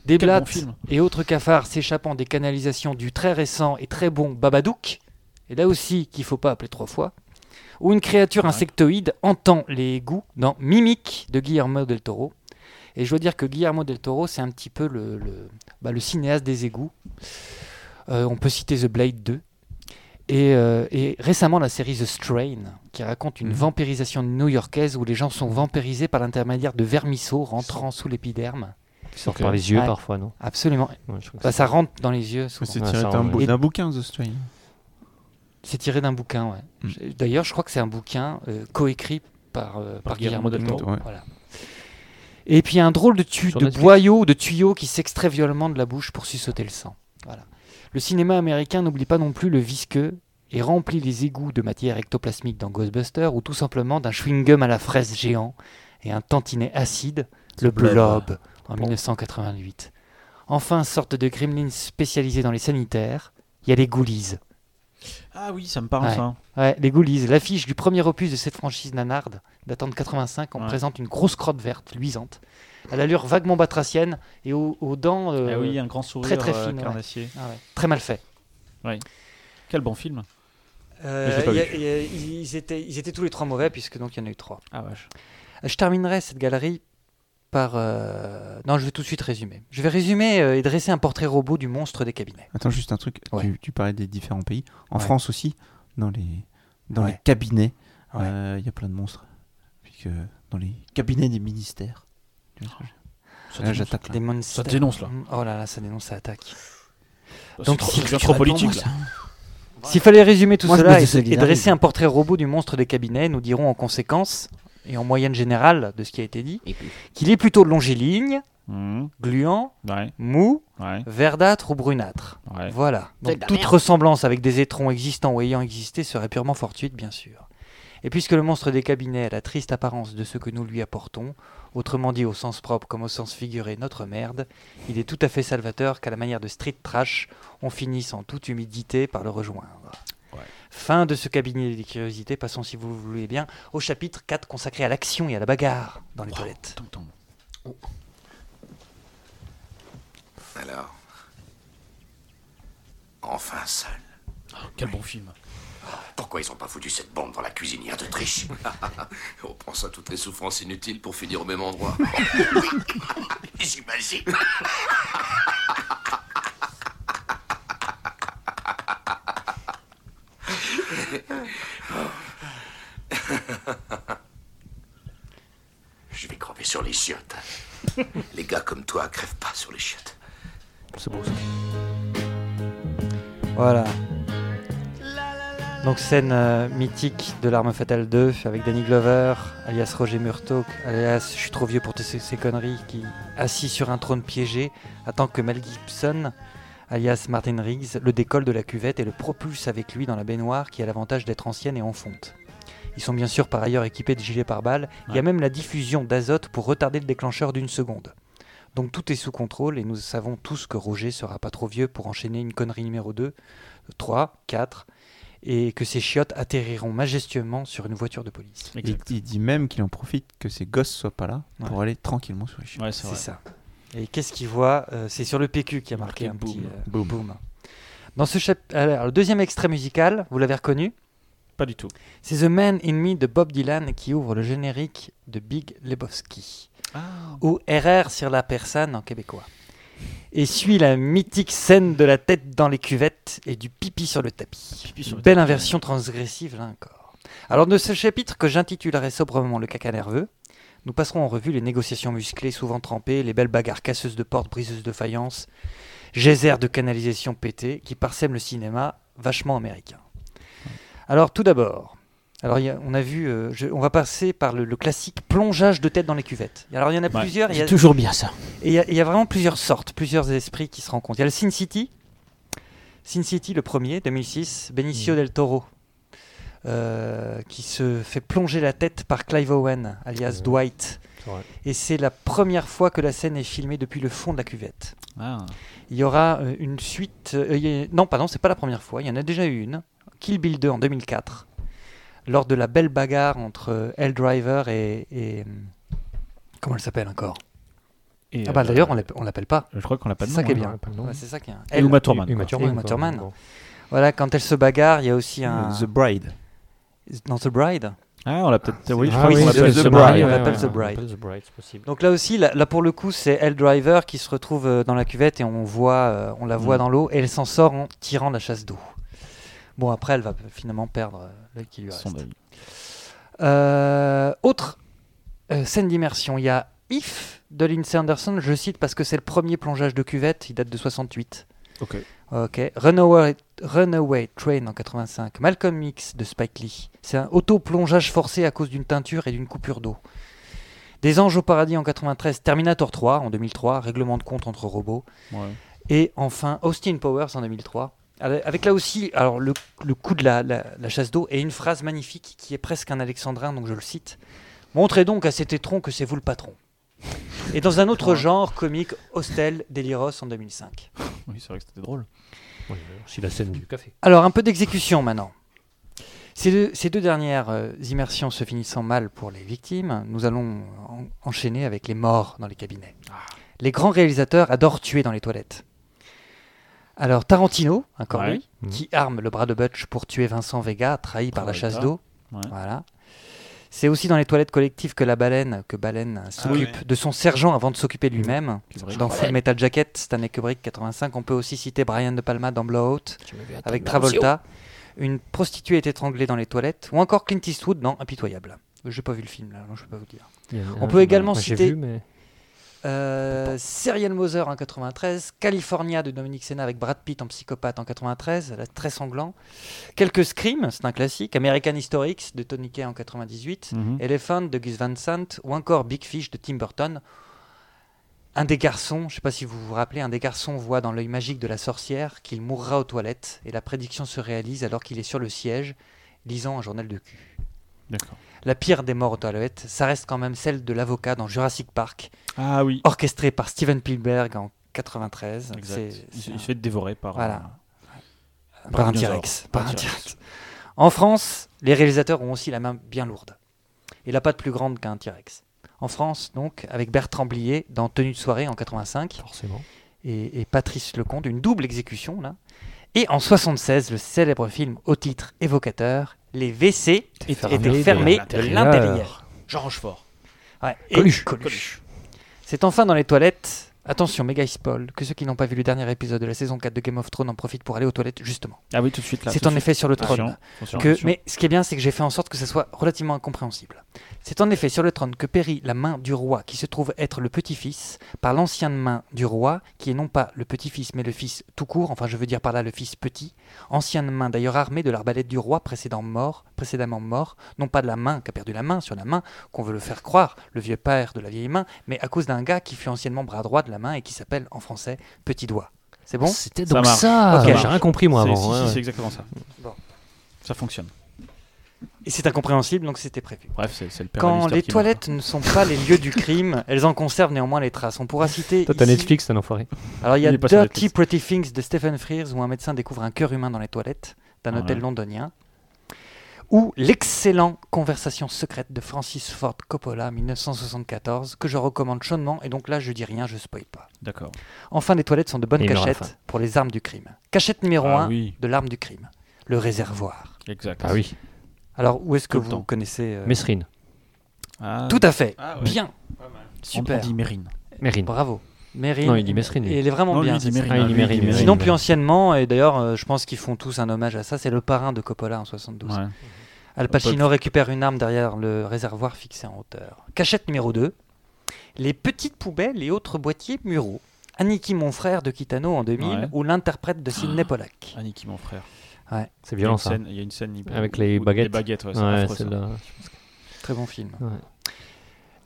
Des Quel blattes bon film. et autres cafards s'échappant des canalisations du très récent et très bon Babadook, et là aussi qu'il faut pas appeler trois fois, où une créature insectoïde entend les goûts dans Mimique de Guillermo del Toro. Et je dois dire que Guillermo del Toro, c'est un petit peu le, le- bah, le cinéaste des égouts. Euh, on peut citer The Blade 2. Et, euh, et récemment, la série The Strain, qui raconte une Mhm. vampirisation new-yorkaise où les gens sont vampirisés par l'intermédiaire de vermisseaux rentrant sous l'épiderme. Qui sortent par les yeux Ouais. parfois, non Absolument. Ouais, je crois que Bah, c'est- ça rentre dans les yeux. souvent. C'est Ah, tiré ça, d'un ouais. bou- Et- d'un bouquin, The Strain. Hmm. C'est tiré d'un bouquin, ouais. Je- D'ailleurs, je crois que c'est un bouquin euh, coécrit par, euh, par Guillermo del Toro. Ouais. Voilà. Et puis un drôle de, tu- Sur de Netflix. boyau, de tuyau qui s'extrait violemment de la bouche pour sucer le sang. Voilà. Le cinéma américain n'oublie pas non plus le visqueux et remplit les égouts de matière ectoplasmique dans Ghostbusters ou tout simplement d'un chewing-gum à la fraise géant et un tantinet acide, le Blob, en 1988. Enfin, sorte de gremlin spécialisé dans les sanitaires, il y a les ghoulies. Ah oui, ça me parle Ouais. ça. Ouais, les Ghoulies. L'affiche du premier opus de cette franchise nanarde, datant de 85, on Ouais. présente une grosse crotte verte, luisante, à l'allure vaguement batracienne et aux, aux dents euh, Ah oui, un grand sourire très très euh, fines. ouais. carnassier. Ah ouais. Très mal fait. Ouais. Quel bon film. Euh, Je l'ai pas il y a- vu. il y a- ils, étaient, ils étaient tous les trois mauvais, puisque donc il y en a eu trois. Euh, Ah vache. Je terminerai cette galerie par... euh, Non, je vais tout de suite résumer. Je vais résumer euh, et dresser un portrait robot du monstre des cabinets. Attends, juste un truc. Ouais. Tu, tu parlais des différents pays. En Ouais. France aussi, dans les, dans les Ouais. cabinets, euh, il y a plein de monstres. Puis que dans les cabinets des ministères. Tu vois ce que je- Ça Là, dénonce. j'attaque. là. Des monstres. Ça dénonce, là. Oh là là, ça dénonce, ça attaque. C'est Donc, trop- si- c'est bien trop politique. moi, là. S'il fallait résumer tout Moi, je me cela et, et désolidarise. dresser un portrait robot du monstre des cabinets, nous dirons en conséquence, et en moyenne générale de ce qui a été dit, Et puis- qu'il est plutôt longiligne, Mmh. gluant, Ouais, mou, ouais, verdâtre ou brunâtre. ouais. Voilà. C'est de Donc la toute merde. ressemblance avec des étrons existants ou ayant existé serait purement fortuite, bien sûr. Et puisque le monstre des cabinets a la triste apparence de ce que nous lui apportons, autrement dit au sens propre comme au sens figuré notre merde, il est tout à fait salvateur qu'à la manière de street trash, on finisse en toute humidité par le rejoindre. Ouais. Fin de ce cabinet des curiosités, passons si vous le voulez bien au chapitre 4 consacré à l'action et à la bagarre dans les toilettes. Tom, tom. Alors Enfin seul. Quel bon film. Pourquoi ils ont pas foutu cette bombe dans la cuisinière de Triche On pense à toutes les souffrances inutiles pour finir au même endroit. J'imagine. Je vais crever sur les chiottes. Les gars comme toi crèvent pas sur les chiottes. C'est beau ça. Voilà. Donc scène euh, mythique de l'arme fatale 2 avec Danny Glover, alias Roger Murtaugh, alias je suis trop vieux pour toutes ces, ces conneries, qui assis sur un trône piégé attend que Mel Gibson, alias Martin Riggs, le décolle de la cuvette et le propulse avec lui dans la baignoire qui a l'avantage d'être ancienne et en fonte. Ils sont bien sûr par ailleurs équipés de gilets pare-balles, il y a Ouais. même la diffusion d'azote pour retarder le déclencheur d'une seconde. Donc tout est sous contrôle et nous savons tous que Roger sera pas trop vieux pour enchaîner une connerie numéro 2 3, 4, et que ces chiottes atterriront majestueusement sur une voiture de police. Il, Exact. il dit même qu'il en profite que ses gosses soient pas là pour aller tranquillement sur les chiottes. Ouais, c'est C'est vrai. ça. Et qu'est-ce qu'il voit Euh, C'est sur le PQ qui a marqué, Marqué un petit boum. euh, Boum. boum. Dans ce chap- alors, le deuxième extrait musical, vous l'avez reconnu, Pas du tout. c'est The Man in Me de Bob Dylan qui ouvre le générique de Big Lebowski. Ah. ou RR sur la personne en québécois. Et suit la mythique scène de la tête dans les cuvettes et du pipi sur le tapis. sur le Belle tapis, inversion transgressive là encore. Alors de ce chapitre que j'intitulerai sobrement le caca nerveux, nous passerons en revue les négociations musclées souvent trempées, les belles bagarres casseuses de portes, briseuses de faïence, geysers de canalisation pétées qui parsèment le cinéma vachement américain. Alors tout d'abord, alors il y a- on a vu, euh, je- on va passer par le, le classique plongeage de tête dans les cuvettes. Alors il y en a Ouais. plusieurs, il y a- C'est toujours bien ça. et il y, a- il y a vraiment plusieurs sortes, plusieurs esprits qui se rencontrent. Il y a le Sin City, Sin City, le premier, 2006, Mm. Benicio del Toro, euh, qui se fait plonger la tête par Clive Owen, alias Ouais. Dwight. C'est vrai. Et c'est la première fois que la scène est filmée depuis le fond de la cuvette. Ah. Il y aura euh, une suite. euh, il y a- non, pardon, c'est pas la première fois. Il y en a déjà eu une. Kill Bill 2 en 2004, lors de la belle bagarre entre euh, L Driver et, et, hum, comment elle s'appelle encore Et, Ah bah euh, d'ailleurs on l'appelle- on l'appelle pas. je crois qu'on l'a pas de C'est ça nom, qui est hein. bien. On l'a pas de nom. Ouais, c'est ça qui est. Et Uma Thurman, Et quoi. Thurman. Et Uma Thurman, quoi. Voilà, quand elle se bagarre, il y a aussi un The Bride. Dans The Bride. Ah, on l'a peut-être. Oui, je Ah crois oui, qu'on c'est l'appelle The The Bride, Bride. on l'appelle Ouais, The ouais, Bride. on l'appelle The Bride, c'est possible. Donc là aussi, là, là, pour le coup, c'est Elle Driver qui se retrouve euh, dans la cuvette et on voit, euh, on la voit Mm. dans l'eau et elle s'en sort en tirant la chasse d'eau. Bon, après, elle va finalement perdre euh, l'œil qui lui reste. Son œil. Euh, autre euh, scène d'immersion, il y a If de Lindsay Anderson, je cite parce que c'est le premier plongeage de cuvette, il date de 68. Ok. Ok. Runaway, Runaway Train en 85. Malcolm X de Spike Lee. C'est un auto-plongeage forcé à cause d'une teinture et d'une coupure d'eau. Des Anges au Paradis en 93. Terminator 3 en 2003. Règlement de compte entre robots. Ouais. Et enfin Austin Powers en 2003. Avec avec là aussi alors le, le coup de la, la- la chasse d'eau et une phrase magnifique qui est presque un alexandrin, donc je le cite. Montrez donc à cet étron que c'est vous le patron. Et dans un autre genre comique, Hostel d'Eliros en 2005. Oui, c'est vrai que c'était drôle. C'est la scène du café. Alors, un peu d'exécution maintenant. Ces deux, ces deux dernières euh, immersions se finissant mal pour les victimes, nous allons en- enchaîner avec les morts dans les cabinets. Ah. Les grands réalisateurs adorent tuer dans les toilettes. Alors, Tarantino, encore Ouais. Mm. lui, qui arme le bras de Butch pour tuer Vincent Vega, trahi par la Travolta. chasse d'eau. Ouais. Voilà. C'est aussi dans les toilettes collectives que la baleine, que Baleine euh, s'occupe ouais. de son sergent avant de s'occuper de lui-même. Ah Kubrick. Dans Full Metal Jacket, Stanley Kubrick 85, on peut aussi citer Brian De Palma dans Blowout, avec Travolta. Une prostituée est étranglée dans les toilettes, ou encore Clint Eastwood dans Impitoyable. J'ai pas vu le film, là, donc je peux pas vous dire. Il y a On un peut film, également moi, j'ai citer vu, mais- euh, Serial Mother en 93, California de Dominique Senna avec Brad Pitt en psychopathe en 93, là, très sanglant. Quelques Scream, c'est un classique, American Historics de Tony Kay en 98, Mhm. Elephant de Gus Van Sant ou encore Big Fish de Tim Burton. Un des garçons, je sais pas si vous vous rappelez, un des garçons voit dans l'œil magique de la sorcière qu'il mourra aux toilettes et la prédiction se réalise alors qu'il est sur le siège lisant un journal de cul. D'accord. La pire des morts aux toilettes, ça reste quand même celle de l'avocat dans Jurassic Park, Ah oui. orchestré par Steven Spielberg en 93. Exact. C'est- Il, c'est se- un- il se fait dévorer par. Voilà. euh, Par un dinosaure. T-Rex. Par un T-Rex. En France, les réalisateurs ont aussi la main bien lourde. Et la patte plus grande qu'un T-Rex. En France, donc, avec Bertrand Blier dans Tenue de soirée en 85. Forcément. Et, et Patrice Lecomte, une double exécution, là. Et en 76, le célèbre film au titre évocateur, Les WC étaient fermé fermés, de de l'intérieur. l'intérieur. Jean Rochefort. Ouais, et Coluche. Coluche. C'est enfin dans les toilettes. Attention, méga spoil, que ceux qui n'ont pas vu le dernier épisode de la saison 4 de Game of Thrones en profitent pour aller aux toilettes, justement. Ah oui, tout de suite là. C'est tout de en suite. effet sur le Attention, trône. attention, que, attention. mais ce qui est bien, c'est que j'ai fait en sorte que ce soit relativement incompréhensible. C'est en effet sur le trône que périt la main du roi, qui se trouve être le petit-fils, par l'ancienne main du roi, qui est non pas le petit-fils, mais le fils tout court, enfin je veux dire par là le fils petit, ancienne main d'ailleurs armée de l'arbalète du roi précédemment mort, précédemment mort, non pas de la main qui a perdu la main sur la main, qu'on veut le faire croire, le vieux père de la vieille main, mais à cause d'un gars qui fut anciennement bras droit de la main et qui s'appelle en français petit doigt. C'est bon C'était Ça donc marche. ça. Ok, marche. J'ai rien compris, moi, C'est- avant. si, ouais, si, ouais. c'est exactement ça. Bon. Ça fonctionne. Et c'est incompréhensible, donc c'était prévu. Bref, c'est c'est le père Quand Lannister les qui toilettes ne sont pas les lieux du crime, elles en conservent néanmoins les traces. On pourra citer. Toi, t'as ici- Netflix, t'as un enfoiré. Alors il y a Il est pas sur Dirty Netflix. Pretty Things de Stephen Frears où un médecin découvre un cœur humain dans les toilettes d'un Ouais. hôtel londonien. Ou l'excellent Conversation secrète de Francis Ford Coppola 1974 que je recommande chaudement et donc là je dis rien, je spoil pas. meurt. D'accord. Enfin les toilettes sont de bonnes Il meurt à la cachettes pour les armes du crime. Cachette numéro Ah 1 oui. de l'arme du crime, le réservoir. Exact. Ah oui. Alors où est-ce que Tout le vous temps. connaissez euh, Mesrine. Ah, Tout à fait. Ah ouais. Bien. On- Super. On dit Mérine. Mérine. Bravo. Mérine. Non, il dit Mesrine, lui. Et elle est vraiment Non, lui, bien. il dit cette Mérine. série. Ah, il dit lui, Mérine, oui. Sinon, plus anciennement, et d'ailleurs, euh, je pense qu'ils font tous un hommage à ça, c'est le parrain de Coppola en 72. Ouais. Al Pacino récupère une arme derrière le réservoir fixé en hauteur. Cachette numéro 2. Les petites poubelles et autres boîtiers muraux. Aniki, mon frère de Kitano en 2000, Ouais. ou l'interprète de Sidney Pollack. Aniki, mon frère. Ouais, C'est Il y a violent, une ça. scène- Il y a une scène. hyper- Avec les où- baguettes. Les baguettes, ouais. c'est Ouais, affreux, ça. celle-là. très bon film. Ouais.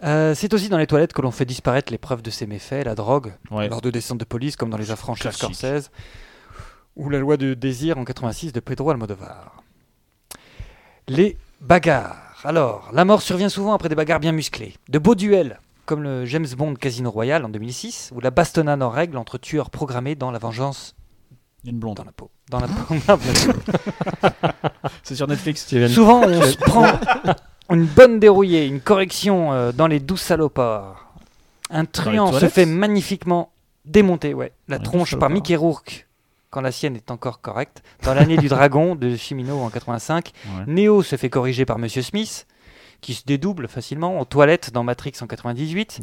Euh, c'est aussi dans les toilettes que l'on fait disparaître les preuves de ces méfaits, la drogue, Ouais. lors de descentes de police, comme dans les affranchis de Classique. Scorsese, ou La loi du désir en 86 de Pedro Almodovar. Les bagarres. Alors, la mort survient souvent après des bagarres bien musclées. De beaux duels, comme le James Bond Casino Royale en 2006, ou la bastonnade en règle entre tueurs programmés dans la vengeance. Une blonde. Dans la peau. Dans la peau. Non, bien sûr. C'est sur Netflix, tu viens de- Souvent, on tu- se prend une bonne dérouillée, une correction euh, dans les douze salopards. Un truand se toilettes fait magnifiquement démonter, ouais. La Dans les tronche douze par salopards. Mickey Rourke, quand la sienne est encore correcte. Dans l'année du dragon de Chimino en 85, Ouais. Neo se fait corriger par Monsieur Smith, qui se dédouble facilement en toilette dans Matrix en 98.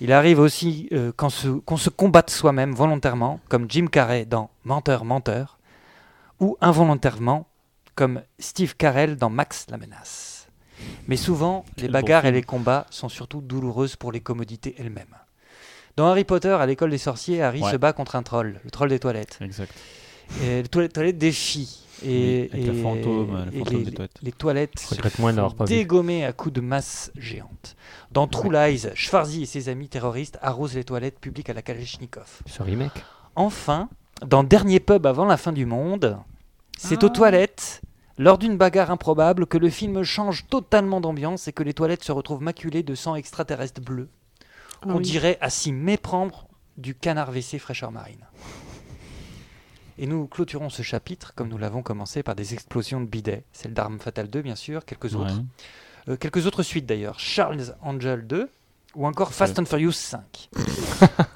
Il arrive aussi euh, qu'on se, qu'on se combatte soi-même volontairement, comme Jim Carrey dans Menteur, Menteur, ou involontairement, comme Steve Carell dans Max la Menace. Mais souvent, les Quel bagarres bon et film. les combats sont surtout douloureuses pour les commodités elles-mêmes. Dans Harry Potter, à l'école des sorciers, Harry Ouais. se bat contre un troll, le troll des toilettes. Exact. Et le toilette, toilette des filles. Et, Oui, avec la et- fantôme, le et fantôme les, des toilettes. les toilettes Je se regrette moins de l'avoir font pas vu. dégommer à coups de masse géante. Dans True Lies, Schwarzy et ses amis terroristes arrosent les toilettes publiques à la Kalachnikov. Ce remake. Enfin, dans Dernier Pub avant la fin du monde, c'est aux Ah. toilettes, lors d'une bagarre improbable, que le film change totalement d'ambiance et que les toilettes se retrouvent maculées de sang extraterrestre bleu. Ah On oui. dirait à s'y méprendre du canard WC fraîcheur marine. Et nous clôturons ce chapitre, comme nous l'avons commencé, par des explosions de bidets. Celle d'Arme Fatale 2, bien sûr, quelques autres. Euh, quelques autres suites d'ailleurs. Charles Angel 2, ou encore Fast Ouais. and Furious 5.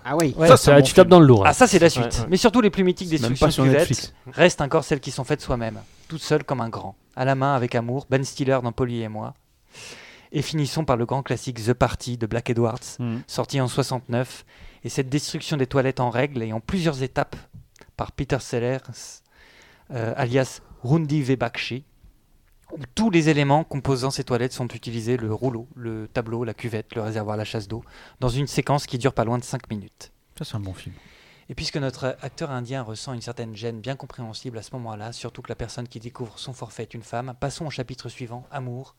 Ah oui. Ça, c'est- tu tapes dans le lourd, Ah, là. ça, c'est la suite. Ouais, ouais. Mais surtout, les plus mythiques C'est même destructions pas sur culettes Netflix. restent encore celles qui sont faites soi-même, toutes seules comme un grand, à la main avec amour, Ben Stiller dans Polly et moi. Et finissons par le grand classique The Party de Black Edwards, Mhm. sorti en 69, et cette destruction des toilettes en règle et en plusieurs étapes par Peter Sellers, euh, alias Rundi Vebakshi, où tous les éléments composant ces toilettes sont utilisés, le rouleau, le tableau, la cuvette, le réservoir, la chasse d'eau, dans une séquence qui dure pas loin de 5 minutes. Ça, c'est un bon film. Et puisque notre acteur indien ressent une certaine gêne bien compréhensible à ce moment-là, surtout que la personne qui découvre son forfait est une femme, passons au chapitre suivant, amour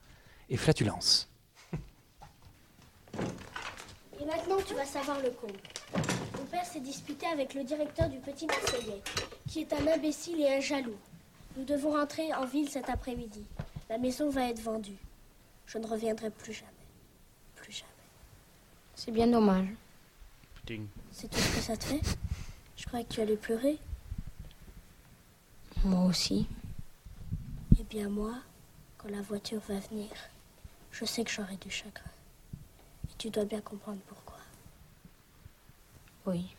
et flatulence. Et maintenant, tu vas savoir le con. Mon père s'est disputé avec le directeur du Petit Marseillais, qui est un imbécile et un jaloux. Nous devons rentrer en ville cet après-midi. La maison va être vendue. Je ne reviendrai plus jamais. Plus jamais. C'est bien dommage. C'est tout ce que ça te fait Je croyais que tu allais pleurer. Moi aussi. Eh bien, moi, quand la voiture va venir, je sais que j'aurai du chagrin. Et tu dois bien comprendre pourquoi. Oui.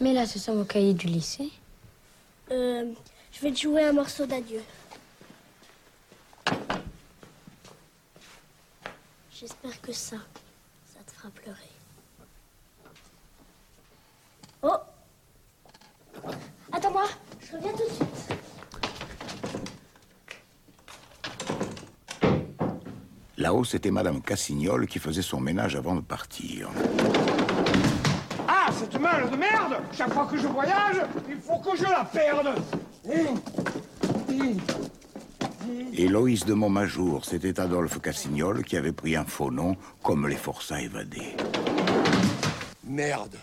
Mais là, ce sont vos cahiers du lycée. Euh, je vais te jouer un morceau d'adieu. J'espère que ça, ça te fera pleurer. Oh Attends-moi, je reviens tout de suite. Là-haut, c'était Madame Cassignol qui faisait son ménage avant de partir. Ah, cette malle de merde Chaque fois que je voyage, il faut que je la perde Héloïse de Montmajour, c'était Adolphe Cassignol qui avait pris un faux nom, comme les forçats évadés. Merde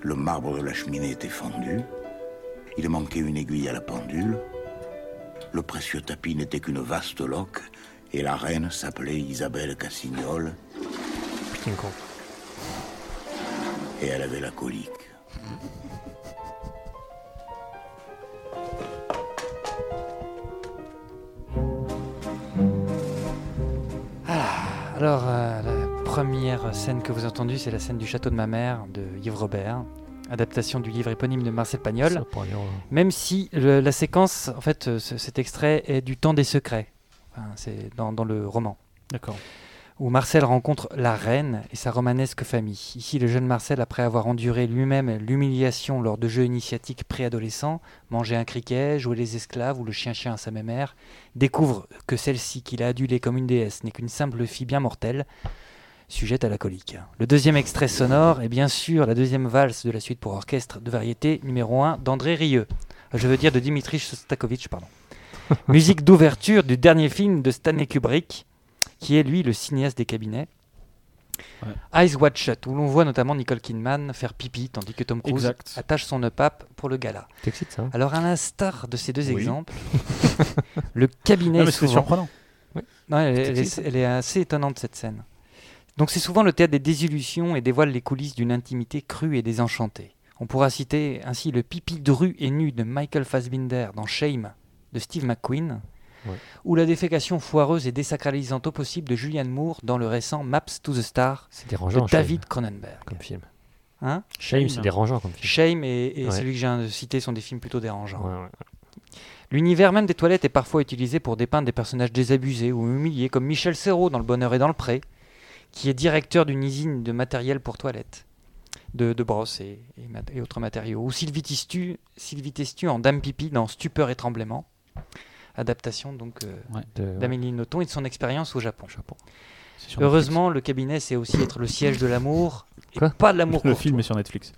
Le marbre de la cheminée était fendu. Il manquait une aiguille à la pendule. Le précieux tapis n'était qu'une vaste loque. Et la reine s'appelait Isabelle Cassignol. Et elle avait la colique. Alors, euh, la première scène que vous entendez, c'est la scène du château de ma mère de Yves Robert, adaptation du livre éponyme de Marcel Pagnol. Ça, pour aller en- Même si le- la séquence, en fait, euh, ce- cet extrait est du temps des secrets. Enfin, c'est dans, dans le roman. D'accord. Où Marcel rencontre la reine et sa romanesque famille. Ici, le jeune Marcel, après avoir enduré lui-même l'humiliation lors de jeux initiatiques préadolescents, manger un criquet, jouer les esclaves ou le chien-chien à sa mère, découvre que celle-ci, qu'il a adulée comme une déesse, n'est qu'une simple fille bien mortelle, sujette à la colique. Le deuxième extrait sonore est bien sûr la deuxième valse de la suite pour orchestre de variété numéro 1 d'André Rieu. Je veux dire de Dimitri Shostakovich, pardon. Musique d'ouverture du dernier film de Stanley Kubrick, qui est lui le cinéaste des cabinets. Eyes Wide Shut, où l'on voit notamment Nicole Kidman faire pipi tandis que Tom Cruise Exact. attache son up pour le gala. T'excites, ça, hein Alors, à l'instar de ces deux Oui. exemples, le cabinet. Non, mais est c'était souvent- surprenant. Oui. Non, elle, elle T'excites, est, elle est assez étonnante, cette scène. Donc, c'est souvent le théâtre des désillusions et dévoile les coulisses d'une intimité crue et désenchantée. On pourra citer ainsi le pipi dru et nu de Michael Fassbinder dans Shame de Steve McQueen, Ouais. ou la défécation foireuse et désacralisante au possible de Julianne Moore dans le récent Maps to the Star dérangeant, de David Cronenberg. Comme film. Hein Shame, c'est dérangeant comme film. Shame et, et Ouais. celui que j'ai cité sont des films plutôt dérangeants. L'univers même des toilettes est parfois utilisé pour dépeindre des personnages désabusés ou humiliés, comme Michel Serrault dans Le Bonheur et dans le Pré, qui est directeur d'une usine de matériel pour toilettes, de, de brosses et, et mat- et autres matériaux. Ou Sylvie Testu, Sylvie Testu en Dame Pipi dans Stupeur et Tremblement, adaptation donc euh, De- d'Amélie Nothomb et de son expérience au Japon. sur Heureusement, le cabinet, c'est aussi être le siège de l'amour, et pas de l'amour Le courtois. film est sur Netflix.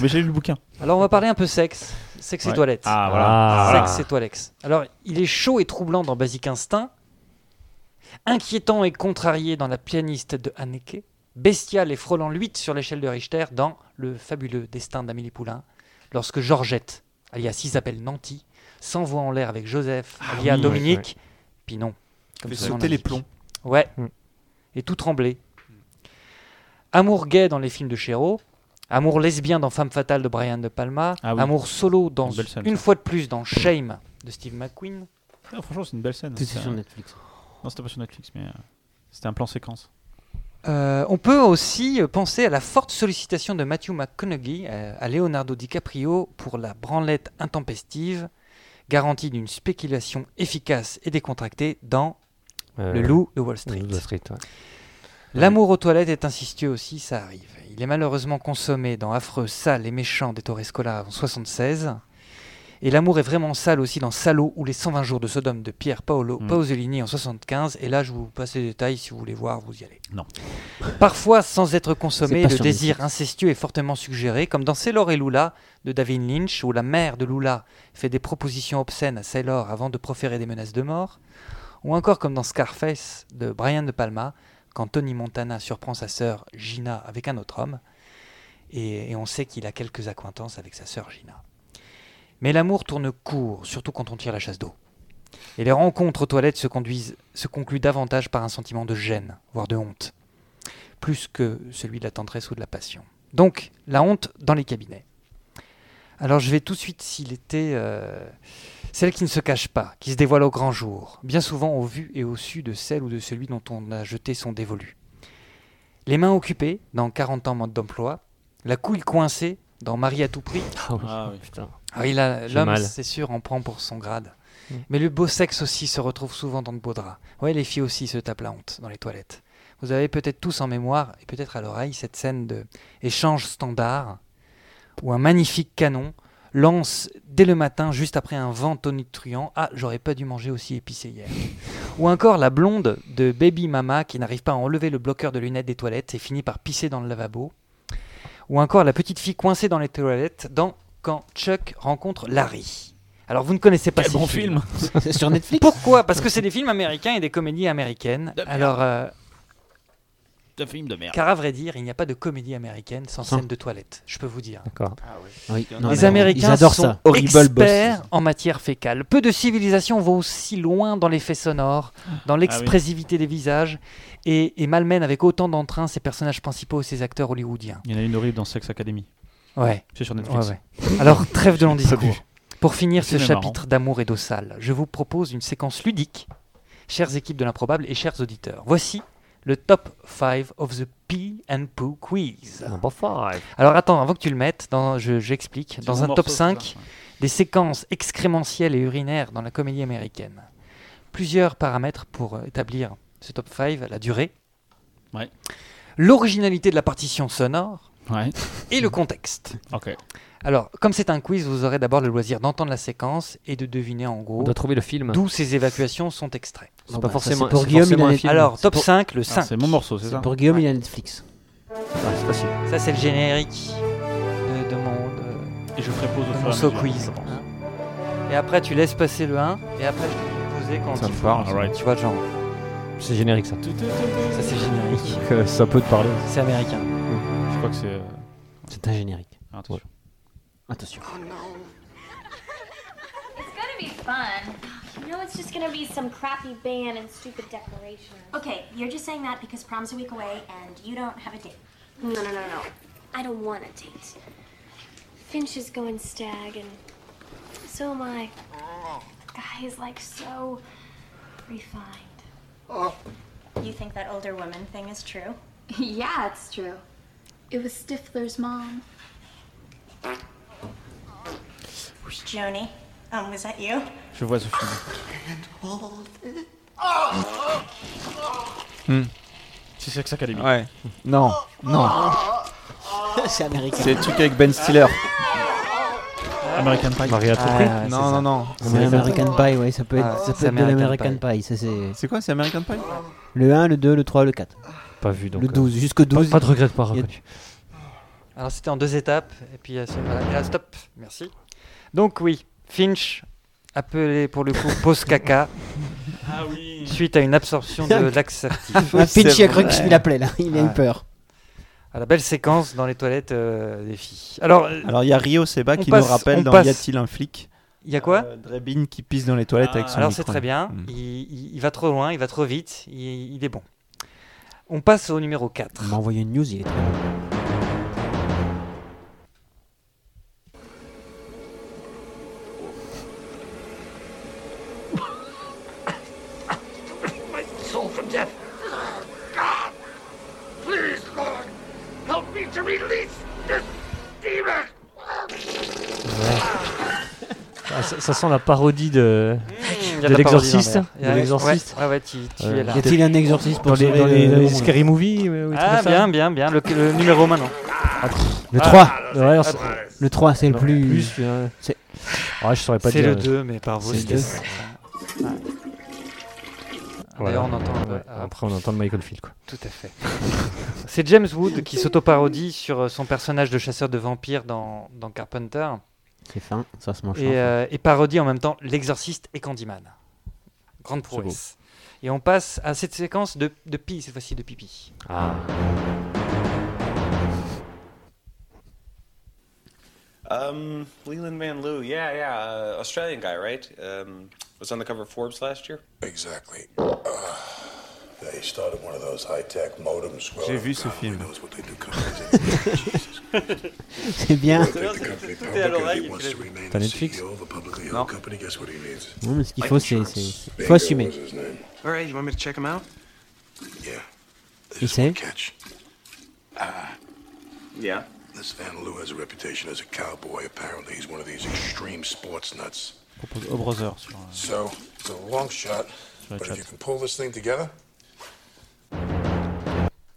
Mais j'ai lu le bouquin. Alors on va parler un peu sexe, sexe et Ouais. toilettes. Ah, voilà. Ah, voilà. Sexe et toilettes. Alors il est chaud et troublant dans Basic Instinct, inquiétant et contrarié dans La pianiste de Haneke, bestial et frôlant 8 sur l'échelle de Richter dans Le fabuleux destin d'Amélie Poulain, lorsque Georgette, alias Isabelle Nanty, s'envoie en l'air avec Joseph, Ah alias oui, Dominique, ouais, puis non. Fait souvent sauter les l'indique. plombs. Ouais. Mm. Et tout tremblé. Amour gay dans les films de Chéreau. Amour lesbien dans Femme fatale de Brian De Palma. Ah oui. Amour solo dans Une belle scène, Une ça. fois de plus dans Shame de Steve McQueen. Non, franchement, c'est une belle scène. hein, Tout est C'est sur un- Netflix. Non, c'était pas sur Netflix, mais euh, c'était un plan séquence. Euh, on peut aussi euh, penser à la forte sollicitation de Matthew McConaughey euh, à Leonardo DiCaprio pour la branlette intempestive, garantie d'une spéculation efficace et décontractée dans Euh, Le Loup de Wall Street. Le Loup de Wall Street, ouais. L'amour aux toilettes est insistueux aussi, ça arrive. Il est malheureusement consommé dans Affreux, Sale et Méchant des Torres Scola en 76. Et l'amour est vraiment sale aussi dans Salo ou les 120 jours de Sodome de Pierre Paolo Pasolini en 75. Et là, je vous passe les détails. Si vous voulez voir, vous y allez. Non. Parfois, sans être consommé, C'est pas le sur désir Netflix. incestueux est fortement suggéré, comme dans Sailor et Lula de David Lynch, où la mère de Lula fait des propositions obscènes à Sailor avant de proférer des menaces de mort. Ou encore comme dans Scarface de Brian De Palma, quand Tony Montana surprend sa sœur Gina avec un autre homme. Et, et on sait qu'il a quelques acquaintances avec sa sœur Gina. Mais l'amour tourne court, surtout quand on tire la chasse d'eau. Et les rencontres aux toilettes se, conduisent, se concluent davantage par un sentiment de gêne, voire de honte, plus que celui de la tendresse ou de la passion. Donc, la honte dans les cabinets. Alors, je vais tout de suite s'il était celle qui ne se cache pas, qui se dévoile au grand jour, bien souvent au vu et au su de celle ou de celui dont on a jeté son dévolu. Les mains occupées dans 40 ans mode d'emploi, la couille coincée dans Marie à tout prix. Ah oui. Putain. Ah oui, là, J'ai l'homme, mal. c'est sûr, en prend pour son grade. Mm. Mais le beau sexe aussi se retrouve souvent dans de beaux draps. Ouais, les filles aussi se tapent la honte dans les toilettes. Vous avez peut-être tous en mémoire, et peut-être à l'oreille, cette scène de échange standard, où un magnifique canon lance dès le matin, juste après un vent tonitruant, Ah, j'aurais pas dû manger aussi épicé hier. Ou encore la blonde de Baby Mama qui n'arrive pas à enlever le bloqueur de lunettes des toilettes et finit par pisser dans le lavabo. Ou encore la petite fille coincée dans les toilettes dans Quand Chuck rencontre Larry. Alors vous ne connaissez pas Quel ces bon films. film. C'est sur Netflix. Pourquoi Parce que c'est des films américains et des comédies américaines. Alors, euh, C'est un film de merde. car à vrai dire, il n'y a pas de comédie américaine sans Sans. scène de toilette. Je peux vous dire. D'accord. Ah Oui, non, Les mais Américains ils adorent sont ça. Horrible boss. experts en matière fécale. Peu de civilisations vont aussi loin dans l'effet sonore, Ah dans l'expressivité des visages et, et malmènent avec autant d'entrain ses personnages principaux et ses acteurs hollywoodiens. Il y en a une horrible dans Sex Academy. Ouais. C'est sur Netflix. Ouais, ouais. Alors, trêve de long Je l'ai pas discours. vu. Pour finir C'est ce marrant. chapitre d'amour et d'eau sale, je vous propose une séquence ludique, chères équipes de l'improbable et chers auditeurs. Voici le top 5 of the Pee and Poo Quiz. Alors attends, avant que tu le mettes, dans, je- j'explique. C'est Dans mon un top morceau, 5, des séquences excrémentielles et urinaires dans la comédie américaine. Plusieurs paramètres pour euh, établir ce top 5, la durée, Ouais. l'originalité de la partition sonore Ouais. et le contexte. Ok. Alors, comme c'est un quiz, vous aurez d'abord le loisir d'entendre la séquence et de deviner en On gros doit trouver le film. d'où ces évacuations sont extraites. C'est Bon, pas bah, ça, forcément- c'est pour c'est Guillaume, forcément il a un film. Alors, C'est top pour- 5, le Ah, 5. c'est mon morceau, c'est C'est ça Pour Guillaume, il a Netflix. c'est facile. Ça, c'est le générique de, de mon, de- Et je ferai pause au de fur et mon à saut mesure, quiz. je pense. hein. Et après, tu laisses passer le 1, et après, je vais te poser quand Ça il me faut. parle. Alright. Tu vois, genre. C'est générique ça. Ça, c'est générique. Donc, euh, ça peut te parler. Mm. C'est américain. Je crois que c'est. euh, Ah, C'est un générique. Attention. Attention. It's gonna be fun. You know, it's just gonna be some crappy band and stupid declaration. Okay, you're just saying that because prom's a week away and you don't have a date. No, no, no, no. I don't want a date. Finch is going stag, and so am I. Guy is like so refined. Oh. You think that older woman thing is true? yeah, it's true. It was Stifler's mom. Joni, um, was that you? Je vois ce film. Si Hmm. c'est que ça qu'elle Ouais. Non, non. c'est américain. C'est le truc avec Ben Stiller. American Pie. Maria Touré. Ah, Non, non, non. Ah, C'est American Pie, ouais, ça peut être, Ah, ça c'est peut être de l'American American Pie. ça, c'est... C'est quoi, c'est American Pie Le 1, le 2, le 3, le 4. Pas vu donc. Le euh, 12, jusqu'au 12. Pas, pas de regret de pas avoir Il y a- reconnu. Alors c'était en deux étapes, et puis euh, c'est- voilà. Et là, stop, merci. Donc oui, Finch, appelé pour le coup pause caca, Ah suite à une absorption de laxatif. Ah, Finch, il a cru que C'est je vrai. l'appelais, là. Il a eu Ouais. peur. À la belle séquence dans les toilettes euh, des filles. Alors, euh, Alors, il y a Rio Seba on qui passe- nous rappelle on dans passe- Y a-t-il un flic Il y a quoi Euh, Drebin qui pisse dans les toilettes avec son Ah, Alors c'est micro. très bien, Mm. il, il- il va trop loin, il va trop vite, il, il est bon. On passe au numéro 4. Il m'a envoyé une news, il est très bon. my soul from death. God, please, Lord, help me to release this demon. Ah, ça, ça sent la parodie de, Il y a de Mmh. la parodie l'exorciste. dans De l'air. Ouais, l'exorciste. ouais, ouais, ouais, tu- tu es là. Y a-t-il un exorciste pour Dans les, sauver dans le- les- le dans les monde scary movies euh, ouais, ouais, tout Ah ça. bien, bien, bien, le, le numéro maintenant. Le Ah, 3. Ouais, alors, c'est- Le 3, c'est le Non, plus... plus, ouais. c'est- Ah, je saurais pas hein. C'est dire. le 2, mais par vos C'est le c'était- deux. Voilà. Voilà. D'ailleurs, on entend. Ouais, Après, on entend de Michael Field. Quoi. Tout à fait. C'est James Wood qui s'auto-parodie sur euh, son personnage de chasseur de vampires dans, dans Carpenter C'est fin, ça se mange. et, euh, et parodie en même temps L'Exorciste et Candyman. Grande prouesse. Et on passe à cette séquence de, de pi, cette fois-ci de pipi. Ah. Um, Leland Van Loo, yeah, yeah, uh, Australian guy, right? Um, was on the cover of Forbes last year. Exactly. They started one of those high-tech modems where J'ai vu ce film. C'est bien. T'as Netflix Non. Non, mais ce qu'il faut, c'est... c'est- Il faut assumer. All right, you want me to check him out? Il sait. Yeah. This Van Loo has a reputation as a cowboy. Apparently, he's one of these extreme sports nuts. Propose Au Brother sur. euh, So it's a long shot, Right but if shot. you can pull this thing together,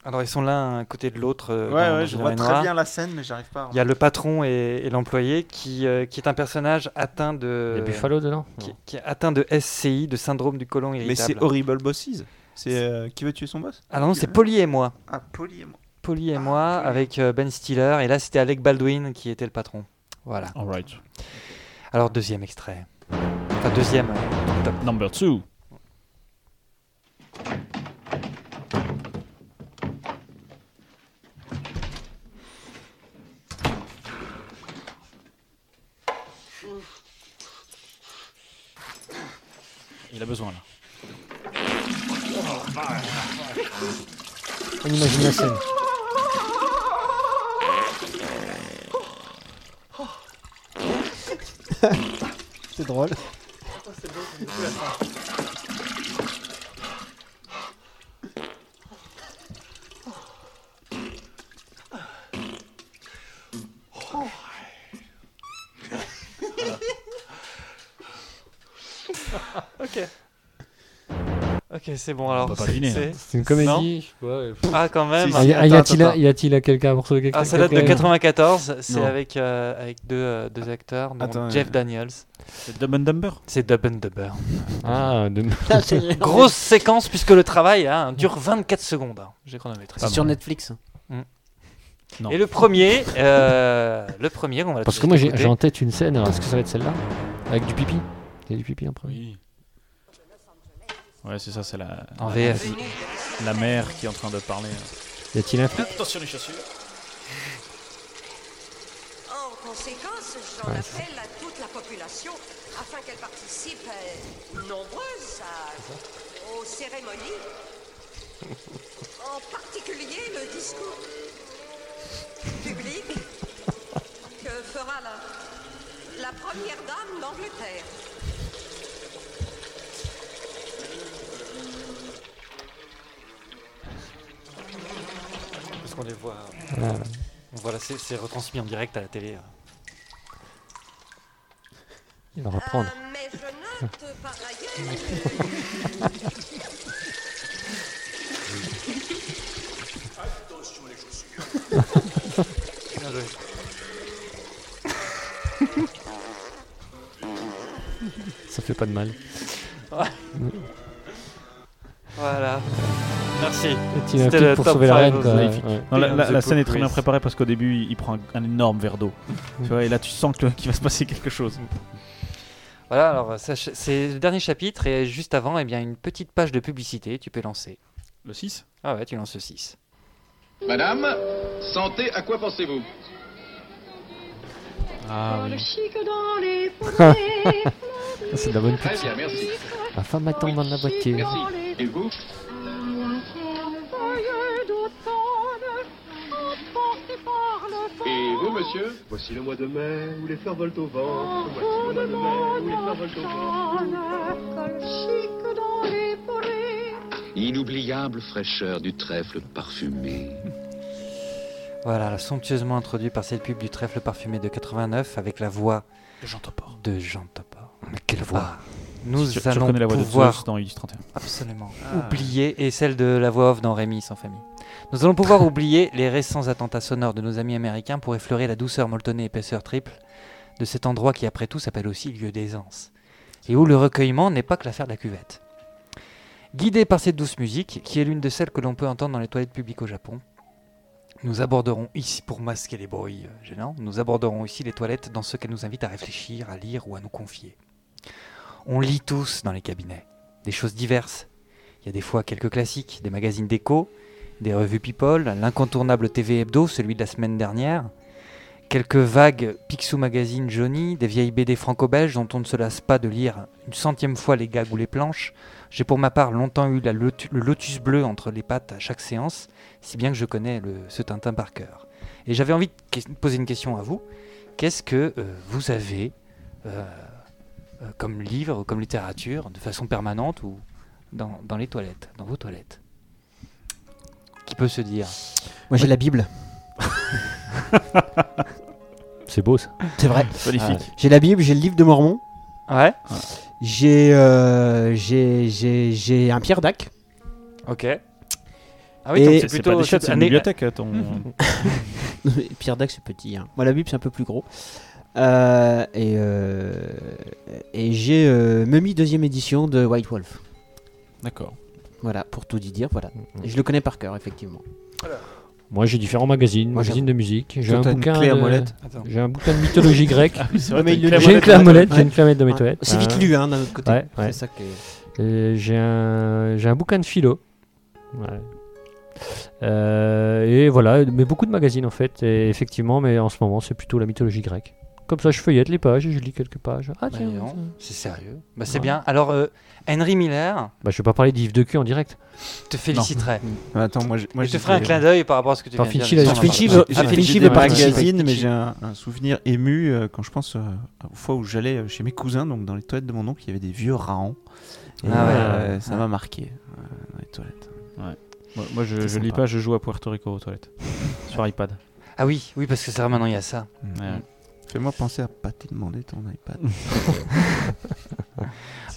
Alors, ils sont l'un à côté de l'autre. euh, Ouais, dans- ouais, dans je une vois arène très noire. bien la scène, mais j'arrive pas à- Il y a le patron et, et l'employé qui, euh, qui est un personnage atteint de. Il y a Buffalo dedans qui, qui est atteint de SCI, de syndrome du colon irritable. Mais c'est Horrible Bosses. C'est euh, qui veut tuer son boss Ah non, c'est Polly et moi. Ah, Polly et moi. Polly et moi avec euh, Ben Stiller. Et là, c'était Alec Baldwin qui était le patron. Voilà. All right. Alors, deuxième extrait. Enfin, deuxième. euh, dans le top. Number 2. Il a besoin là. On imagine la scène. C'est drôle. ok. Ok, c'est bon. Alors, peut pas c'est- deviner, c'est- C'est une Non comédie. je sais pas, euh, pff. Ah, quand même. Ah, y a- y a-t-il un- y a-t-il un quelqu'un pour sauver quelqu'un Ah, ça date de quelqu'un 94. C'est Non. avec, euh, avec deux, euh, deux acteurs, dont Attends, Jeff euh, Daniels. C'est Dumb and Dumber C'est Dub and Dubber. Ah, de... Grosse séquence puisque le travail hein, dure 24 secondes. hein. J'ai chronométré. Mm. C'est sur Netflix. Non. Et le premier, euh, le premier, on va Parce tout que moi de suite j'ai j'ai en écouter. tête une scène, alors est-ce que ça va être celle-là Avec du pipi Il y a du pipi en premier. Oui. Ouais, c'est ça, c'est la. En VF. La mère qui est en train de parler. Y a-t-il un flic Attention les chaussures. En conséquence, j'en Ouais. appelle à toute la population afin qu'elle participe euh, nombreuse à- aux cérémonies, en particulier le discours public que fera la, la première dame d'Angleterre. Parce qu'on les voit. euh, Ouais. Voilà, c'est c'est retransmis en direct à la télé. euh. Il va reprendre. Mais je note par ailleurs Attention les chaussures. Bien joué. Ça fait pas de mal. Voilà. Merci. petit flic pour sauver la reine, quoi. Ouais, ouais. Non, la, la- The la scène est Pop très bien Quiz. préparée parce qu'au début, il, il prend un, un énorme verre d'eau. tu vois, et là, tu sens que- qu'il va se passer quelque chose. Voilà, alors ça, ch- c'est le dernier chapitre et juste avant, eh bien, une petite page de publicité, tu peux lancer. Le 6 Ah ouais, tu lances le 6. Madame, santé, à quoi pensez-vous Ah oui. chic dans les Ah, c'est de la bonne Très pute. bien, merci. Ma femme attend dans la voiture. Merci. Et vous Et vous, monsieur Voici le mois de mai où les fleurs volent au vent. Voici le mois de mai où les fleurs volent Inoubliable fraîcheur du trèfle parfumé. Voilà, alors, somptueusement introduit par cette pub du trèfle parfumé de 89 avec la voix de Jean Topor. De Jean Topor. Mais quelle voix Nous Si tu- tu allons reconnais la voix de pouvoir Zeus dans Ulysse 31. absolument Ah. oublier et celle de la voix off dans Rémi sans famille. Nous allons pouvoir oublier les récents attentats sonores de nos amis américains pour effleurer la douceur molletonnée épaisseur triple de cet endroit qui après tout s'appelle aussi lieu d'aisance et où le recueillement n'est pas que l'affaire de la cuvette. Guidés par cette douce musique, qui est l'une de celles que l'on peut entendre dans les toilettes publiques au Japon, nous aborderons ici, pour masquer les bruits euh, gênants, nous aborderons ici les toilettes dans ce qu'elles nous invitent à réfléchir, à lire ou à nous confier. On lit tous dans les cabinets, des choses diverses. Il y a des fois quelques classiques, des magazines déco, des revues People, l'incontournable TV Hebdo, celui de la semaine dernière, quelques vagues Picsou Magazine Johnny, des vieilles BD franco-belges dont on ne se lasse pas de lire une centième fois les gags ou les planches. J'ai pour ma part longtemps eu la lot- le lotus bleu entre les pattes à chaque séance, si bien que je connais le- ce Tintin par cœur. Et j'avais envie de que- poser une question à vous. Qu'est-ce que euh, vous avez euh, euh, comme livre, comme littérature, de façon permanente ou dans, dans les toilettes, dans vos toilettes Qui peut se dire Moi j'ai la Bible. C'est beau ça. C'est Mmh. vrai. Magnifique. Ouais. J'ai la Bible, j'ai le livre de Mormon. Ouais. J'ai euh, j'ai- j'ai j'ai un Pierre Dac. Ok. Ah Et- donc C'est pas des chiottes, c'est une année- bibliothèque, hein, Mmh. Pierre Dac c'est petit. hein. Moi la Bible c'est un peu plus gros. Euh, et euh, et j'ai euh, Mummy deuxième édition de White Wolf. D'accord. Voilà pour tout y dire voilà. Je le connais par cœur effectivement. Moi j'ai différents magazines, Moi, j'ai- magazines de musique, j'ai Toi, un t'as une bouquin, clé à de- molette. Attends. j'ai un bouquin de mythologie grecque. Ah oui, c'est vrai, Mais t'as il une le clé à j'ai une molette clé dans à les molette, j'ai toilettes. une clé à molette dans mes Ouais. toilettes. C'est vite lu, hein, d'un autre côté. Ouais, C'est ouais. ça qui Et J'ai un j'ai un bouquin de philo. Ouais. Euh, et voilà, mais beaucoup de magazines en fait, et effectivement, mais en ce moment c'est plutôt la mythologie grecque. Comme ça, je feuillette les pages et je lis quelques pages. Ah Bah, tiens, dis donc, ça- c'est sérieux. Bah, c'est Ouais. bien. Alors, euh, Henry Miller Bah, je vais pas parler d'Yves de cul en direct. te féliciterai. Attends, moi, j'ai- moi Et je te j'ai- ferai un clin d'œil par rapport à ce que tu T'en viens de dire. finis la- justement. t'en finis J'ai- j'ai- Affilié j'ai de des magazine. magazines, mais Affilié. j'ai un, un souvenir ému euh, quand je pense euh, aux fois où j'allais euh, chez mes cousins, donc dans les toilettes de mon oncle, il y avait des vieux raons. Et, Ah ouais. euh, ça Ouais. m'a marqué euh, dans les toilettes. Ouais. Moi, moi, je, C'est je lis sympa. pas, je joue à Puerto Rico aux toilettes. Sur iPad. Ah oui, oui, parce que c'est vrai, maintenant il y a ça. Ouais. Mm. Fais-moi penser à pas te demander ton iPad.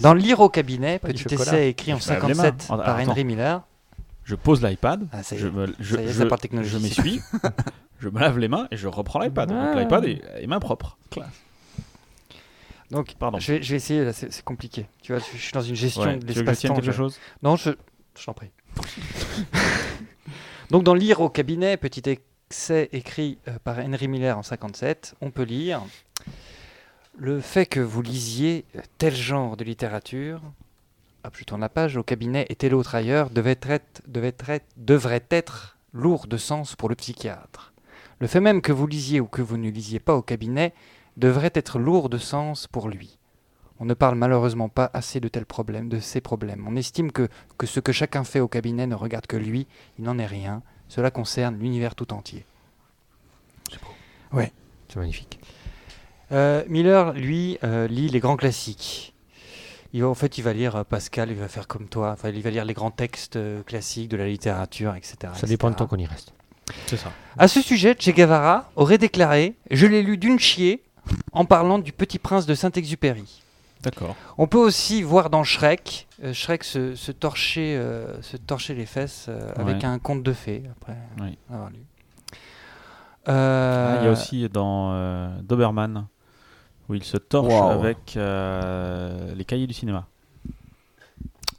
Dans Lire au cabinet, Pas du petit chocolat. essai écrit en Je me lave les mains. 57 hein. Attends, par attends. Henry Miller. Je pose l'iPad, Ah, ça y est. je me- je- Ça y est, je- ça parle technologie. je m'essuie, je me lave les mains et je reprends l'iPad. Donc Ouais. L'iPad est, est main propre. Donc, Pardon. Je, vais, je vais essayer, là, c'est c'est compliqué. Tu vois, je, je suis dans une gestion Ouais, de tu veux que je l'espace-temps. tienne quelque je- chose Non, je, je t'en prie. Donc, dans Lire au cabinet, petit essai écrit euh, par Henry Miller en 57, on peut lire euh, Le fait que vous lisiez tel genre de littérature hop, je tourne la page, au cabinet était l'autre ailleurs, devait être, devait être, devrait être lourd de sens pour le psychiatre. Le fait même que vous lisiez ou que vous ne lisiez pas au cabinet devrait être lourd de sens pour lui. On ne parle malheureusement pas assez de tels problèmes, de ces problèmes. On estime que, que ce que chacun fait au cabinet ne regarde que lui, il n'en est rien. Cela concerne l'univers tout entier. C'est beau. Ouais. C'est magnifique. Euh, Miller, lui, euh, lit les grands classiques. Il va, en fait, il va lire euh, Pascal, il va faire comme toi. Enfin, il va lire les grands textes euh, classiques de la littérature, etc. Ça dépend du etc.. temps qu'on y reste. C'est ça. À ce sujet, Che Guevara aurait déclaré Je l'ai lu d'une chier en parlant du petit prince de Saint-Exupéry. D'accord. On peut aussi voir dans Shrek, euh, Shrek se, se torcher, euh, se torcher les fesses euh, avec Ouais. un conte de fées, après Oui. avoir lu. Ah, Il y a Euh, aussi dans euh, Doberman, où il se torche Wow. avec euh, les cahiers du cinéma.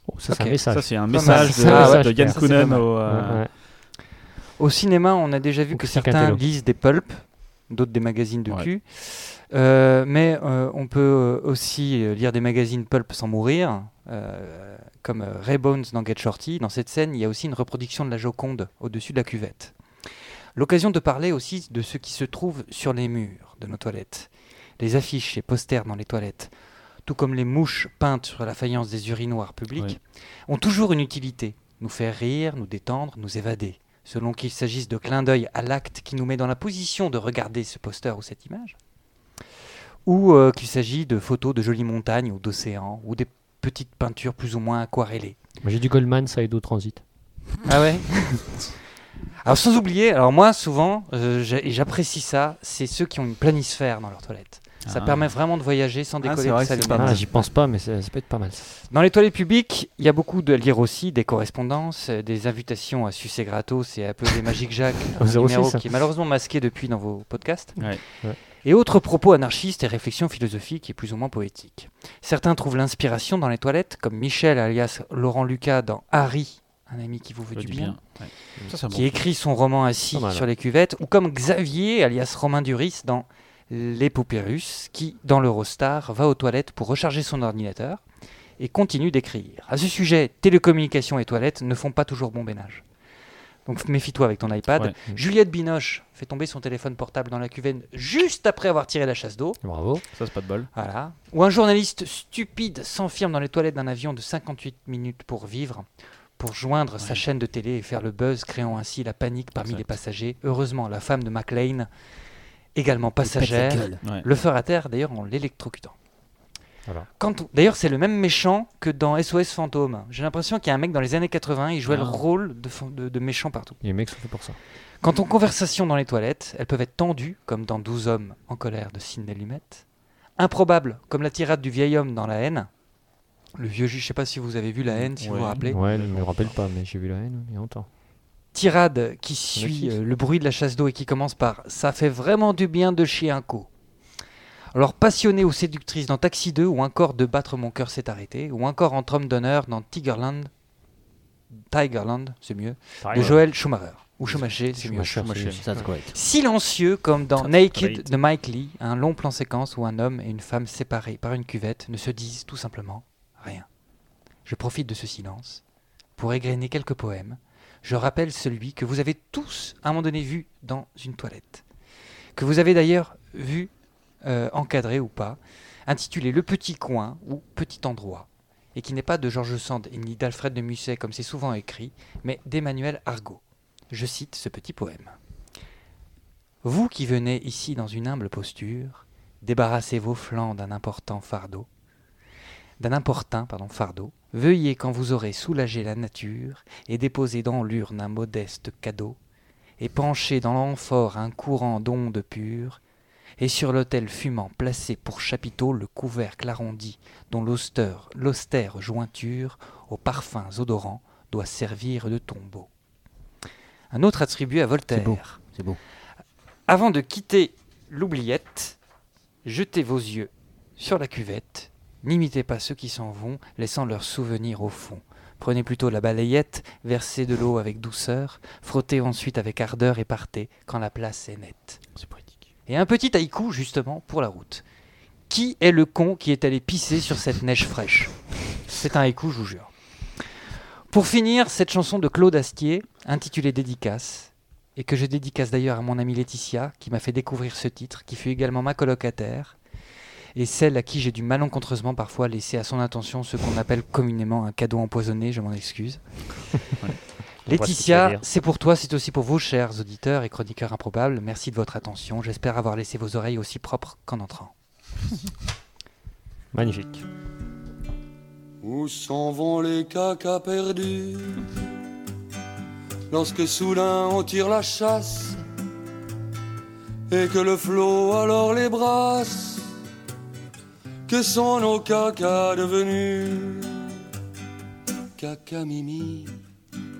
Oh, ça, c'est Ok. un message. Ça, c'est un Pas message mal. de- Ah ouais, de Yann ça, c'est pas Kounen mal. au, euh, Ouais. Au cinéma, on a déjà vu Ou que Christian certains Cantelo. lisent des pulps, d'autres des magazines de Ouais. cul. Euh, mais euh, on peut euh, aussi euh, lire des magazines pulp sans mourir, euh, comme euh, Ray Bones dans Get Shorty. Dans cette scène, il y a aussi une reproduction de la Joconde au-dessus de la cuvette. L'occasion de parler aussi de ce qui se trouve sur les murs de nos toilettes, les affiches et posters dans les toilettes, tout comme les mouches peintes sur la faïence des urinoirs publics, Oui. ont toujours une utilité nous faire rire, nous détendre, nous évader, selon qu'il s'agisse de clins d'œil à l'acte qui nous met dans la position de regarder ce poster ou cette image, ou euh, qu'il s'agit de photos de jolies montagnes ou d'océans, ou des petites peintures plus ou moins aquarellées. Moi, J'ai du Goldman, ça et d'autres transit. Ah ouais Alors sans oublier, alors moi souvent, euh, j'ai- et j'apprécie ça, c'est ceux qui ont une planisphère dans leur toilette. Ça Ah. permet vraiment de voyager sans Ah, décoller c'est vrai de que sa c'est lunette. pas mal. Ah, J'y pense pas, mais ça, ça peut être pas mal. ça. Dans les toilettes publiques, il y a beaucoup de à lire aussi, des correspondances, euh, des invitations à sucer gratos et à appeler Magic Jacques, Au un numéro 06. qui est malheureusement masqué depuis dans vos podcasts, Ouais. Ouais. et autres propos anarchistes et réflexions philosophiques et plus ou moins poétiques. Certains trouvent l'inspiration dans les toilettes, comme Michel alias Laurent Lucas dans Harry, un ami qui vous veut Ça du dit bien, bien. Ouais. Ça, ça qui manque. écrit son roman assis Pas mal, sur hein. les cuvettes, ou comme Xavier, alias Romain Duris, dans Les Papyrus, qui, dans l'Eurostar, va aux toilettes pour recharger son ordinateur et continue d'écrire. À ce sujet, télécommunications et toilettes ne font pas toujours bon ménage. Donc méfie-toi avec ton iPad. Ouais. Juliette Binoche fait tomber son téléphone portable dans la cuvette juste après avoir tiré la chasse d'eau. Bravo. Ça, c'est pas de bol. Voilà. Ou un journaliste stupide s'enferme dans les toilettes d'un avion de 58 minutes pour vivre, pour joindre sa chaîne de télé et faire le buzz, créant ainsi la panique parmi Exact. les passagers. Heureusement, la femme de McLean, également passagère, gueule. Ouais. le fera à terre d'ailleurs en l'électrocutant. Voilà. Quand on- D'ailleurs, c'est le même méchant que dans SOS Fantôme. J'ai l'impression qu'il y a un mec dans les années 80, il jouait le Ah. rôle de, fan- de- de méchant partout. Les mecs sont faits pour ça. Quand on conversation dans les toilettes, elles peuvent être tendues, comme dans 12 hommes en colère de Sidney Lumet, improbables, comme la tirade du vieil homme dans La haine. Le vieux juge, je sais pas si vous avez vu La haine, si vous Ouais. vous rappelez. Ouais, je me rappelle pas, mais j'ai vu la haine ouais, il y a longtemps. Tirade qui suit Netflix. euh, le bruit de la chasse d'eau et qui commence par Ça fait vraiment du bien de chier un coup. Alors, passionnée ou séductrice dans Taxi 2, ou encore De battre mon cœur s'est arrêté, ou encore entre homme d'honneur dans Tigerland, Tigerland, c'est mieux, de Joël Schumacher. Ou Schumacher, c'est mieux. Schumacher, Schumacher. c'est- Ça, c'est correct. Silencieux comme dans Ça, Naked great. de Mike Lee, un long plan séquence où un homme et une femme séparés par une cuvette ne se disent tout simplement rien. Je profite de ce silence pour égrener quelques poèmes. Je rappelle celui que vous avez tous à un moment donné vu dans une toilette, que vous avez d'ailleurs vu euh, encadré ou pas, intitulé Le petit coin ou Petit endroit, et qui n'est pas de Georges Sand et ni d'Alfred de Musset comme c'est souvent écrit, mais d'Emmanuel Argot. Je cite ce petit poème. Vous qui venez ici dans une humble posture, débarrassez vos flancs d'un important fardeau, d'un important pardon, fardeau. Veuillez quand vous aurez soulagé la nature et déposé dans l'urne un modeste cadeau, et penché dans l'amphore un courant d'ondes pures, et sur l'autel fumant placé pour chapiteau le couvercle arrondi dont l'austère, l'austère jointure aux parfums odorants doit servir de tombeau. Un autre attribué à Voltaire. beau. C'est beau. Avant de quitter l'oubliette, jetez vos yeux sur la cuvette. N'imitez pas ceux qui s'en vont, laissant leurs souvenirs au fond. Prenez plutôt la balayette, versez de l'eau avec douceur, frottez ensuite avec ardeur et partez quand la place est nette. C'est poétique. Et un petit haïku, justement, pour la route. Qui est le con qui est allé pisser sur cette neige fraîche C'est un écou, je vous jure. Pour finir, cette chanson de Claude Astier, intitulée Dédicace, et que je dédicace d'ailleurs à mon amie Laetitia, qui m'a fait découvrir ce titre, qui fut également ma colocataire, et celle à qui j'ai dû malencontreusement parfois laisser à son intention ce qu'on appelle communément un cadeau empoisonné, je m'en excuse. Laetitia, c'est pour toi, c'est aussi pour vous, chers auditeurs et chroniqueurs improbables. Merci de votre attention. J'espère avoir laissé vos oreilles aussi propres qu'en entrant. Magnifique. Où s'en vont les cacas perdus Lorsque soudain on tire la chasse Et que le flot alors les brasse Que sont nos cacas devenus Caca mimi,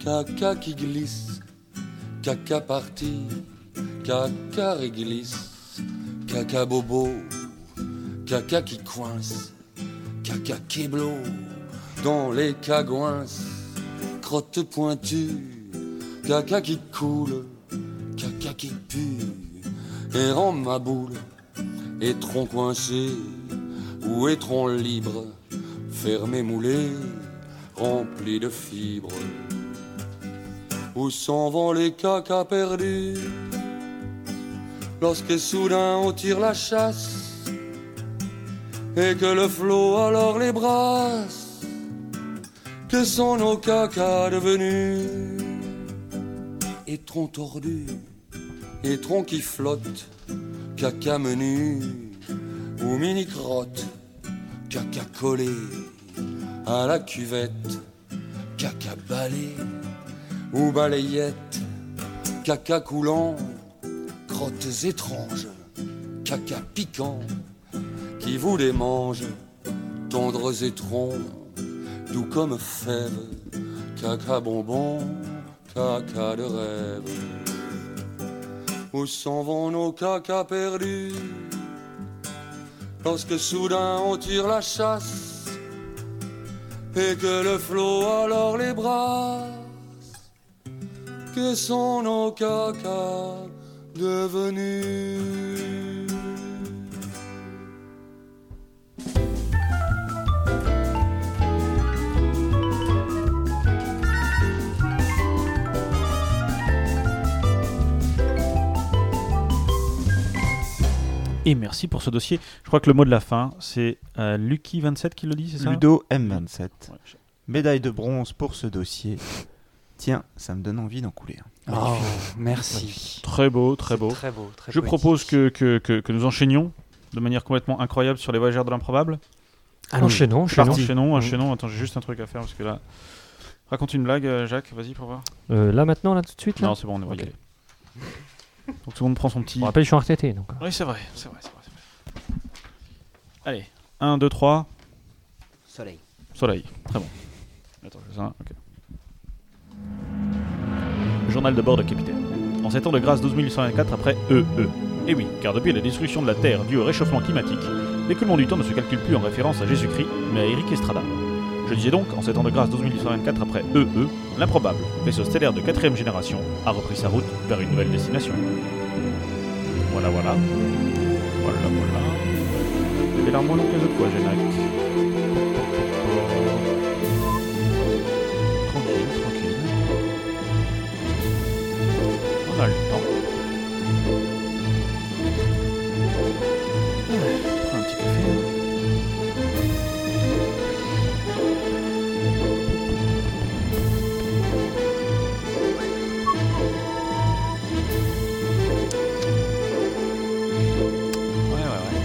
caca qui glisse Caca parti, caca réglisse Caca bobo, caca qui coince Caca québlo, dans les cagouins Crotte pointue caca qui coule, caca qui pue, et rend ma boule, étron coincé ou étron libre, fermé moulé, rempli de fibres. Où s'en vont les cacas perdus Lorsque soudain on tire la chasse et que le flot alors les brasse, que sont nos cacas devenus étron tordu, étron qui flotte, caca menu ou mini crotte, caca collé à la cuvette, caca balai ou balayette, caca coulant, crottes étranges, caca piquant qui vous les mange, tendres étrons, doux comme fèves, caca bonbon caca de rêve. Où s'en vont nos cacas perdus Lorsque soudain on tire la chasse et que le flot alors les bras Que sont nos cacas devenus Et merci pour ce dossier. Je crois que le mot de la fin, c'est euh, Lucky27 qui le dit, c'est ça hein Ludo M27. Médaille de bronze pour ce dossier. Tiens, ça me donne envie d'en couler. un. Oh, merci. Très beau, très beau. très beau, très Je poétique. propose que, que, que, que nous enchaînions de manière complètement incroyable sur les voyageurs de l'improbable. Allons. Ah, Enchaînons, C'est parti. enchaînons. Mmh. Enchaînons, enchaînons. Attends, j'ai juste un truc à faire parce que là. Raconte une blague, euh, Jacques, vas-y pour voir. Euh, là maintenant, là tout de suite là Non, c'est bon, on est Ok. aller. Donc tout le monde prend son petit. Je vous rappelle, je suis en RTT donc. Oui, c'est vrai, c'est vrai, c'est vrai, c'est vrai. Allez, 1, 2, 3. Soleil. Soleil, très bon. Attends, c'est ça, ok. Journal de bord de capitaine. En ces temps de grâce 12824 après EE. Et oui, car depuis la destruction de la Terre due au réchauffement climatique, l'écoulement du temps ne se calcule plus en référence à Jésus-Christ, mais à Eric Estrada. Je disais donc, en ces temps de grâce 12824 après EE, l'improbable vaisseau stellaire de quatrième génération a repris sa route vers une nouvelle destination. Voilà, voilà. Voilà, voilà. Et là, moins long que les autres fois, Génac. Tranquille, tranquille. On a le temps. Prends un petit café. Ouais, ouais, ouais.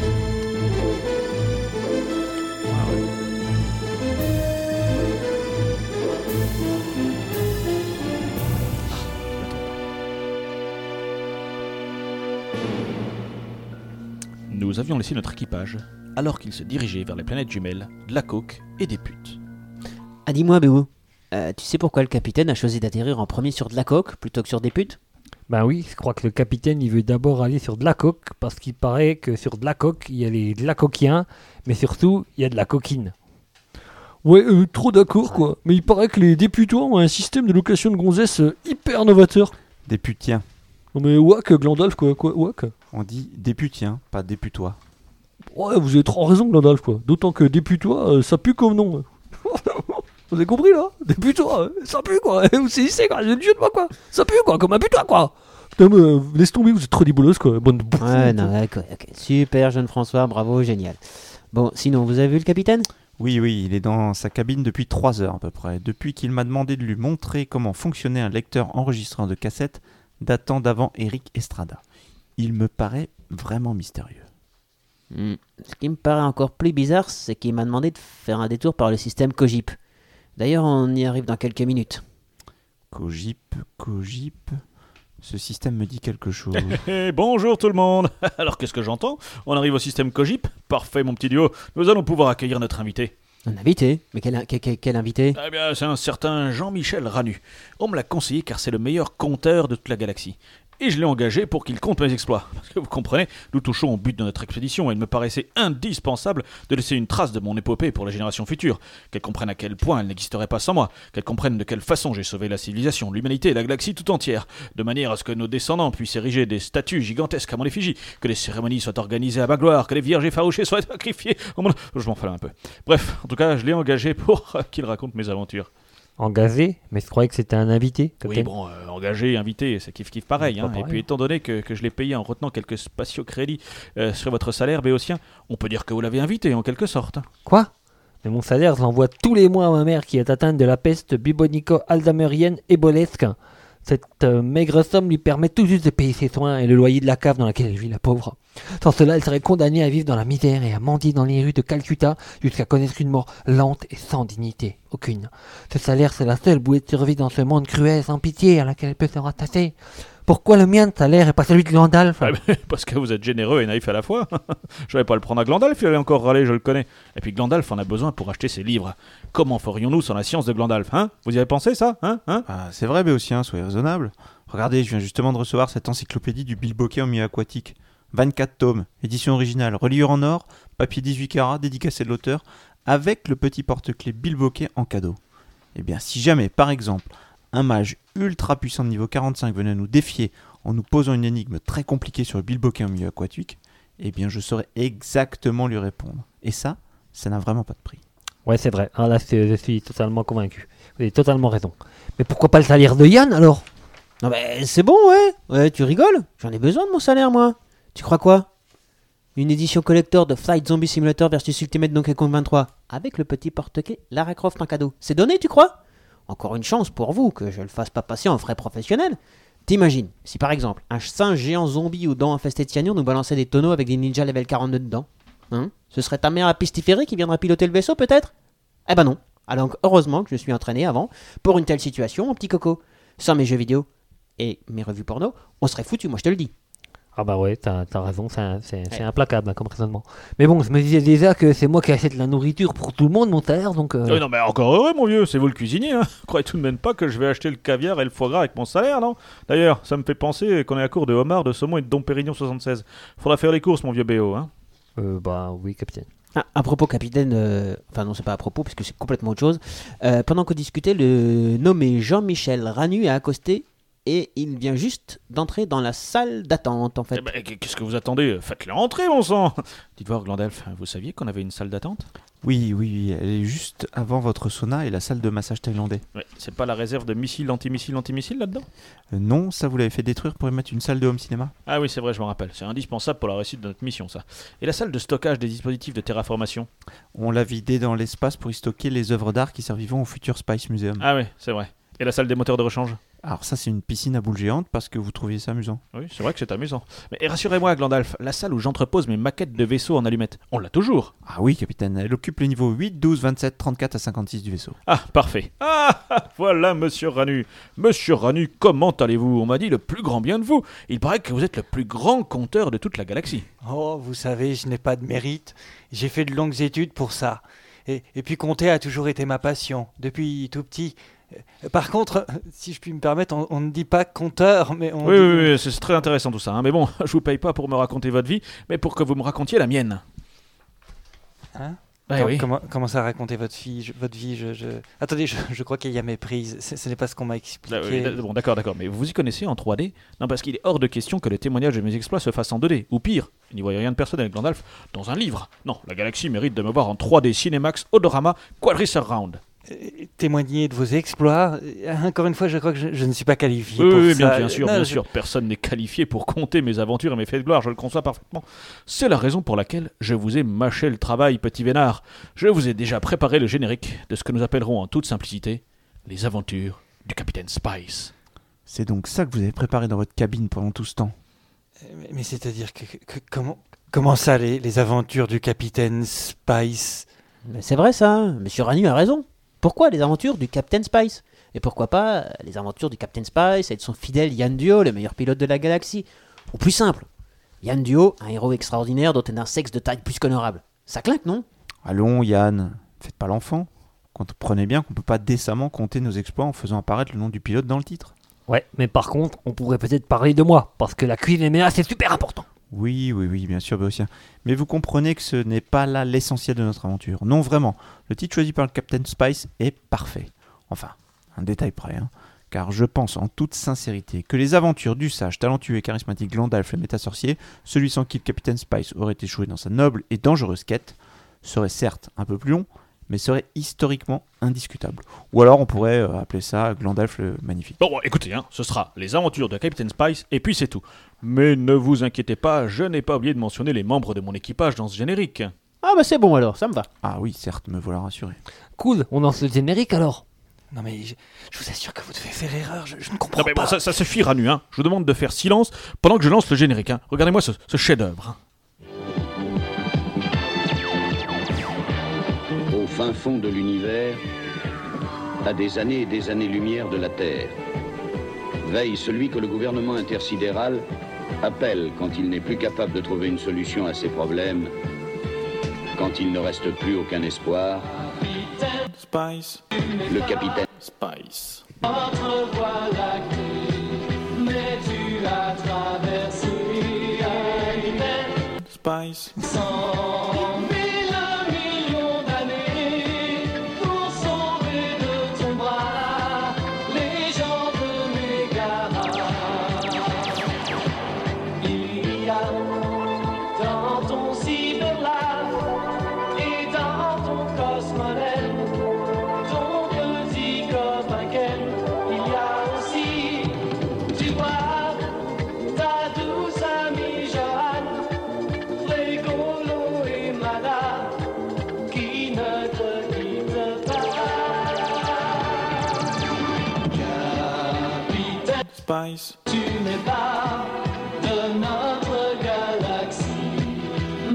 Ah ouais. Nous avions laissé notre équipage alors qu'il se dirigeait vers les planètes jumelles, de la coke et des putes. Ah, dis-moi, Béou, euh, tu sais pourquoi le capitaine a choisi d'atterrir en premier sur de la coque plutôt que sur des putes Ben oui, je crois que le capitaine il veut d'abord aller sur de la coque parce qu'il paraît que sur de la coque il y a les de la coquien, mais surtout il y a de la coquine. Ouais, euh, trop d'accord quoi. Mais il paraît que les députés ont un système de location de gonzesses euh, hyper novateur. Des putiens. Non mais wack Glandalf quoi, quoi wack. On dit des putiens, pas des putois. Ouais, vous avez trop raison Glandalf quoi. D'autant que députois, euh, ça pue comme nom. hein. Vous avez compris là Des buteurs, euh, ça pue quoi Vous saisissez quoi J'ai le dieu de moi quoi Ça pue quoi Comme un butoir quoi Putain, mais, euh, laisse tomber, vous êtes trop des boulosses quoi Bonne bouffe Ouais, non, ouais, ok, ok. Super, jeune François, bravo, génial. Bon, sinon, vous avez vu le capitaine Oui, oui, il est dans sa cabine depuis 3 heures à peu près. Depuis qu'il m'a demandé de lui montrer comment fonctionnait un lecteur enregistreur de cassettes datant d'avant Eric Estrada. Il me paraît vraiment mystérieux. Hmm. Ce qui me paraît encore plus bizarre, c'est qu'il m'a demandé de faire un détour par le système Cogip. D'ailleurs, on y arrive dans quelques minutes. Cogip, Cogip. Ce système me dit quelque chose. Eh, bonjour tout le monde Alors qu'est-ce que j'entends On arrive au système Cogip Parfait mon petit duo, nous allons pouvoir accueillir notre invité. Un invité Mais quel, quel- quel- quel invité Eh bien c'est un certain Jean-Michel Ranu. On me l'a conseillé car c'est le meilleur compteur de toute la galaxie. Et je l'ai engagé pour qu'il compte mes exploits. Parce que vous comprenez, nous touchons au but de notre expédition et il me paraissait indispensable de laisser une trace de mon épopée pour les générations futures. Qu'elles comprennent à quel point elle n'existerait pas sans moi. Qu'elles comprennent de quelle façon j'ai sauvé la civilisation, l'humanité et la galaxie tout entière. De manière à ce que nos descendants puissent ériger des statues gigantesques à mon effigie. Que les cérémonies soient organisées à ma gloire. Que les vierges effarouchées soient sacrifiées. Oh mon- Je m'en fallais un peu. Bref, en tout cas, je l'ai engagé pour euh, qu'il raconte mes aventures. Engagé Mais je croyais que c'était un invité. Oui, bon, euh, engagé, invité, c'est kiff kiff pareil. Pas hein. pareil. Et puis étant donné que, que je l'ai payé en retenant quelques spatio-crédits euh, sur votre salaire béotien, on peut dire que vous l'avez invité en quelque sorte. Quoi Mais mon salaire, je l'envoie tous les mois à ma mère qui est atteinte de la peste bubonico-alzheimerienne ébolesque. Cette euh, maigre somme lui permet tout juste de payer ses soins et le loyer de la cave dans laquelle elle vit, la pauvre. Sans cela, elle serait condamnée à vivre dans la misère et à mendier dans les rues de Calcutta jusqu'à connaître une mort lente et sans dignité. Aucune. Ce salaire, c'est la seule bouée de survie dans ce monde cruel, sans pitié, à laquelle elle peut se rattacher. Pourquoi le mien de salaire et pas celui de Gandalf Ah, mais Parce que vous êtes généreux et naïf à la fois. je vais pas le prendre à Glandalf, il allait encore râler, je le connais. Et puis Glandalf en a besoin pour acheter ses livres. Comment ferions-nous sans la science de Glandalf hein Vous y avez pensé ça hein hein Ah, c'est vrai, Béotien, soyez raisonnable. Regardez, je viens justement de recevoir cette encyclopédie du bilboquet au milieu aquatique. 24 tomes, édition originale, reliure en or, papier 18 carats, dédicacé de l'auteur, avec le petit porte-clés bilboquet en cadeau. Eh bien, si jamais, par exemple, un mage ultra puissant de niveau 45 venait nous défier en nous posant une énigme très compliquée sur le bilboquet au milieu aquatique, eh bien, je saurais exactement lui répondre. Et ça, ça n'a vraiment pas de prix. Ouais, c'est vrai. Ah, là, c'est- je suis totalement convaincu. Vous avez totalement raison. Mais pourquoi pas le salaire de Yann alors Non, mais c'est bon, ouais Ouais, tu rigoles J'en ai besoin de mon salaire, moi Tu crois quoi Une édition collector de Flight Zombie Simulator versus Ultimate Donkey Kong 23, avec le petit porte-clés Lara Croft en cadeau. C'est donné, tu crois Encore une chance pour vous que je le fasse pas passer en frais professionnels. T'imagines, si par exemple, un singe géant zombie aux dents infestées de cyanure nous balançait des tonneaux avec des ninjas level 42 dedans Hein Ce serait ta mère à pistiférer qui viendra piloter le vaisseau, peut-être Eh ben non. Alors heureusement que je suis entraîné avant pour une telle situation, mon petit coco. Sans mes jeux vidéo et mes revues porno, on serait foutu, moi je te le dis. Ah bah ouais, t'as t'as raison, c'est un- c'est c'est implacable hein, comme raisonnement. Mais bon, je me disais déjà que c'est moi qui achète la nourriture pour tout le monde, mon salaire, donc... euh, Oui, non, mais encore heureux, mon vieux, c'est vous le cuisinier. Hein. Croyez tout de même pas que je vais acheter le caviar et le foie gras avec mon salaire, non D'ailleurs, ça me fait penser qu'on est à court de homard, de saumon et de Dom Pérignon 76. Faudra faire les courses, mon vieux BO. Hein. Euh, bah oui, capitaine. Ah, à propos, capitaine, euh, enfin non, c'est pas à propos, puisque c'est complètement autre chose. Euh, pendant qu'on discutait, le nommé Jean-Michel Ranu a accosté et il vient juste d'entrer dans la salle d'attente, en fait. Eh ben, Qu'est-ce que vous attendez Faites-le rentrer, mon sang Dites voir, Glandalf, vous saviez qu'on avait une salle d'attente Oui, oui, oui, elle est juste avant votre sauna et la salle de massage thaïlandais. Ouais, C'est pas la réserve de missiles, antimissiles, antimissiles là-dedans Euh, non, ça vous l'avez fait détruire pour y mettre une salle de home cinéma Ah oui, c'est vrai, je m'en rappelle. C'est indispensable pour la réussite de notre mission, ça. Et la salle de stockage des dispositifs de terraformation On l'a vidée dans l'espace pour y stocker les œuvres d'art qui serviront au futur Spice Museum. Ah oui, c'est vrai. Et la salle des moteurs de rechange Alors ça, c'est une piscine à boules géantes parce que vous trouviez ça amusant. Oui, c'est vrai que c'est amusant. Mais et rassurez-moi, Glandalf, la salle où j'entrepose mes maquettes de vaisseaux en allumettes, on l'a toujours. Ah oui, capitaine, elle occupe les niveaux 8, 12, 27, 34 à 56 du vaisseau. Ah, parfait. Ah, ah, voilà, monsieur Ranu. Monsieur Ranu, comment allez-vous On m'a dit le plus grand bien de vous. Il paraît que vous êtes le plus grand compteur de toute la galaxie. Oh, vous savez, je n'ai pas de mérite. J'ai fait de longues études pour ça. Et, et puis compter a toujours été ma passion, depuis tout petit. Euh, Par contre, si je puis me permettre, on, on ne dit pas compteur, mais on Oui, dit... oui, oui, c'est très intéressant tout ça. hein. Mais bon, je vous paye pas pour me raconter votre vie, mais pour que vous me racontiez la mienne. Hein Ah Com- oui. comment, commencez à raconter votre, fille, je- votre vie. Je, je- Attendez, je, je crois qu'il y a méprise. Ce, ce n'est pas ce qu'on m'a expliqué. Ah, oui, Bon, d'accord, d'accord. Mais vous y connaissez en 3D Non, parce qu'il est hors de question que le témoignage de mes exploits se fasse en 2D. Ou pire, il n'y voyait rien de personnel, Gandalf, dans un livre. Non, la galaxie mérite de me voir en 3D Cinemax Odorama Quadri Surround. Euh, Témoigner de vos exploits. Euh, Encore une fois, je crois que je, je ne suis pas qualifié. Oui, pour oui, bien, ça. bien sûr, Non, bien je- sûr. Personne n'est qualifié pour compter mes aventures et mes faits de gloire, je le conçois parfaitement. C'est la raison pour laquelle je vous ai mâché le travail, petit vénard. Je vous ai déjà préparé le générique de ce que nous appellerons en toute simplicité les aventures du capitaine Spice. C'est donc ça que vous avez préparé dans votre cabine pendant tout ce temps. Mais, mais c'est-à-dire que, que- que- comment, comment ça, les, les aventures du capitaine Spice Mais c'est vrai ça, Monsieur Ranu a raison. Pourquoi les aventures du Captain Spice Et pourquoi pas euh, les aventures du Captain Spice et de son fidèle Yann Duo, le meilleur pilote de la galaxie Ou plus simple, Yann Duo, un héros extraordinaire doté d'un sexe de taille plus qu'honorable. Ça clinque, non Allons, Yann, faites pas l'enfant. Comprenez bien qu'on peut pas décemment compter nos exploits en faisant apparaître le nom du pilote dans le titre. Ouais, mais par contre, on pourrait peut-être parler de moi, parce que la cuisine MA, c'est super important. Oui, oui, oui, bien sûr, Béotien. Mais vous comprenez que ce n'est pas là l'essentiel de notre aventure. Non, vraiment. Le titre choisi par le Captain Spice est parfait. Enfin, un détail près, hein. Car je pense en toute sincérité que les aventures du sage, talentueux et charismatique Glandalf le métasorcier, celui sans qui le Capitaine Spice aurait échoué dans sa noble et dangereuse quête, serait certes un peu plus long, mais serait historiquement indiscutable. Ou alors on pourrait euh, appeler ça Glandalf le magnifique. Bon, bon, écoutez, hein, ce sera les aventures de Captain Spice, et puis c'est tout. Mais ne vous inquiétez pas, je n'ai pas oublié de mentionner les membres de mon équipage dans ce générique. Ah bah c'est bon alors, ça me va. Ah oui, certes, me voilà rassuré. Cool, on lance le générique alors. Non mais je, je vous assure que vous devez faire erreur, je, je ne comprends Non mais bon, pas. ça, ça suffit, Ranu, hein. Je vous demande de faire silence pendant que je lance le générique, hein. Regardez-moi ce, ce chef-d'œuvre. hein. Au fin fond de l'univers, à des années et des années-lumière de la Terre, veille celui que le gouvernement intersidéral appelle quand il n'est plus capable de trouver une solution à ses problèmes, quand il ne reste plus aucun espoir. Spice. Le capitaine Spice. Entre voies lactées, mais tu as traversé un hiver Spice. sans mille millions d'années pour sauver de ton bras les gens de Mégara. Il y a dans ton cyberlab et dans ton cosmodèle, ton petit copain il y a aussi du bois, ta douce amie Jeanne. Frégolo et Mala qui ne te quittent pas. Capitaine Spice, tu n'es pas de notre galaxie,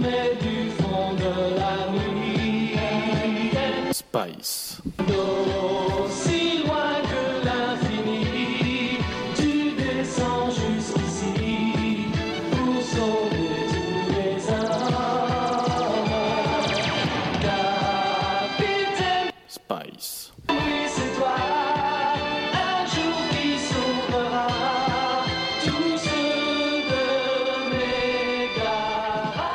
mais du fond de la nuit. Spice. D'aussi loin que l'infini, tu descends jusqu'ici pour sauver tous les hommes. Capitaine, Spice. oui, c'est toi, un jour qui sauvera tous ceux de Mégara.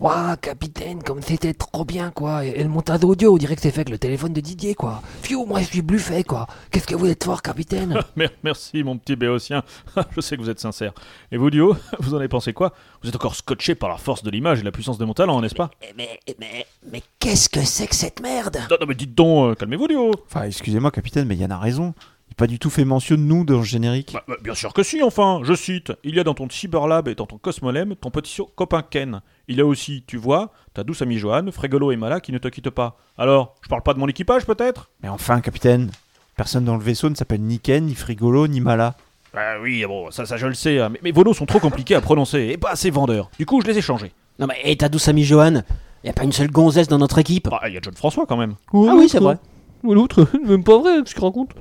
Ouah, capitaine, comme c'était trop bien, quoi. Et, et le montage audio, on dirait que c'est fait avec le téléphone de Didier, quoi. Fiu, moi, je suis bluffé, quoi. Qu'est-ce que vous êtes fort, capitaine Ah, Mer- Merci, mon petit Béotien. Ah, je sais que vous êtes sincère. Et vous, Duo, vous en avez pensé quoi Vous êtes encore scotché par la force de l'image et la puissance de mon talent, n'est-ce pas Mais, mais, mais qu'est-ce que c'est que cette merde non, non, mais dites donc, euh, calmez-vous, Duo. Enfin, excusez-moi, capitaine, mais Yann a raison. Il n'a pas du tout fait mention de nous dans le générique. Bah, bah, bien sûr que si, enfin. Je cite Il y a dans ton cyberlab et dans ton cosmolem ton petit so- copain Ken. Il y a aussi, tu vois, ta douce amie Joanne, Frégolo et Mala qui ne te quittent pas. Alors, je parle pas de mon équipage, peut-être Mais enfin, capitaine, personne dans le vaisseau ne s'appelle ni Ken, ni Frigolo, ni Mala. Ah oui, bon, ça, ça je le sais, hein, mais mes vos noms sont trop compliqués à prononcer et pas assez vendeurs. Du coup, je les ai changés. Non mais, et ta douce amie Johan y a pas une seule gonzesse dans notre équipe Bah, il y a John François quand même. ah oui, c'est vrai. Ou l'autre, même pas vrai, ce qu'il raconte.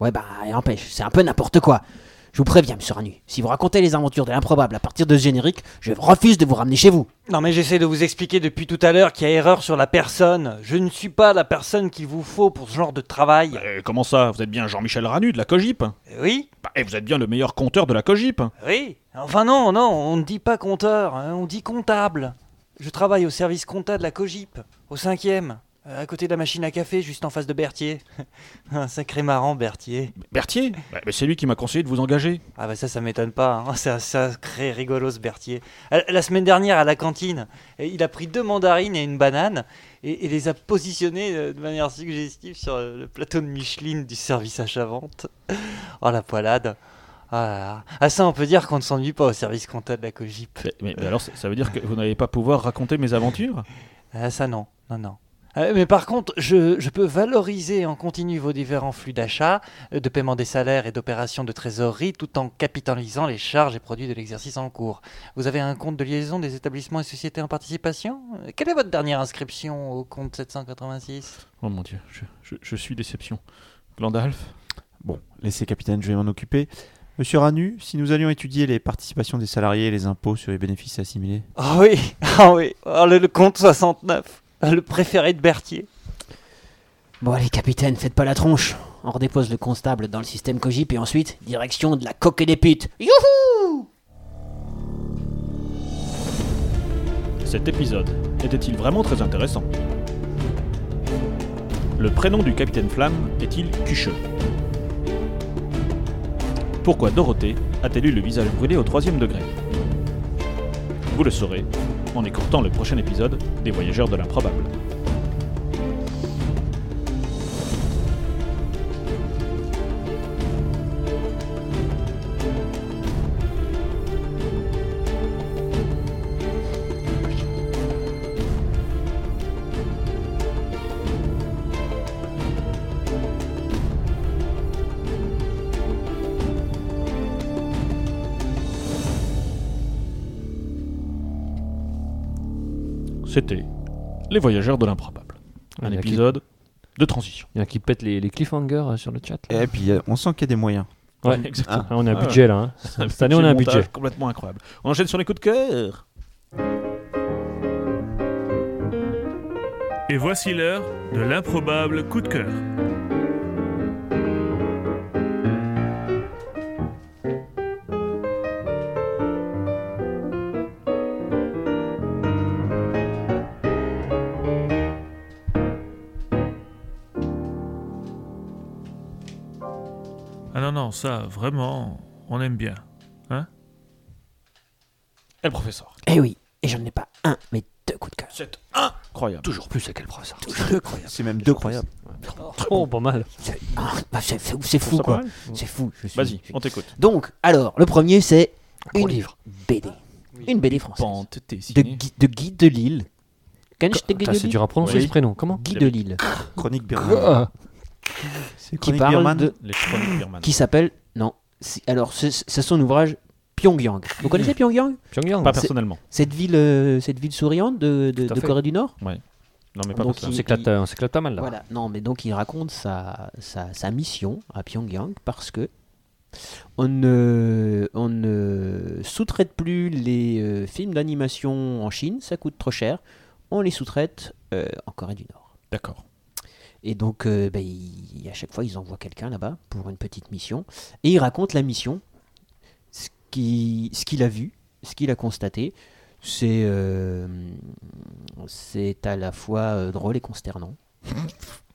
Ouais, bah, et empêche, c'est un peu n'importe quoi. Je vous préviens, monsieur Ranu, si vous racontez les aventures de l'improbable à partir de ce générique, je refuse de vous ramener chez vous. Non mais j'essaie de vous expliquer depuis tout à l'heure qu'il y a erreur sur la personne. Je ne suis pas la personne qu'il vous faut pour ce genre de travail. Euh, Euh, comment ça Vous êtes bien Jean-Michel Ranu de la Cogip Oui. Bah, et vous êtes bien le meilleur conteur de la Cogip Oui, enfin non, non, on ne dit pas compteur, hein, on dit comptable. Je travaille au service compta de la COGIP, au cinquième, euh, à côté de la machine à café, juste en face de Berthier. Un sacré marrant, Berthier. Berthier Bah, bah, C'est lui qui m'a conseillé de vous engager. Ah bah ça, ça m'étonne pas. hein. C'est un sacré rigolo ce Berthier. À- La semaine dernière à la cantine, et il a pris deux mandarines et une banane et, et les a positionnées euh, de manière suggestive sur euh, le plateau de Micheline du service achat-vente. Oh la poilade. Ah, là là. Ah, ça, on peut dire qu'on ne s'ennuie pas au service compta de la COGIP. Mais, mais- mais alors, ça ça veut dire que vous n'allez pas pouvoir raconter mes aventures Ah, ça non, non, non. Euh, Mais par contre, je, je peux valoriser en continu vos différents flux d'achat, euh, de paiement des salaires et d'opérations de trésorerie tout en capitalisant les charges et produits de l'exercice en cours. Vous avez un compte de liaison des établissements et sociétés en participation Euh, Quelle est votre dernière inscription au compte 786 Oh mon dieu, je, je- je suis déception. Glandalf Bon, laissez capitaine, je vais m'en occuper. Monsieur Ranu, si nous allions étudier les participations des salariés et les impôts sur les bénéfices assimilés. Ah oui, ah oui, Ah, le, le compte 69, le préféré de Berthier. Bon allez capitaine, faites pas la tronche. On redépose le constable dans le système Cogip et ensuite, direction de la coque et des putes. Youhou Cet épisode était-il vraiment très intéressant Le prénom du capitaine Flamme est-il Cucheux Pourquoi Dorothée a-t-elle eu le visage brûlé au troisième degré Vous le saurez en écoutant le prochain épisode des Voyageurs de l'improbable. C'était Les Voyageurs de l'improbable. Un Il y a qui- épisode de transition. Il y en a qui pètent les, les cliffhangers euh, sur le chat. là. Et puis, euh, on sent qu'il y a des moyens. Ouais, Ah. exactement. On a un budget, là, hein. Cette année, on a un montage budget. Complètement incroyable. On enchaîne sur les coups de cœur. Et voici l'heure de l'improbable coup de cœur. Ah non, non, ça, vraiment, on aime bien. Hein Et le professeur Eh oui, et j'en ai pas un, mais deux coups de cœur. C'est incroyable. Toujours plus à quel professeur C'est même deux croyables. Oh, pas mal. C'est ah, bah, c'est- c'est- c'est fou, Ça quoi. va mal C'est fou. je suis- Vas-y, je- on t'écoute. Donc, alors, le premier, c'est gros une livre. BD. Une BD française. dessinée. de, Guy, de Guy de Lille. Connais-tu de Guy Putain, de c'est Lille dur à prononcer Oui. ce prénom. Comment Guy de Lille. Chronique Quoi qui Chronique parle birmane de... Les chroniques birmanes. Qui s'appelle... Non. c'est- Alors, c'est c'est son ouvrage Pyongyang. Vous connaissez Pyongyang Pas C'est- personnellement. Cette ville, euh, cette ville souriante de, de- Tout à de fait. Corée du Nord Ouais. Non, mais pas Donc, personnellement. il- On s'éclate, euh, on s'éclate pas mal là. Voilà, non, mais donc il raconte sa, sa, sa mission à Pyongyang parce que on ne, on ne sous-traite plus les euh, films d'animation en Chine, ça coûte trop cher, on les sous-traite euh, en Corée du Nord. D'accord. Et donc, euh, ben, il- à chaque fois, ils envoient quelqu'un là-bas pour une petite mission et il raconte la mission, ce qui- ce qu'il a vu, ce qu'il a constaté. C'est euh, c'est à la fois euh, drôle et consternant.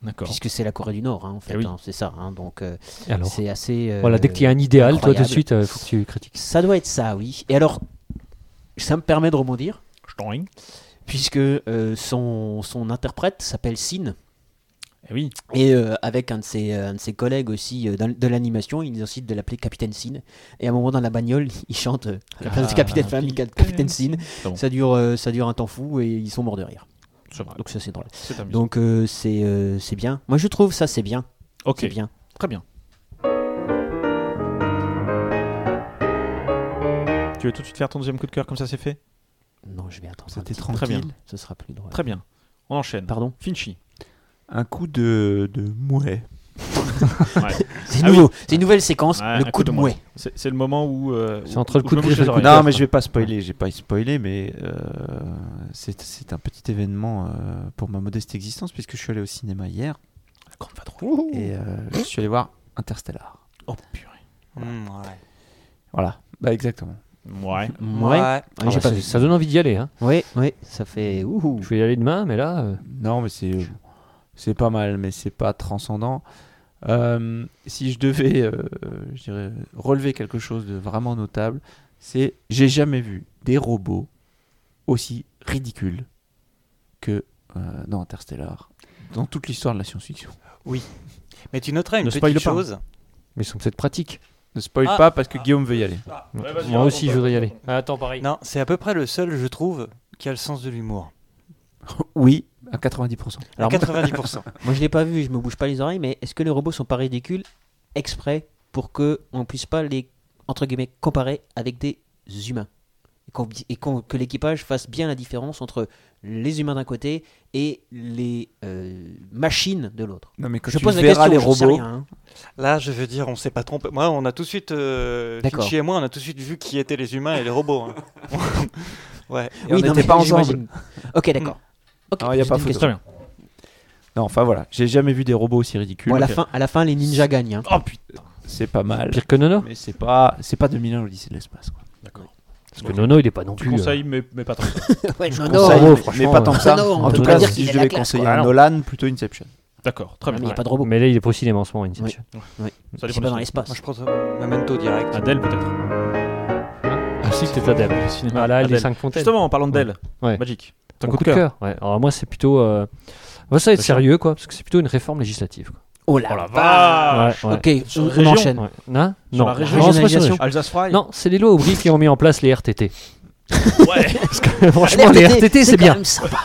D'accord. Puisque c'est la Corée du Nord, hein, en fait, Eh oui. hein, c'est ça. hein, donc, euh, Et alors c'est assez. euh, Voilà, dès qu'il y a un idéal, toi, de incroyable. suite, euh, faut que tu critiques. Ça doit être ça, oui. Et alors, ça me permet de rebondir, Je t'en ring. puisque euh, son, son interprète s'appelle Sin. Eh oui. Et euh, avec un de ses, euh, un de ses collègues aussi euh, dans- de l'animation, ils décident de l'appeler Capitaine Sin. Et à un moment dans la bagnole, il chante euh, Ah. à la place de Capitaine Flamme, il chante Capitaine Sin. C'est bon. Ça, dure, euh, ça dure un temps fou et ils sont morts de rire. C'est vrai. Donc ça c'est drôle. C'est amusant. Donc euh, c'est euh, c'est bien. Moi je trouve ça c'est bien. Ok. C'est bien. Très bien. Tu veux tout de suite faire ton deuxième coup de cœur comme ça c'est fait Non, je vais attendre. C'était tranquille. Très bien. Ce sera plus drôle. Très bien. On enchaîne. Pardon Finchy. Un coup de, de mouet. C'est Ah nouveau. oui. C'est une nouvelle séquence. Ouais, le un coup de mouet. C'est c'est le moment où. euh, C'est où- entre le où coup je de me griffe bouche et le les coup de oreilles. Non, mais je vais pas spoiler, j'ai pas spoilé, mais euh, c'est c'est un petit événement euh, pour ma modeste existence puisque je suis allé au cinéma hier La grande vadrouille. et euh, je suis allé voir Interstellar. Oh purée. Hmm, ouais. Voilà, bah exactement. Ouais. Ah Ah bah, j'ai pas ça- vu. Ça donne envie d'y aller. Hein. Oui, oui, ça fait ouhou. Je vais y aller demain, mais là. euh, Non, mais c'est c'est pas mal, mais c'est pas transcendant. Euh, si je devais, euh, je dirais, relever quelque chose de vraiment notable, c'est j'ai jamais vu des robots aussi ridicules que euh, dans Interstellar, dans toute l'histoire de la science-fiction. Oui. Mais tu noteras une Ne spoil petite pas. chose. Mais ils sont peut-être pratiques. Ne spoil Ah. pas parce que Guillaume veut y aller. Moi aussi, je voudrais y aller. Attends, pareil. Non, c'est à peu près le seul, je trouve, qui a le sens de l'humour. Oui, à 90%. Alors, moi- 90%. moi, je l'ai pas vu, je me bouge pas les oreilles, mais est-ce que les robots sont pas ridicules exprès pour que on puisse pas les entre guillemets comparer avec des humains et, qu'on- et qu'on- que l'équipage fasse bien la différence entre les humains d'un côté et les euh, machines de l'autre. Non, mais quand je tu pose la verras question, les j'en sais robots- rien, hein. Là, je veux dire, on s'est pas trompé. Moi, on a tout de suite, euh, D'accord. Finchi et moi, on a tout de suite vu qui étaient les humains et les robots. hein. ouais. Et on Oui, non, était mais pas ensemble. j'imagine. Ok, d'accord. Ok, Non, il n'y Ah, a c'était pas une photo. question. Non, enfin voilà, j'ai jamais vu des robots aussi ridicules. Bon, à, la fin, à la fin, les ninjas gagnent. Oh, hein. C'est pas mal. Pire que Nono Mais c'est pas, c'est pas 2001 l'Odyssée de l'espace. quoi. Parce que Nono, il est pas non plus. euh, conseille, mais, mais pas tant. Ouais, Je Nono, conseille, euh, mais- mais, franchement, pas tant que ça. Nono, on en peut tout pas cas, dire si qu'il je a la devais classe, conseiller quoi. un Ah non. Nolan, plutôt Inception. D'accord, très bien. Mais il n'y a pas de euh, robot. Mais là, il est procédé en ce moment, Inception. Ouais. Ça C'est dépend pas du dans film. l'espace. Moi, je prends Memento direct. Adèle, peut-être. Hein Ah, si, peut-être Adèle. Le cinéma. Ah, là, les Adèle. 5 fontaines. Justement, en parlant de Dell, Ouais. Magic. Mon coup, de cœur. Ouais. Alors, moi, c'est plutôt. euh, moi, ça va être D'accord. sérieux, quoi, parce que c'est plutôt une réforme législative. quoi. Oh la, Oh la vache. Ouais, ouais. Ok, Sur on, les on régions. enchaîne. Ouais. Hein Sur non, non, la régionalisation. c'est pas sur les- Alsace Fry. Non, c'est les lois Aubry qui ont mis en place les RTT. Ouais. Parce que, franchement, les RTT, RTT, c'est c'est quand bien. même sympa.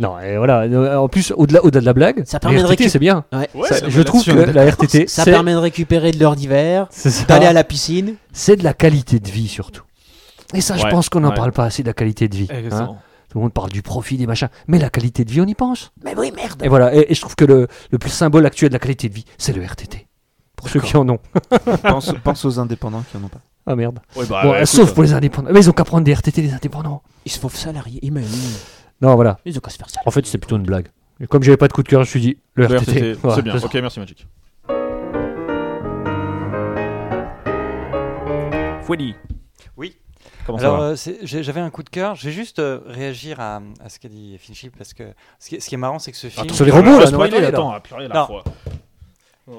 non, et voilà. En plus, au-delà, au-delà de la blague, Ça les permet de RTT, récup- c'est bien. Ouais. Ouais, Ça- ça je va trouve que là-dessus, on est la RTT, Ça c'est- permet de récupérer de l'heure d'hiver, C'est ça. d'aller à la piscine. c'est de la qualité de vie surtout. Et ça, je Ouais, pense qu'on n'en ouais. parle pas assez de la qualité de vie. hein. Exactement. Tout le monde parle du profit, des machins, mais la qualité de vie, on y pense. Mais oui, merde. Et voilà, et, et je trouve que le, le plus symbole actuel de la qualité de vie, c'est le RTT. Pour ceux qui en ont. pense, pense aux indépendants qui en ont pas. Ah merde. Ouais, bah, Bon, ouais, euh, écoute, sauf pour les indépendants. Mais ils ont qu'à prendre des RTT des indépendants. Ils se font salariés. Ils, mais, Non, voilà. ils ont qu'à se faire ça. En fait, c'est plutôt une blague. Et comme j'avais pas de coup de cœur, je me suis dit, le, Le RTT. RTT, voilà, c'est bien. ça. Ok, merci Magic. Fouedi. Oui. Comment ça Alors, va euh, c'est- j'ai- j'avais un coup de cœur. Je vais juste euh, réagir à, à ce qu'a dit Finchi parce que ce qui, ce qui est marrant, c'est que ce film. Sur les robots, là, Spoiler, non, attendez, là. attends, ah, purée, la Non. fois.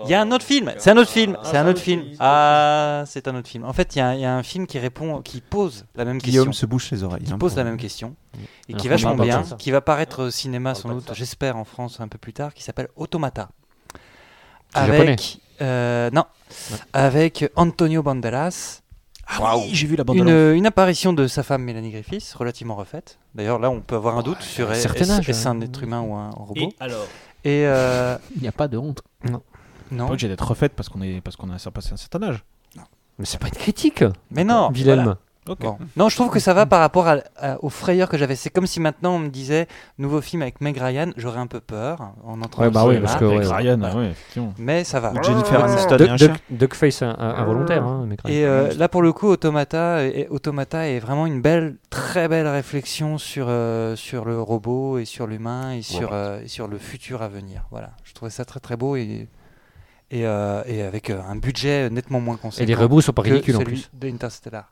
Il y a un autre film. C'est un autre film. C'est un autre film. Ah, c'est un autre film. En fait, il y, a un- il y a un film qui répond, qui pose la même Guillaume question. se bouche les oreilles. Qui hein, pose pour- la même question et Alors qui est qu'on parle vachement pas de bien, ça. qui va paraître au cinéma sans doute, j'espère en France un peu plus tard, qui s'appelle Automata. C'est japonais. Avec euh, non, avec Antonio Banderas. Ah oui, J'ai vu la bande une, une apparition de sa femme Mélanie Griffiths, relativement refaite. D'ailleurs, là, on peut avoir un doute sur est- certain est-ce âge, est-ce hein. un être humain ou un robot. alors Et, euh, Il n'y a pas de honte. Pas non, obligé d'être refaite parce qu'on est parce qu'on a passé un certain âge. Mais c'est pas une critique, mais non. Wilhelm. voilà. Ok. Bon. Non, je trouve que ça va par rapport à, à- aux frayeurs que j'avais. C'est comme si maintenant on me disait nouveau film avec Meg Ryan, j'aurais un peu peur en entrant Ouais, au bah oui, cinéma. parce que, Avec ouais. Ryan, ah ouais, effectivement. Mais ça va. Ou Jennifer Aniston et un Duck- chien. Duck- Duckface un- un- Euh, involontaire, hein, mais quand même. Et euh, là, pour le coup, Automata est, Automata est vraiment une belle, très belle réflexion sur, euh, sur le robot et sur l'humain et sur, euh, et sur le futur à venir. Voilà, je trouvais ça très très beau et, et, euh, et avec euh, un budget nettement moins conséquent. Et les robots sont pas que ridicules en celui plus. d'Interstellar.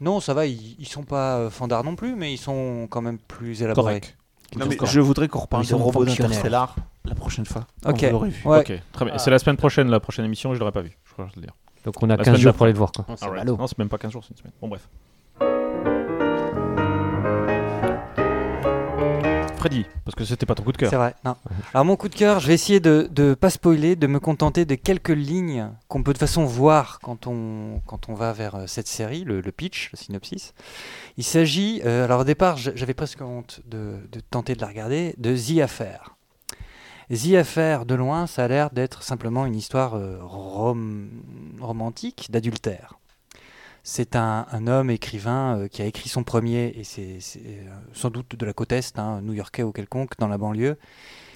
Non, ça va, ils, ils sont pas euh, fandards non plus, mais ils sont quand même plus élaborés. Correct. Non, mais je voudrais qu'on reparle Ils de sont robots fonctionnels. d'Interstellar la prochaine fois. quand Ok. vous l'aurez vu. Ouais. Ah. Ok, très Ah. bien. Et C'est la semaine prochaine, la prochaine émission, je l'aurais pas vu. Je crois que je vais le dire. Donc on a la 15 semaine jours d'après. pour aller le voir. Quoi. c'est Alright. ballot. Non, c'est même pas 15 jours, c'est une semaine. Bon, bref. Freddy, parce que c'était pas ton coup de cœur. C'est vrai. Non. Alors mon coup de cœur, je vais essayer de ne pas spoiler, de me contenter de quelques lignes qu'on peut de toute façon voir quand on, quand on va vers euh, cette série, le, le pitch, le synopsis. Il s'agit, euh, alors au départ j- j'avais presque honte de, de tenter de la regarder, de The Affair. The Affair, de loin, ça a l'air d'être simplement une histoire euh, rom- romantique d'adultère. C'est un, un homme écrivain euh, qui a écrit son premier, et c'est c'est, euh, sans doute de la côte est, hein, new-yorkais ou quelconque, dans la banlieue,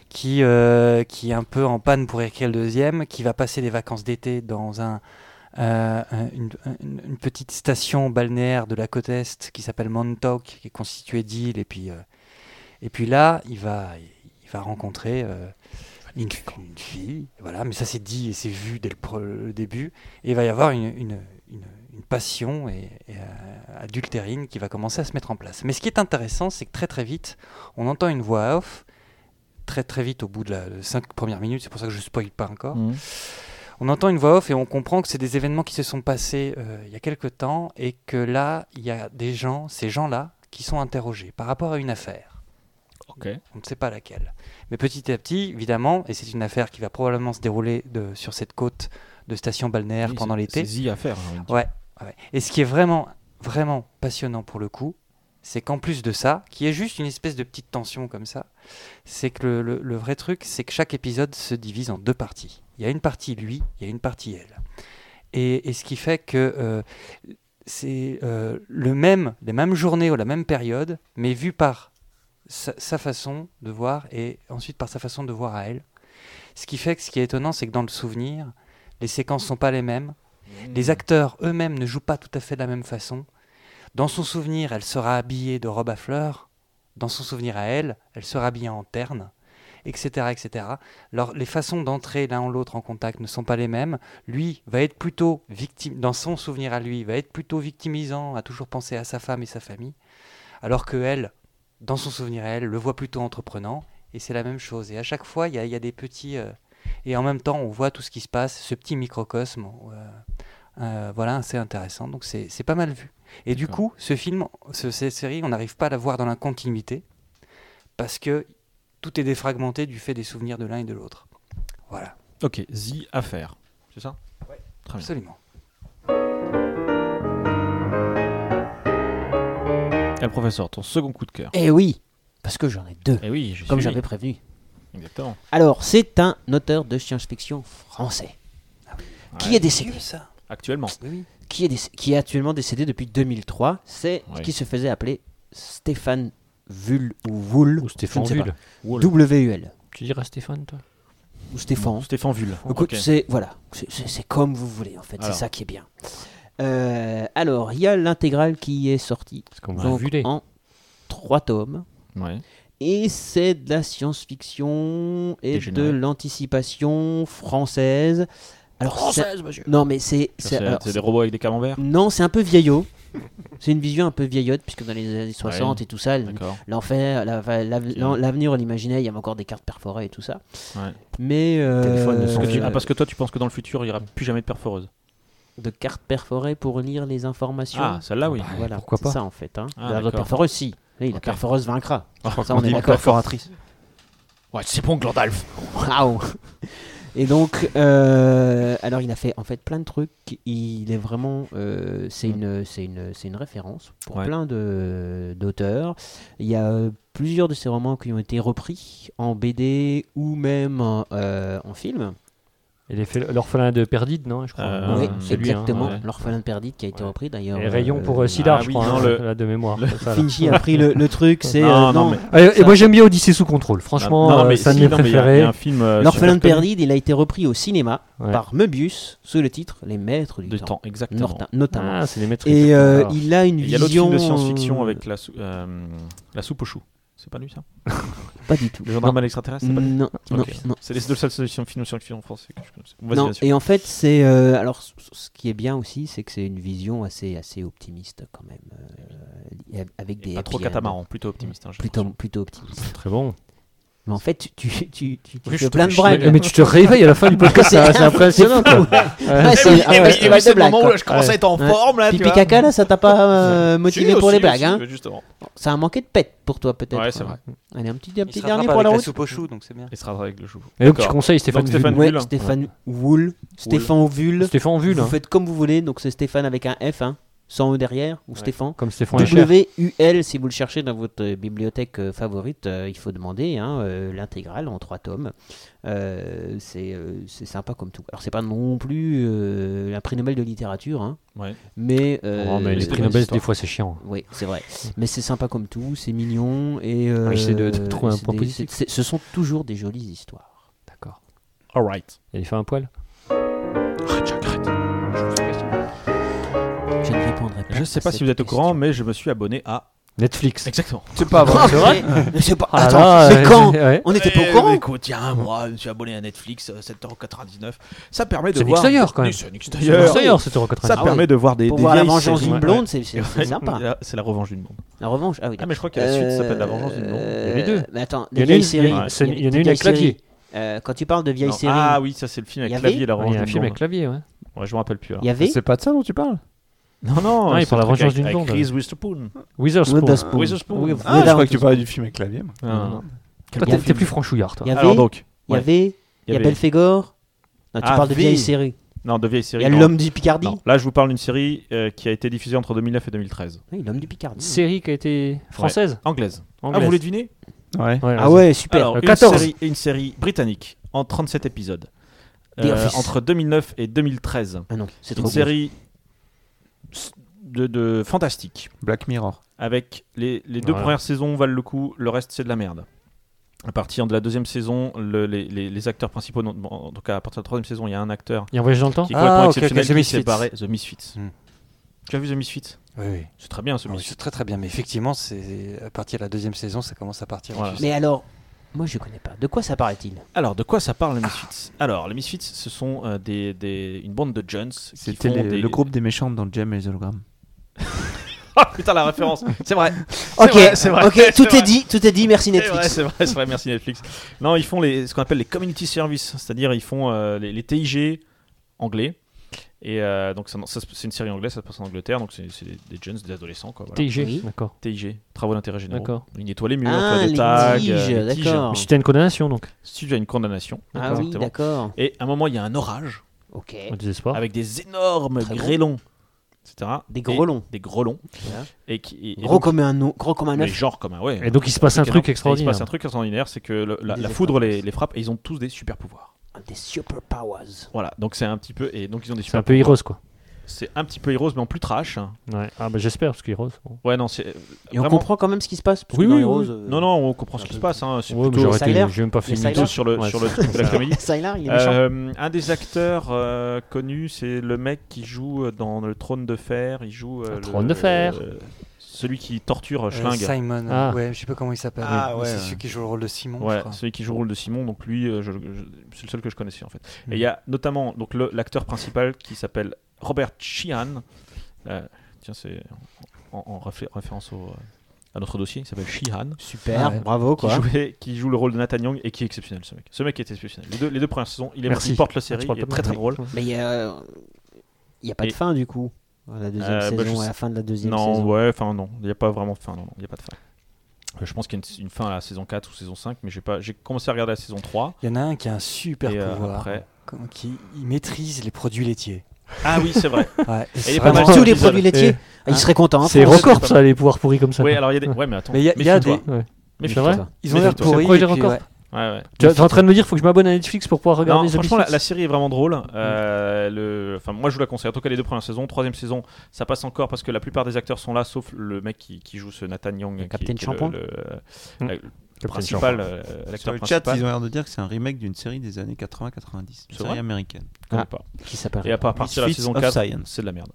qui, euh, qui est un peu en panne pour écrire le deuxième, qui va passer des vacances d'été dans un, euh, un- une, une- une petite station balnéaire de la côte est qui s'appelle Montauk, qui est constituée d'îles, et puis, euh, et puis là, il va, il va rencontrer euh, une, une fille, voilà, mais ça c'est dit et c'est vu dès le, pre- le début, et il va y avoir une, une, une- une une passion et, et, euh, adultérine qui va commencer à se mettre en place. Mais ce qui est intéressant, c'est que très très vite, on entend une voix off, très très vite au bout de la 5 premières minutes, c'est pour ça que je spoil pas encore. Mhm. On entend une voix off et on comprend que c'est des événements qui se sont passés euh, il y a quelque temps et que là, il y a des gens, ces gens-là, qui sont interrogés par rapport à une affaire. On ne sait pas laquelle. Mais petit à petit, évidemment, et c'est une affaire qui va probablement se dérouler de- sur cette côte de station balnéaire Oui, pendant c'est- l'été. c'est the affaire, j'ai envie de dire. Ouais, ouais. Et ce qui est vraiment, vraiment passionnant pour le coup, c'est qu'en plus de ça, qui est juste une espèce de petite tension comme ça, c'est que le, le- le vrai truc, c'est que chaque épisode se divise en deux parties. Il y a une partie lui, il y a une partie elle. Et, et ce qui fait que euh, c'est euh, le même, les mêmes journées ou la même période, mais vu par sa, sa façon de voir et ensuite par sa façon de voir à elle. Ce qui fait que ce qui est étonnant, c'est que dans le souvenir, les séquences sont pas les mêmes. Les acteurs eux-mêmes ne jouent pas tout à fait de la même façon. Dans son souvenir, elle sera habillée de robe à fleurs. Dans son souvenir à elle, elle sera habillée en terne, etc., etc. Alors, les façons d'entrer l'un ou l'autre en contact ne sont pas les mêmes. Lui va être plutôt victime, dans son souvenir à lui, va être plutôt victimisant, à toujours penser à sa femme et sa famille, alors que elle, dans son souvenir à elle, le voit plutôt entreprenant. Et c'est la même chose. Et à chaque fois, il y, a- il y a des petits. euh, et en même temps, on voit tout ce qui se passe, ce petit microcosme. euh, euh, voilà, assez intéressant. Donc c'est c'est pas mal vu. Et du coup, ce film, ce- cette série, on n'arrive pas à la voir dans la continuité parce que tout est défragmenté du fait des souvenirs de l'un et de l'autre. Voilà. Ok, The Affair, c'est ça Ouais. Très bien. Absolument. Et le Eh, professeur, ton second coup de cœur. Eh oui, parce que j'en ai deux. Eh oui, je comme suis- j'avais prévenu. Exactement. Alors, c'est un auteur de science-fiction français qui Ouais. est décédé. Actuellement. Qui est, déc- qui est actuellement décédé depuis 2003. C'est Ouais. ce qui se faisait appeler Stéphane Vull ou Voul. Ou Stéphane Vull. Wool. W-U-L. Tu diras Stéphane, toi Ou Stéphane. Bon, Stéphane Vull. Écoute, Ok. c'est voilà, c'est- c'est c'est comme vous voulez en fait. C'est Alors. ça qui est bien. Euh, alors, il y a l'intégrale qui est sortie. qu'on va donc, vuler. en trois tomes. Ouais. Et c'est de la science-fiction et Dégénéré. de l'anticipation française. Alors, Française, c'est- monsieur. Non, mais c'est. c'est- Ça, c'est- alors, c'est des robots avec des camemberts Non, c'est un peu vieillot. c'est une vision un peu vieillotte, puisque dans les années 60 Ouais. et tout ça, l- D'accord. l'enfer, la- la- la- l'an- l'avenir, on l'imaginait, il y avait encore des cartes perforées et tout ça. Ouais. Mais. euh, Parce que tu- ah, parce que toi, tu penses que dans le futur, il n'y aura plus jamais de perforeuse. de cartes perforées pour lire les informations. Bah, Ah, celle-là, oui. Voilà, Pourquoi c'est pas ça en fait. Hein. Ah, la d'accord. perforeuse, si. Oui, La Ok. perforeuse vaincra. Ah, ça, on on dit est la d'accord. perforatrice. Ouais, c'est bon, Glandalf. Waouh Et donc, euh, alors il a fait en fait plein de trucs. Il est vraiment, euh, c'est une, c'est une, c'est une référence pour Mm. Ouais. plein de d'auteurs. Il y a euh, plusieurs de ses romans qui ont été repris en BD ou même en, euh, en film. Il est fait l'orphelin de Perdide, non je crois. Euh, Ouais, oui, c'est lui, hein, exactement. ouais. L'orphelin de Perdite qui a été repris d'ailleurs. Et rayon pour, euh, Sylar, Ah Sidar je oui, crois, non, hein, le- là, de mémoire. le- Ça, là. Finchi a pris le, le truc, c'est. Non, non, euh, non. mais- Ah, et- et moi, j'aime bien Odyssée sous contrôle. Franchement, euh, c'est un de mes non, mais il y a- préférés. il y a un film, euh, L'orphelin de super connu. Perdide, il a été repris au cinéma Ouais. par Möbius sous le titre Les Maîtres du De Temps. temps, exactement. Norta- notamment. Ah, c'est les Maîtres Et du Temps. euh, Ah. il a une Et Il y a vision. l'autre film de science-fiction euh, avec la, sou- euh, la soupe aux choux. C'est pas lui ça Pas du tout. Le gendarme Non. à l'extraterrestre, c'est pas lui Non, non, Ok. non. C'est les deux seuls seuls films de science-fiction français que je connais. Vas-y, Non, bien sûr. et en fait, c'est. euh, alors, c- c- ce qui est bien aussi, c'est que c'est une vision assez, assez optimiste quand même. euh, et avec des pas trop happy end. catamaran, plutôt optimiste, hein, j'ai plutôt, plutôt optimiste. Très bon. Mais en fait, tu, tu, tu, tu, tu Oui, je fais te plein fais de chier. bragues. Mais- mais tu te réveilles à la fin du podcast, C'est- c'est- c'est impressionnant, c'est fou, quoi. ouais. Ouais. Ouais, Et c'est oui, et oui, un vrai et oui, festival c'est le de blagues, moment où quoi. je commence à être en forme, là, tu Pipi vois. caca, là, ça t'a pas euh, Si, motivé pour aussi, les blagues, aussi, hein mais justement. C'est un manqué de pète pour toi, peut-être. Ouais, c'est vrai. Allez, un petit, un Il petit se dernier rattrape pour la avec la route. soupe Au chou, donc c'est bien. Il sera avec le chou. Et donc, tu D'accord. conseilles Stéphane Donc, Stéphane Vull. Vull. hein. Ouais, Stéphane Ouais. Wool, Stéphane Ovul. Stéphane Ovul, Vous hein. faites comme vous voulez, donc c'est Stéphane avec un F, hein, sans E derrière, ou Ouais, Stéphane. comme Stéphane Escher. W-U-L, si vous le cherchez dans votre euh, bibliothèque euh, favorite, euh, il faut demander hein, euh, l'intégrale en trois tomes. Euh, c'est euh, c'est sympa comme tout. Alors, c'est pas non plus euh, un prix Nobel de littérature, hein, Ouais. mais. euh, Oh, mais les prix Nobel, des fois, c'est chiant. Oui, c'est vrai. mais c'est sympa comme tout, c'est mignon, et. On essaie Ah, de- de euh, trouver un c'est point des- positif. c'est- Ce sont toujours des jolies histoires. Alright. Il fait un poil. Je ne répondrai pas. Je sais pas si vous êtes au courant, mais je me suis abonné à Netflix. Exactement. C'est pas vrai. C'est vrai Ah, Mais c'est pas- Ah là attends, là, c'est euh, quand ouais, ouais. On était pas au Eh, courant bah, Écoute, il y a un mois, je me suis abonné à Netflix, euh, 7,99€. Ça permet de C'est Nick voir. Sawyer, quand même. C'est Nick C'est Sawyer. Nick Sawyer, Oui. 7,99€. Ça Ah permet oui. de voir des, Pour des voir La vieilles vengeance séries. d'une blonde, c'est- c'est- Ouais. c'est sympa. Là, C'est la revanche d'une blonde. La revanche Ah oui. Euh, Ah, mais je crois que la suite s'appelle La Vengeance d'une Blonde. Il y avait deux. Mais attends, Il y des en a vieilles une- séries. ouais, c'est- des il y en a une vieilles avec Clavier. séries. Euh, Quand tu parles de vieilles Non. séries. Ah oui, ça, c'est le film avec il y Clavier, avait- La Revanche Il y a un d'une film avec Blonde. Clavier, ouais. Ouais, je me rappelle plus. alors. Il y avait C'est pas de ça dont tu parles Non, non, Non, il c'est parle de la un truc vengeance avec- d'une avec blonde. Reese Witherspoon. Witherspoon. Witherspoon. Witherspoon. Oui, Ah, je Witherspoon. crois que tu parlais du film avec clavier. moi. Non, non, non. Quel Toi, bon t'es- t'es film. plus franchouillard, toi. Il y avait. Ah. Alors donc, Il y ouais. avait. Il y a avait- Belphégor. Non, tu Ah, parles de V. vieilles séries. Non, de vieilles séries. Il y a non. l'homme du Picardie. Non. Là, je vous parle d'une série euh, qui a été diffusée entre 2009 et 2013. Oui, l'homme du Picardie. Série qui a été française Ouais, Anglaise. Ah, Anglaise. vous voulez deviner Ouais. Ah ouais, super. Alors, Euh, Le une 14. série- une série britannique en 37 épisodes. The Euh, Office. entre 2009 et 2013. Ah non, c'est Une trop gros. série s- de, de fantastique. Black Mirror. Avec les, les deux Ouais. premières saisons valent le coup, le reste c'est de la merde. À partir de la deuxième saison, le- les, les- les acteurs principaux, non- bon, en tout cas à partir de la troisième saison, il y a un acteur Il y a un voyage dans le temps qui est complètement Ah, ok, exceptionnel, ok, The qui est Misfits. séparé, The Misfits. Tu as vu The Misfits Oui, oui. C'est très bien ce Ah oui, Misfits. C'est très très bien, mais effectivement, c'est à partir de la deuxième saison, ça commence à partir. en sucette. Mais alors, moi je connais pas. De quoi ça paraît-il Alors, de quoi ça parle les Misfits Alors, les Misfits, ce sont euh, des, des- une bande de Jones. C'était les- le groupe groupe des méchants dans Jam et les hologrammes. Oh putain, la référence C'est vrai C'est Ok, vrai, c'est vrai. ok, C'est tout est vrai. dit, tout est dit, merci C'est Netflix. vrai, C'est vrai, c'est vrai, merci Netflix. Non, ils font les, ce qu'on appelle les community service, c'est-à-dire ils font euh, les, les TIG anglais. Et euh, donc, ça- ça se- c'est une série anglaise, ça se passe en Angleterre, donc c'est c'est des, des jeunes, des adolescents. Quoi, voilà. TIG, Oui. d'accord. TIG, travaux d'intérêt général. D'accord. Ils nettoient les murs, Ah, nettoient des les tags, tiges, euh, les tiges. d'accord. Mais si t'as une condamnation, donc. Si tu as une condamnation. Ah oui, exactement. Oh. d'accord. Et à un moment, il y a un orage. Ok. Au désespoir. Avec des énormes Très bon. grêlons. etc. Des Et- grelons. Des grelons. Voilà. Et qui, et- et Gros donc- comme un o- gros comme un Mais œuf. genre comme un, ouais. Et donc, il se passe un truc truc énorme. extraordinaire. Et Il se passe un truc extraordinaire, c'est que le- la, Des Ah, la foudre les, les frappe et ils ont tous des super pouvoirs. Des super powers. Voilà, donc c'est un petit peu. Et donc ils ont des C'est super un peu pouvoirs. Heroes, quoi. C'est un petit peu Heroes, mais en plus trash. Ouais. Ah, bah j'espère, parce que Heroes. bon. Ouais, non, c'est. euh, Et on vraiment- comprend quand même ce qui se passe. parce que Oui, dans oui, Heroes, oui. euh, Non, non, on comprend ce qui se passe. Hein. C'est Ouais, mais plutôt- j'aurais été- Sylar j'ai même pas fini. Plutôt sur le, Ouais, sur le c'est- truc de la Sylar. comédie. Sylar, il est Euh, un des acteurs euh, connus, c'est le mec qui joue euh, dans Le Trône de Fer. Il joue. euh, le Trône de Fer. euh, celui qui torture euh, Euh, Schling. Simon, ouais, je sais pas comment il s'appelle. Ah, mais ouais, c'est ouais. celui qui joue le rôle de Simon. je Ouais, crois. celui qui joue le rôle de Simon, donc lui, euh, je- je- c'est le seul que je connaissais en fait. Et Mm. il y a notamment donc le- l'acteur principal qui s'appelle Robert Sheehan. Euh, tiens, c'est en, en réfé- référence au, euh, à notre dossier, il s'appelle Sheehan. Super, Ah ouais. bravo, quoi. Qui, jouait- qui joue le rôle de Nathan Young et qui est exceptionnel ce mec. Ce mec est exceptionnel. Les deux, les deux premières saisons, il, est, Merci. il porte le Tu série, parles il pas est de très moi. très drôle. Mais il y a, euh, il y a pas de Et- fin du coup. à La deuxième Euh, bah, saison, je à la sais- fin de la deuxième non, saison. ouais, enfin non, il n'y a pas vraiment de fin, non, non, il n'y a pas de fin. Euh, Je pense qu'il y a une, une fin à la saison 4 ou saison 5, mais j'ai pas, j'ai commencé à regarder la saison 3. Il y en a un qui a un super Et, euh, pouvoir. après- comme- qui il maîtrise les produits laitiers. Ah oui, c'est vrai. Ouais, Et c'est il est pas vraiment- mal, Tous les cet produits épisode. laitiers. Ah, il serait content, hein, C'est Franck. record, ça, les pouvoirs pourris comme ça. Oui, alors il y a des. Ouais, mais attends. Mais il y a- il y a méfie-toi. des- Ouais. Méfie-toi. C'est vrai Ils ont l'air Méfie-toi. pourris, Pourquoi j'ai et puis, record ouais. Ouais, ouais. Tu es en train de me dire, faut que je m'abonne à Netflix pour pouvoir regarder Non, The franchement, la, Misfits la série est vraiment drôle. Euh, le... enfin, moi, je vous la conseille. En tout cas, les deux premières saisons. Troisième saison, ça passe encore parce que la plupart des acteurs sont là, sauf le mec qui, qui joue ce Nathan Young. qui- Captain qui est Shampoing le, le- Mm. le Captain principal, Shampoing. euh, Sur l'acteur le principal. chat, ils ont l'air de dire que c'est un remake d'une série des années 80-90. Une C'est série vrai américaine. Ah. Je connais pas. Ah, Qui s'appelle Et à part- à partir de la Misfits saison of 4, Science. c'est de la merde.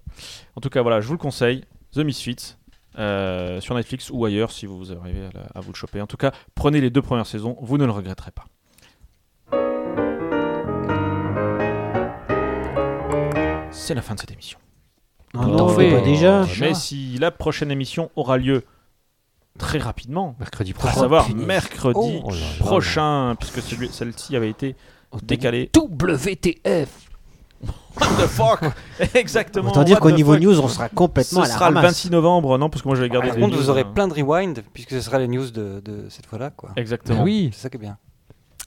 En tout cas, voilà, je vous le conseille. The Misfits. euh, sur Netflix ou ailleurs si vous arrivez à, la- à vous le choper. En tout cas, prenez les deux premières saisons, vous ne le regretterez pas. C'est la fin de cette émission. Ah non, on fait pas déjà. Mais si la prochaine émission aura lieu très rapidement, mercredi à prochain. savoir Oh, punaise. mercredi Oh là là. prochain, puisque celui- celle-ci avait été décalée. WTF What the fuck Exactement. Autant dire what qu'au the niveau fuck. news, on sera complètement Ce à la sera le ramasse. Ah, 26 novembre, non Parce que moi j'avais gardé. Par les contre, vous news, aurez euh, plein de rewind puisque ce sera les news de, de cette fois-là, quoi. Exactement. Oui. C'est ça qui est bien.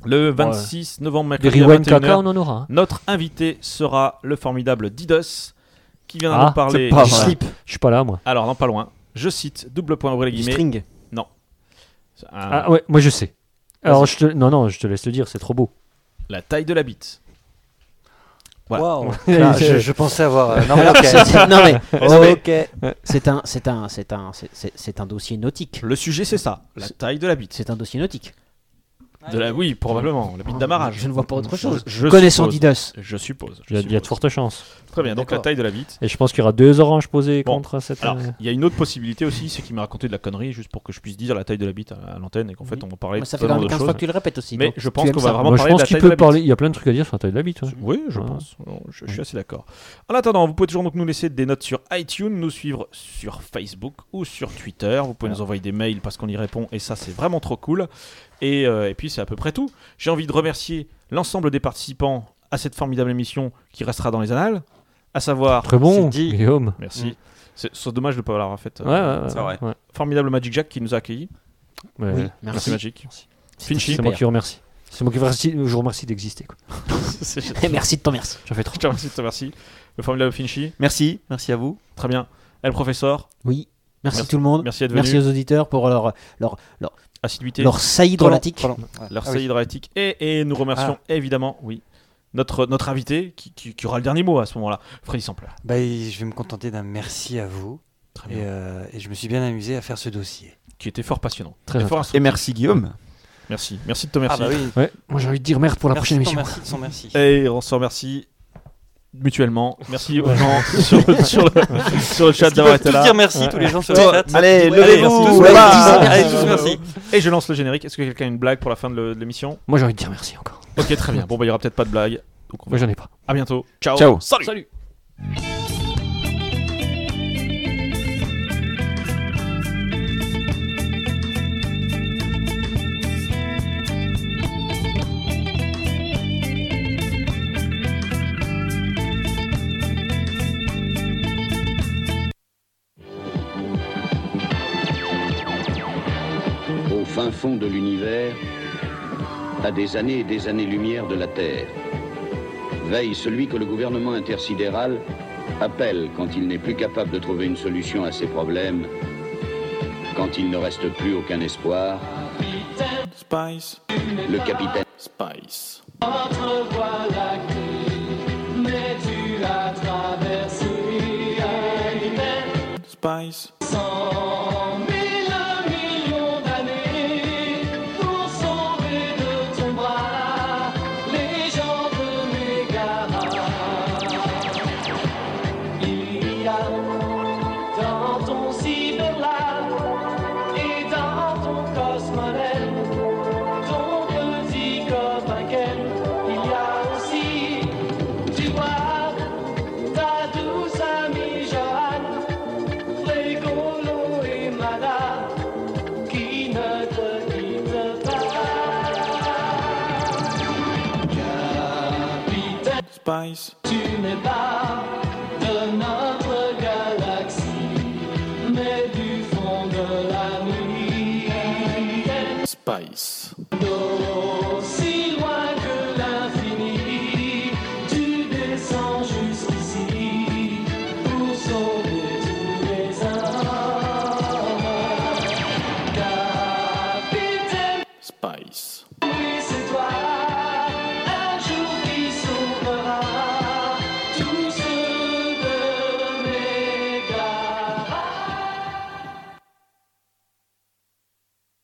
Le 26 novembre, Des mercredi à rewind 21h, caca, on en aura, hein. Notre invité sera le formidable Didos, qui viendra Ah, nous parler. c'est pas Je vrai. slip. Je suis pas là, moi. Alors, non, pas loin. Je cite, double point, ouvrez les Du guillemets. string. Non. C'est un- Ah ouais, moi je sais. Alors, je te... non, non, je te laisse le dire, c'est trop beau. La taille de la bite. Voilà. Waouh. Ah, je, je pensais avoir. euh, non, mais Alors, ok. c'est- non, mais- Non, mais- ok. C'est un, c'est un, c'est un, c'est- c'est c'est un dossier nautique. Le sujet, c'est ça. La taille de la bite. C'est un dossier nautique. De la, oui, probablement. La bite d'amarrage. Je ne vois pas autre chose. je Connaissant suppose. Didas. Je suppose. Il y a- il y a de fortes chances. Très bien, donc la taille de la bite. Et je pense qu'il y aura deux oranges posées Bon, contre cette. alors, euh, il y a une autre possibilité aussi, c'est qu'il m'a raconté de la connerie juste pour que je puisse dire la taille de la bite à à l'antenne et qu'en fait on va parler Mais ça de fait quand plein même d'autres 15 choses. fois que tu le répètes aussi, Mais donc je tu pense aimes qu'on va ça. vraiment Moi, je parler de pense la qu'il taille de peut la bite. parler. Il y a plein de trucs à dire sur la taille de la bite. ouais. Oui, je Ouais. pense. Non, Je, je suis assez d'accord. En attendant, vous pouvez toujours donc nous laisser des notes sur iTunes, nous suivre sur Facebook ou sur Twitter. Vous pouvez nous envoyer des mails parce qu'on y répond et ça c'est vraiment trop cool. Et, euh, et puis c'est à peu près tout. J'ai envie de remercier l'ensemble des participants à cette formidable émission qui restera dans les annales, à savoir Très bon, Cindy. Guillaume. Merci. Mm. C'est c'est dommage de ne pas l'avoir fait. Ouais, ouais, ouais, C'est vrai. ouais. Formidable Magic Jack qui nous a accueillis. Ouais. merci. Magic. Finchy. C'est moi qui vous remercie. C'est moi qui vous remercie. Je vous remercie d'exister. quoi. C'est- Merci de ton merci. J'en fais trop. Je te remercie de ton merci. Le formidable Finchy. Merci, merci à vous. Très bien. Et le professeur. Oui. Merci, tout le monde. Merci d'être Merci venu. aux auditeurs pour leur, leur, leur, Assiduité. leur saillie Ah. Trop long, hydrolatique. trop long. Leur Ah saillie hydrolatique. Et, et nous remercions évidemment, oui, notre, notre invité qui, qui- qui aura le dernier mot à ce moment-là, Freddy Sampleur. Bah, et je vais me contenter d'un merci à vous. Et, euh, et je me suis bien amusé à faire ce dossier. Qui était fort passionnant. Très fort Et merci Guillaume. Merci. Merci de euh, te merci. Ah bah oui. Ouais. Moi j'ai envie de dire merde pour la Merci prochaine de ton émission. merci, de son merci. Et on se remercie mutuellement. Merci aux Ouais. gens sur, sur le, sur le Est-ce chat qu'ils d'avoir peuvent été tous là. dire merci, tous les gens sur le Ouais. chat Allez, Ouais, merci. levez-vous. Tous merci. Ouais, bah. Allez, tous merci. Et je lance le générique. Est-ce que quelqu'un a une blague pour la fin de le- de l'émission Moi j'ai envie de dire merci encore. Ok, très bien. Bon, bah, il n'y aura peut-être pas de blague. Donc, on Moi va- j'en ai pas. À bientôt. Ciao. Ciao. Salut. au fin fond de l'univers, à des années et des années-lumière de la Terre. Veille celui que le gouvernement intersidéral appelle quand il n'est plus capable de trouver une solution à ses problèmes, quand il ne reste plus aucun espoir. Spice. Le capitaine Spice. Entre voies lactées, mais tu as traversé un hiver Spice. cent mille millions d'années pour sauver de ton bras les gens de Mégara. Il y a dans ton cyberlab et dans ton cosmolène, ton petit copain, il y a aussi du bois, ta douce amie Joanne. Frégolo et Mada qui ne te quittent pas. Capitaine, Spice. tu n'es pas de notre galaxie, mais du fond de la nuit. Spice. D'aussi loin que l'infini, tu descends jusqu'ici pour sauver tous les hommes. Capitaine, Spice.